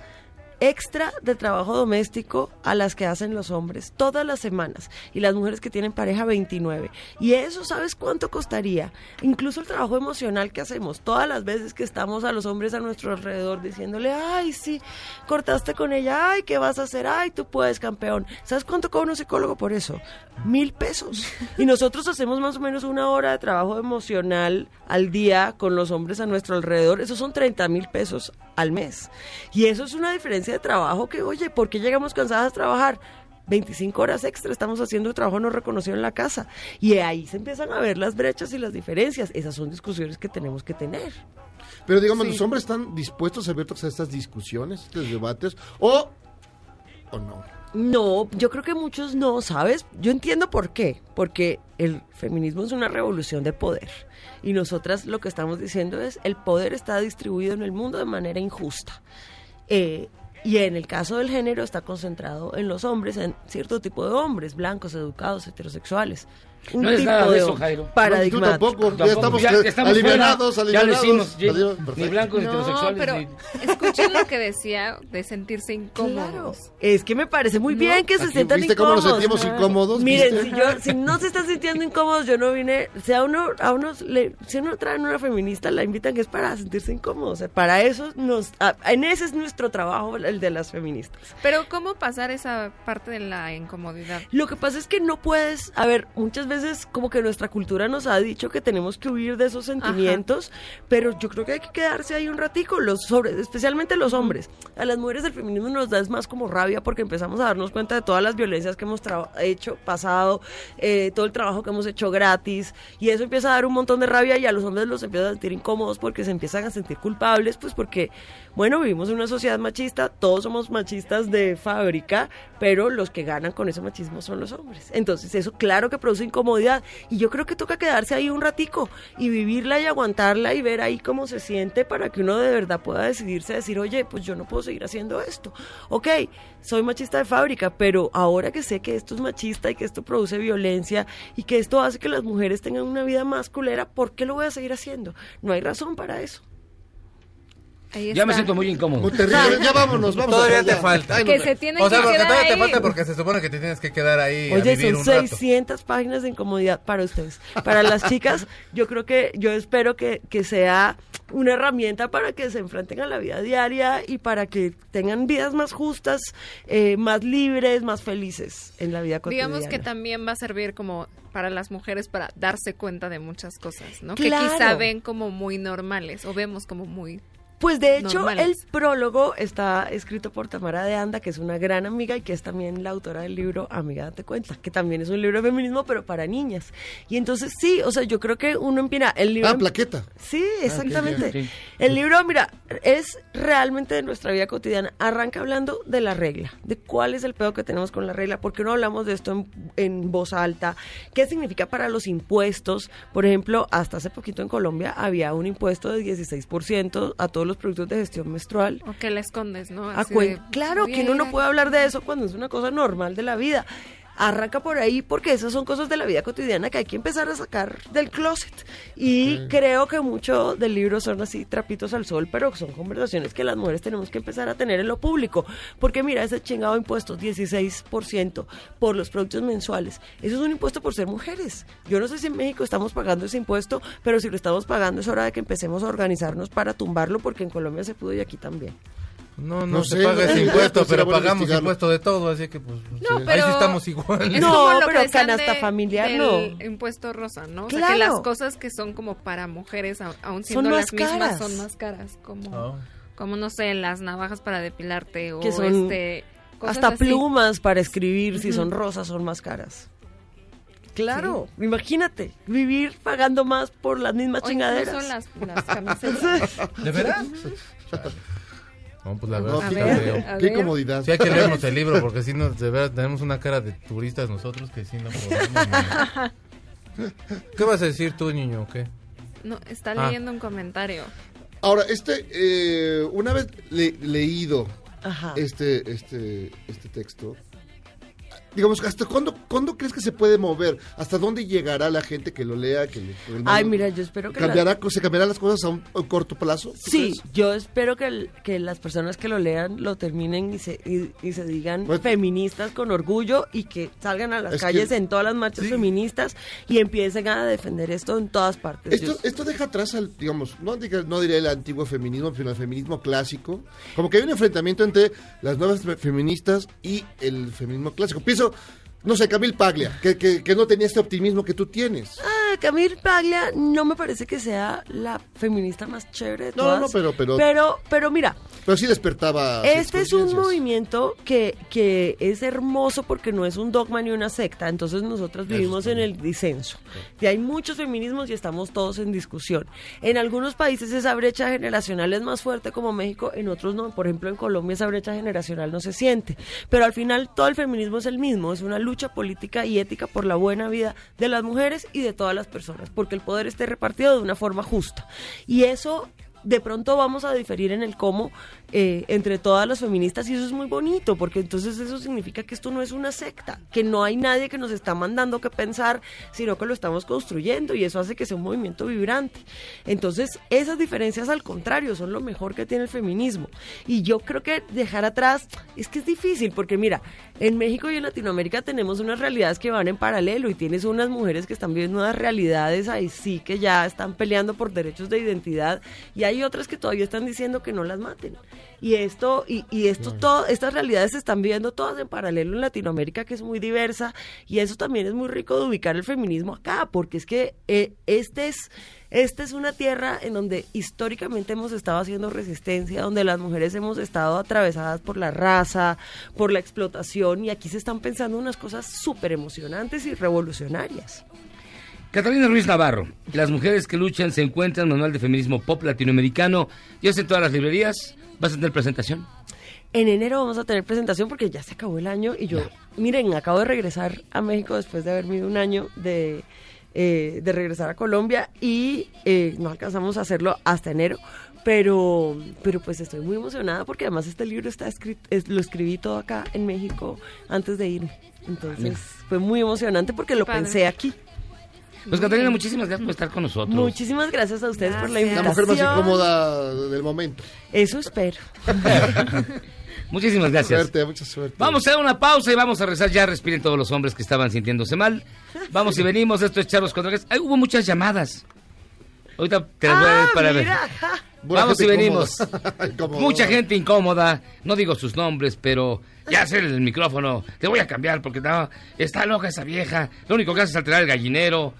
S11: extra de trabajo doméstico a las que hacen los hombres todas las semanas y las mujeres que tienen pareja 29 y eso sabes cuánto costaría incluso el trabajo emocional que hacemos todas las veces que estamos a los hombres a nuestro alrededor diciéndole ay sí cortaste con ella ay qué vas a hacer ay tú puedes campeón sabes cuánto cobra un psicólogo por eso mil pesos y nosotros hacemos más o menos una hora de trabajo emocional al día con los hombres a nuestro alrededor esos son 30 mil pesos al mes y eso es una diferencia de trabajo que, oye, ¿por qué llegamos cansadas a trabajar? 25 horas extra estamos haciendo un trabajo no reconocido en la casa. Y ahí se empiezan a ver las brechas y las diferencias. Esas son discusiones que tenemos que tener.
S6: Pero digamos,
S11: Sí.
S6: ¿los hombres están dispuestos, abiertos a estas discusiones, estos debates? ¿O, o no?
S11: No, yo creo que muchos no, ¿sabes? Yo entiendo por qué, porque el feminismo es una revolución de poder y nosotras lo que estamos diciendo es el poder está distribuido en el mundo de manera injusta. Eh, y en el caso del género está concentrado en los hombres, en cierto tipo de hombres, blancos, educados, heterosexuales. un
S5: no es
S11: tipo
S5: nada de
S11: de
S5: eso, Jairo.
S11: paradigmático.
S6: No, tú tampoco, ya estamos que- alivianados,
S5: fuera.
S6: alivianados.
S5: Ya lo hicimos, ya-
S6: Adiós,
S5: ni
S6: perfecto.
S5: blancos ni
S10: No,
S5: heterosexuales.
S10: pero
S5: ni-
S10: escuchen lo que decía de sentirse incómodos.
S11: Es que me parece muy bien que se
S6: Aquí,
S11: sientan
S6: ¿viste cómo
S11: incómodos.
S6: nos sentimos incómodos?
S11: Miren,
S6: ¿Viste?
S11: si, yo, si no se están sintiendo incómodos, yo no vine. Si a uno, a unos le- si a uno traen una feminista, la invitan que es para sentirse incómodos. O sea, para eso nos, a- en ese es nuestro trabajo, el de las feministas.
S10: Pero ¿cómo pasar esa parte de la incomodidad?
S11: Lo que pasa es que no puedes, a ver, muchas veces como que nuestra cultura nos ha dicho que tenemos que huir de esos sentimientos, pero yo creo que hay que quedarse ahí un ratico, los sobre, especialmente los hombres. A las mujeres el feminismo nos da es más como rabia porque empezamos a darnos cuenta de todas las violencias que hemos tra- hecho, pasado, eh, todo el trabajo que hemos hecho gratis, y eso empieza a dar un montón de rabia y a los hombres los empieza a sentir incómodos porque se empiezan a sentir culpables, pues porque, bueno, vivimos en una sociedad machista, todos somos machistas de fábrica, pero los que ganan con ese machismo son los hombres. Entonces eso claro que produce incomodidad y yo creo que toca quedarse ahí un ratico y vivirla y aguantarla y ver ahí cómo se siente para que uno de verdad pueda decidirse a decir, oye, pues yo no puedo seguir haciendo esto. Ok, soy machista de fábrica, pero ahora que sé que esto es machista y que esto produce violencia y que esto hace que las mujeres tengan una vida más culera, ¿por qué lo voy a seguir haciendo? No hay razón para eso.
S5: Ya me siento muy incómodo.
S11: Ah.
S6: terrible, ya vámonos, vamos
S9: Todavía
S6: allá.
S9: te falta.
S11: Ay, no Que te- se tienen
S9: O sea,
S11: que
S9: porque
S11: quedar
S9: todavía
S11: ahí.
S9: te falta porque se supone que te tienes que quedar ahí a
S11: Oye,
S9: vivir
S11: son
S9: un rato.
S11: 600 páginas de incomodidad para ustedes. Para las
S9: *laughs*
S11: chicas, yo creo que, yo espero que, que sea una herramienta para que se enfrenten a la vida diaria y para que tengan vidas más justas, eh, más libres, más felices en la vida cotidiana.
S10: Digamos que también va a servir como para las mujeres para darse cuenta de muchas cosas, ¿no? Que
S11: Claro.
S10: quizá ven como muy normales o vemos como muy...
S11: Pues de hecho,
S10: normales.
S11: el prólogo está escrito por Tamara de Anda, que es una gran amiga y que es también la autora del libro Amiga, date cuenta, que también es un libro de feminismo, pero para niñas. Y entonces, sí, o sea, yo creo que uno empieza. El libro,
S6: Ah, plaqueta.
S11: Sí, exactamente.
S6: ok, ok.
S11: El libro, mira, es realmente de nuestra vida cotidiana. Arranca hablando de la regla, de cuál es el pedo que tenemos con la regla, por qué no hablamos de esto en, en voz alta, qué significa para los impuestos. Por ejemplo, hasta hace poquito en Colombia había un impuesto de 16% a todos los productos de gestión menstrual.
S10: O que la escondes, ¿no?
S11: A
S10: Así
S11: cuen-
S10: de,
S11: claro
S10: voy a
S11: que uno
S10: ir
S11: no
S10: a-
S11: puede hablar de eso cuando es una cosa normal de la vida. Arranca por ahí porque esas son cosas de la vida cotidiana que hay que empezar a sacar del closet. Y
S10: Ok.
S11: creo que mucho del libro son así trapitos al sol, pero son conversaciones que las mujeres tenemos que empezar a tener en lo público. Porque mira, ese chingado impuesto, 16% por los productos mensuales, eso es un impuesto por ser mujeres. Yo no sé si en México estamos pagando ese impuesto, pero si lo estamos pagando es hora de que empecemos a organizarnos para tumbarlo porque en Colombia se pudo y aquí también.
S9: No, no,
S11: No
S9: se
S11: sé,
S9: paga
S11: no
S9: ese
S11: sé,
S9: impuesto,
S11: pues,
S9: pero
S11: será bueno
S9: pagamos
S11: investigarlo.
S9: impuesto de todo, así que pues
S10: No,
S9: ahí
S10: pero
S9: sí estamos igual.
S10: Es como lo
S11: pero
S10: que decían
S11: canasta
S10: de-
S11: familiar,
S10: del
S11: no.
S10: impuesto rosa, ¿no? O sea, que
S11: Claro.
S10: las cosas que son como para mujeres, au- aun siendo las
S11: más
S10: mismas,
S11: caras.
S10: son más caras. Como,
S5: Ah.
S11: Oh.
S10: como no sé, las navajas para depilarte o
S11: Que son
S10: este... cosas
S11: Hasta
S10: así.
S11: plumas para escribir, si
S10: Ujú.
S11: son rosas, son más caras. Claro, imagínate, vivir pagando más por las mismas
S10: O
S11: chingaderas.
S10: incluso las,
S11: *laughs*
S6: *laughs*
S10: las camisetas.
S6: Ah,
S9: ¿De veras? No, pues la verdad
S6: No,
S9: sí
S6: qué-
S9: está feo.
S6: a qué ver. incomodidad.
S9: Sí, hay que leernos el libro, porque si nos, de verdad, tenemos una cara de turistas nosotros que sí no podemos. no. ¿Qué vas a decir tú, niño, o qué?
S10: No, está
S9: Ah.
S10: leyendo un comentario.
S6: Ahora, este, eh, una vez le- leído
S11: Ajá.
S6: este, este, este texto, digamos, ¿hasta cuándo, cuándo crees que se puede mover? ¿Hasta dónde llegará la gente que lo lea? Que le- que el
S11: Ay,
S6: mundo-
S11: mira, yo espero que la-
S6: ¿Cambiará, ¿Se cambiarán las cosas a un, a un corto plazo? ¿Tú
S11: Sí,
S6: crees?
S11: yo espero que, el- que las personas que lo lean lo terminen y se, y, y se digan
S6: Bueno.
S11: feministas con orgullo y que salgan a las
S6: Pues Es que-
S11: calles en todas las marchas feministas y empiecen a defender esto en todas partes.
S6: Esto, esto deja atrás al, digamos, no, diga- no diría el antiguo feminismo, sino el feminismo clásico. Como que hay un enfrentamiento entre las nuevas fe- feministas y el feminismo clásico. Pienso, no sé, Camil Paglia, que, que- que no tenía este optimismo que tú tienes.
S11: Ah, Camille Paglia no me parece que sea la feminista más chévere de
S6: No,
S11: todas.
S6: no, pero- pero-
S11: pero, pero mira,
S6: Pero sí despertaba.
S11: Este es un
S6: conciencias.
S11: movimiento que, que es hermoso porque no es un dogma ni una secta. Entonces nosotras vivimos en el disenso. Y hay muchos feminismos y estamos todos en discusión. En algunos países esa brecha generacional es más fuerte como México, en otros no. Por ejemplo, en Colombia esa brecha generacional no se siente. Pero al final todo el feminismo es el mismo. Es una lucha política y ética por la buena vida de las mujeres y de todas las personas. Porque el poder esté repartido de una forma justa. Y eso de pronto vamos a diferir en el cómo, eh, entre todas las feministas y eso es muy bonito porque entonces eso significa que esto no es una secta, que no hay nadie que nos está mandando que pensar, sino que lo estamos construyendo y eso hace que sea un movimiento vibrante. Entonces esas diferencias al contrario son lo mejor que tiene el feminismo y yo creo que dejar atrás es que es difícil porque mira, en México y en Latinoamérica tenemos unas realidades que van en paralelo y tienes unas mujeres que están viviendo unas realidades ahí sí que ya están peleando por derechos de identidad y hay otras que todavía están diciendo que no las maten. Y esto, y, y esto todo, estas realidades se están viviendo todas en paralelo en Latinoamérica, que es muy diversa, y eso también es muy rico de ubicar el feminismo acá, porque es que eh, este es, esta es una tierra en donde históricamente hemos estado haciendo resistencia, donde las mujeres hemos estado atravesadas por la raza, por la explotación, y aquí se están pensando unas cosas súper emocionantes y revolucionarias.
S5: Catalina Ruiz Navarro, Las mujeres que luchan se encuentran manual de feminismo pop latinoamericano. Ya está en todas las librerías. ¿Vas a tener presentación?
S11: En enero vamos a tener presentación porque ya se acabó el año y yo, miren, acabo de regresar a México después de haberme ido un año de, eh, de regresar a Colombia y eh, no alcanzamos a hacerlo hasta enero. Pero, pero pues estoy muy emocionada porque además este libro está escrito, es- lo escribí todo acá en México antes de irme. Entonces
S5: mira.
S11: fue muy emocionante porque lo
S5: Padre.
S11: pensé aquí.
S5: Pues Catalina, muchísimas gracias por estar con nosotros.
S11: Muchísimas gracias a ustedes por la
S6: La
S11: invitación.
S6: mujer más incómoda del momento.
S11: Eso espero.
S5: Muchísimas gracias.
S6: Suerte, mucha suerte.
S5: Vamos a hacer una pausa y vamos a rezar. Ya respiren todos los hombres que estaban sintiéndose mal. Vamos y venimos. Esto es Charlos contra Gas. Ay, hubo muchas llamadas. Ahorita te las voy a
S6: Ah,
S5: dar para ver.
S6: mira. Buena
S5: Vamos y
S6: gente
S5: venimos.
S6: incómoda. *laughs* Incómoda.
S5: Mucha gente incómoda. No digo sus nombres, pero ya sé el micrófono. Te voy a cambiar porque no, está loca esa vieja. Lo único que hace es alterar el gallinero.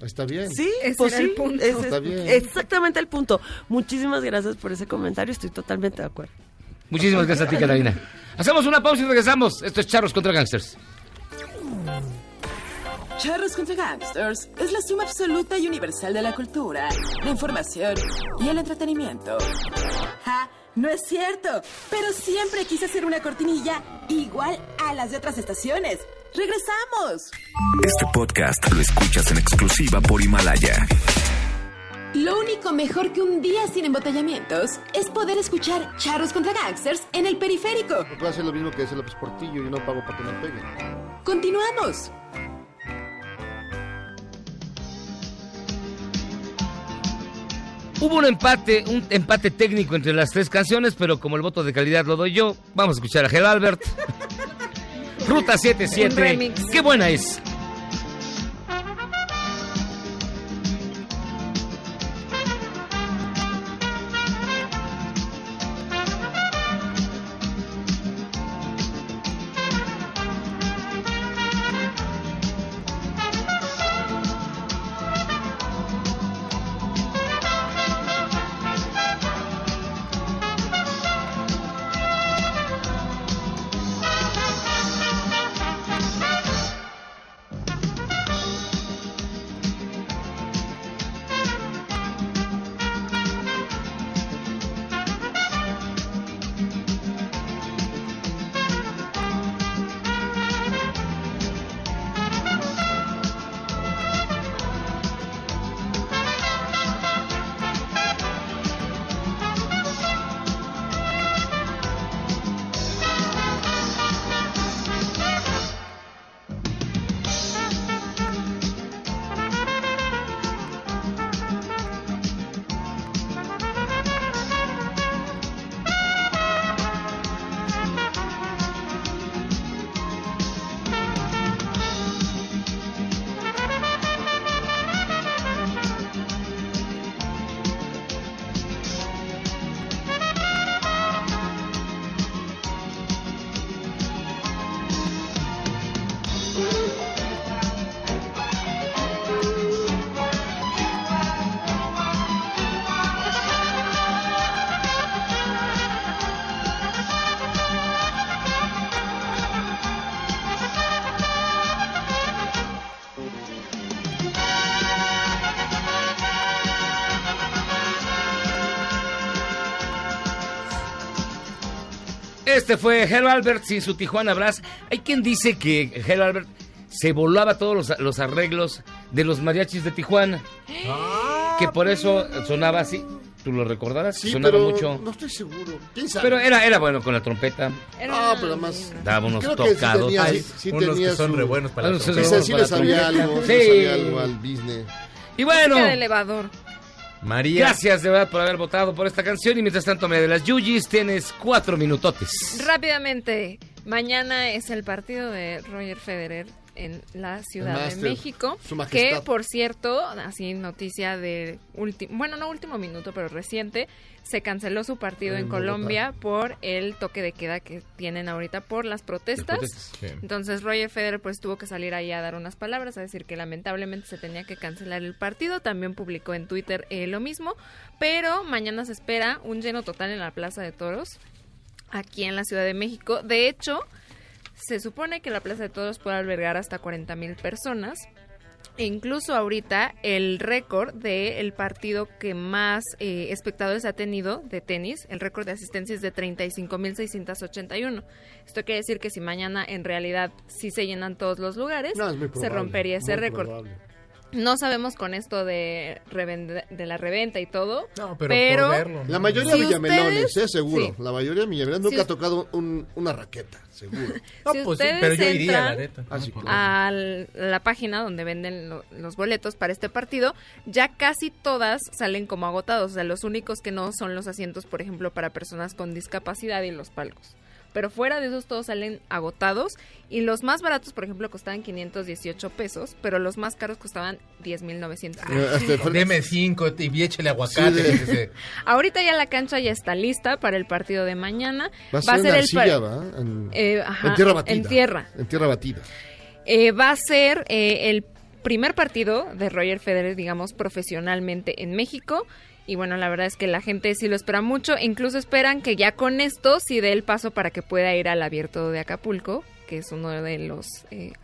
S6: Está bien.
S11: Sí,
S10: Ese
S11: pues
S10: era el
S11: sí,
S10: punto.
S11: ese es
S10: Está bien.
S11: exactamente el punto. Muchísimas gracias por ese comentario, estoy totalmente de acuerdo.
S5: Muchísimas gracias a ti, Catalina. Hacemos una pausa y regresamos. Esto es Charlos contra Gangsters.
S2: Charros contra Gangsters es la suma absoluta y universal de la cultura, la información y el entretenimiento.
S14: Ah,
S2: ¡Ja! No es cierto, pero siempre quise hacer una cortinilla igual a las de otras estaciones. ¡Regresamos!
S1: Este podcast lo escuchas en exclusiva por Himalaya.
S14: Lo único mejor que un día sin embotellamientos es poder escuchar Charros contra Gangsters en el periférico.
S6: Voy a hacer lo mismo que hace López Portillo, yo no pago para que me peguen.
S14: Continuamos.
S5: Hubo un empate, un empate técnico entre las tres canciones, pero como el voto de calidad lo doy yo, vamos a escuchar a Gel Albert. Ruta
S10: Un
S5: 77.
S10: remix.
S5: Qué buena es. Este fue Gel Albert sin su Tijuana Brass. Hay quien dice que Gel Albert se volaba todos los, los arreglos de los mariachis de Tijuana. Que por eso sonaba así. tú lo recordarás,
S6: Sí,
S5: sonaba
S6: pero
S5: mucho.
S6: no estoy seguro. ¿Quién sabe?
S5: Pero era, era bueno con la trompeta.
S6: Ah, pero más.
S5: Daba unos
S6: Creo que sí
S5: tocados.
S6: tenía-
S5: Ay,
S6: sí- sí tenía su-
S5: Unos que son
S6: Quizás sí
S5: buenos
S6: le
S5: Ah, para la
S6: sabía
S5: trompeta.
S6: algo, sí
S5: Sí.
S6: le sabía algo al Disney.
S5: Y bueno.
S10: Música de elevador.
S5: María. Gracias de verdad por haber votado por esta canción. Y mientras tanto, María de las Yuyis, tienes cuatro minutotes.
S10: Rápidamente, mañana es el partido de Roger Federer en la
S5: El
S10: Ciudad de
S5: Master.
S10: México,
S5: Su majestad.
S10: que por cierto, así noticia de último, bueno, no último minuto, pero reciente, se canceló su partido
S12: En
S10: en,
S12: Bogotá.
S10: Colombia por el toque de queda que tienen ahorita por las protestas.
S12: protestas, sí.
S10: Entonces Roger Federer pues tuvo que salir ahí a dar unas palabras, a decir que lamentablemente se tenía que cancelar el partido, también publicó en Twitter eh, lo mismo, pero mañana se espera un lleno total en la Plaza de Toros aquí en la Ciudad de México. De hecho, se supone que la Plaza de Toros puede albergar hasta 40 mil personas. E incluso ahorita el récord del partido que más eh, espectadores ha tenido de tenis, el récord de asistencia es de 35.681. Esto quiere decir que si mañana en realidad sí se llenan todos los lugares,
S12: No, es muy
S10: se
S12: probable,
S10: rompería ese
S12: muy
S10: récord.
S12: probable.
S10: No sabemos con esto de, revende- de la reventa y todo, pero,
S6: La mayoría
S10: si
S6: Villamelones,
S10: ustedes-
S6: eh, seguro.
S10: sí.
S6: La mayoría de Villamelones
S10: Si
S6: nunca ha
S10: us-
S6: tocado un- una raqueta,
S10: *laughs*
S6: seguro.
S10: Si
S6: pues
S10: ustedes entran
S6: Ah, sí, claro.
S10: A la página donde venden lo- los boletos para este partido, ya casi todas salen como agotados. O sea, los únicos que no son los asientos, por ejemplo, para personas con discapacidad y los palcos. Pero fuera de esos todos salen agotados y los más baratos, por ejemplo, costaban 518 pesos, pero los más caros costaban 10.900.
S9: Ah,
S6: Este,
S9: Deme cinco y vi- échele aguacate.
S6: Ah, Sí, de-
S9: dice.
S10: Ahorita ya la cancha ya está lista para el partido de mañana.
S6: Va a ser, en
S10: el
S6: arcilla,
S10: par-
S6: ¿va? En,
S10: Eh, ajá,
S6: en tierra batida.
S10: en tierra.
S6: En tierra batida.
S10: Eh, va a ser eh, el primer partido de Roger Federer, digamos, profesionalmente en México. Y bueno, la verdad es que la gente sí lo espera mucho. Incluso esperan que ya con esto sí dé el paso para que pueda ir al abierto de Acapulco, que es uno de los... eh,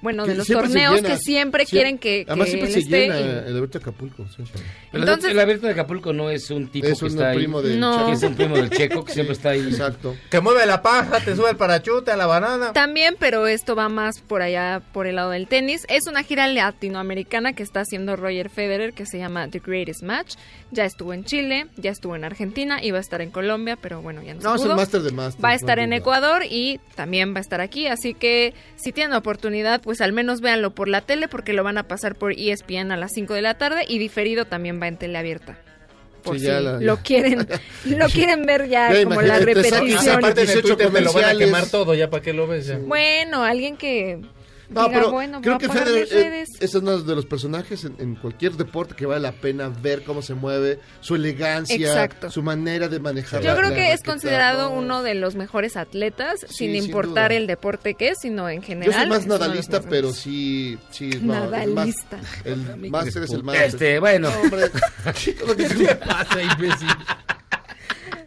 S10: bueno,
S6: Que
S10: de los
S6: siempre se
S10: torneos
S6: llena,
S10: que siempre
S6: sie-
S10: quieren que,
S6: Además,
S10: que
S6: siempre
S10: él
S6: se
S10: esté
S6: llena
S10: y-
S6: el abierto de Acapulco. siempre.
S5: El
S10: Entonces-
S5: abierto- el abierto de Acapulco no es un tipo
S6: Es
S5: que
S6: un
S5: está ahí.
S6: primo del
S10: No. Checo.
S5: Es un primo del checo que siempre está ahí.
S6: Exacto.
S9: Que mueve la paja, te sube el parachute a la banana.
S10: También, pero esto va más por allá, por el lado del tenis. Es una gira latinoamericana que está haciendo Roger Federer, que se llama The Greatest Match. Ya estuvo en Chile, ya estuvo en Argentina, iba a estar en Colombia, pero bueno, ya no, se
S6: No, es el
S10: pudo.
S6: máster de máster.
S10: Va a estar en Ecuador y también va a estar aquí, así que si tienen oportunidad, pues al menos véanlo por la tele porque lo van a pasar por E ESPN a las 5 de la tarde y diferido también va en teleabierta. Por
S6: Sí,
S10: si
S6: ya la-
S10: lo quieren lo quieren ver ya,
S9: Ya
S10: como la
S9: imagínate, te saca-
S10: repetición.
S9: esa parte en el
S6: 18
S9: Twitter me lo van a
S6: comerciales.
S9: quemar todo, ya para qué lo ves. ya.
S10: Bueno, alguien que
S6: No,
S10: diga,
S6: pero
S10: bueno,
S6: creo
S10: voy
S6: que
S10: a pagar
S6: Federer
S10: mis
S6: eh,
S10: redes.
S6: es uno de los personajes en, en cualquier deporte que vale la pena ver cómo se mueve, su elegancia,
S10: Exacto.
S6: su manera de manejar.
S10: Yo
S6: la-
S10: creo
S6: la
S10: que es
S6: raqueta.
S10: considerado uno de los mejores atletas, sin
S6: sin
S10: importar
S6: duda.
S10: el deporte que es, sino en
S6: Yo
S10: general.
S6: soy más
S10: es uno de los
S6: nadalista,
S10: mejores.
S6: pero sí, sí, no, el más-
S10: Nadalista.
S6: El máster es el
S5: Este,
S6: máster.
S5: bueno.
S6: Hombre, lo que te
S9: pasa, imbécil?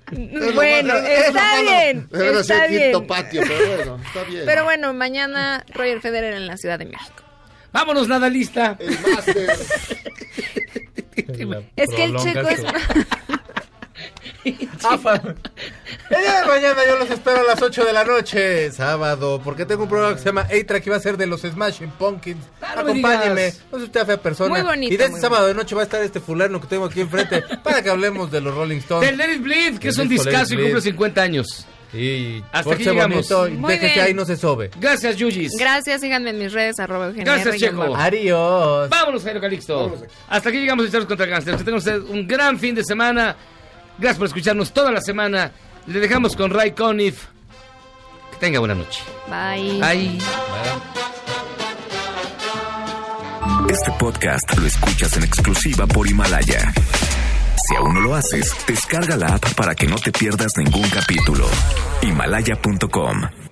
S6: Es lo
S10: Bueno,
S6: malo, es lo
S10: está
S6: malo.
S10: bien,
S6: Era así
S10: está
S6: el quinto
S10: bien.
S6: patio, pero bueno, está bien.
S10: Pero bueno, mañana Roger Federer en la Ciudad de México.
S5: Vámonos, nada lista.
S10: Es que el
S9: *laughs*
S10: checo es...
S5: *laughs*
S9: El día de mañana yo los espero a las 8 de la noche, sábado, porque tengo un programa que se llama A-Track y va a ser de los Smashing Pumpkins.
S5: me
S9: Acompáñeme,
S5: digas.
S9: no es usted fea persona.
S5: Muy bonito,
S9: y de
S5: muy
S9: este sábado de noche va a estar este fulano que tengo aquí enfrente para que hablemos de los Rolling Stones.
S5: Del Let It Bleed, que es
S9: Del
S5: un
S9: disco Let It
S5: discazo y
S9: Bleed.
S5: cumple 50 años.
S9: Y
S5: hasta aquí
S9: Pórtese
S5: llegamos.
S9: bonito y
S10: Muy
S9: déjese
S10: bien.
S9: ahí, no se sobe.
S5: Gracias, Yuyis.
S10: Gracias, síganme en mis redes, arroba Eugenia
S5: Gracias,
S10: R.
S5: Checo.
S9: Adiós.
S5: Vámonos, Jairo Calixto. Hasta aquí llegamos a Charlos contra Gánsteres. Que tengan ustedes un gran fin de semana. Gracias por escucharnos toda la semana. Le dejamos con Ray Conniff. Que tenga buena noche.
S10: Bye.
S5: Bye.
S1: Este podcast lo escuchas en exclusiva por Himalaya. Si aún no lo haces, descarga la app para que no te pierdas ningún capítulo. Himalaya.com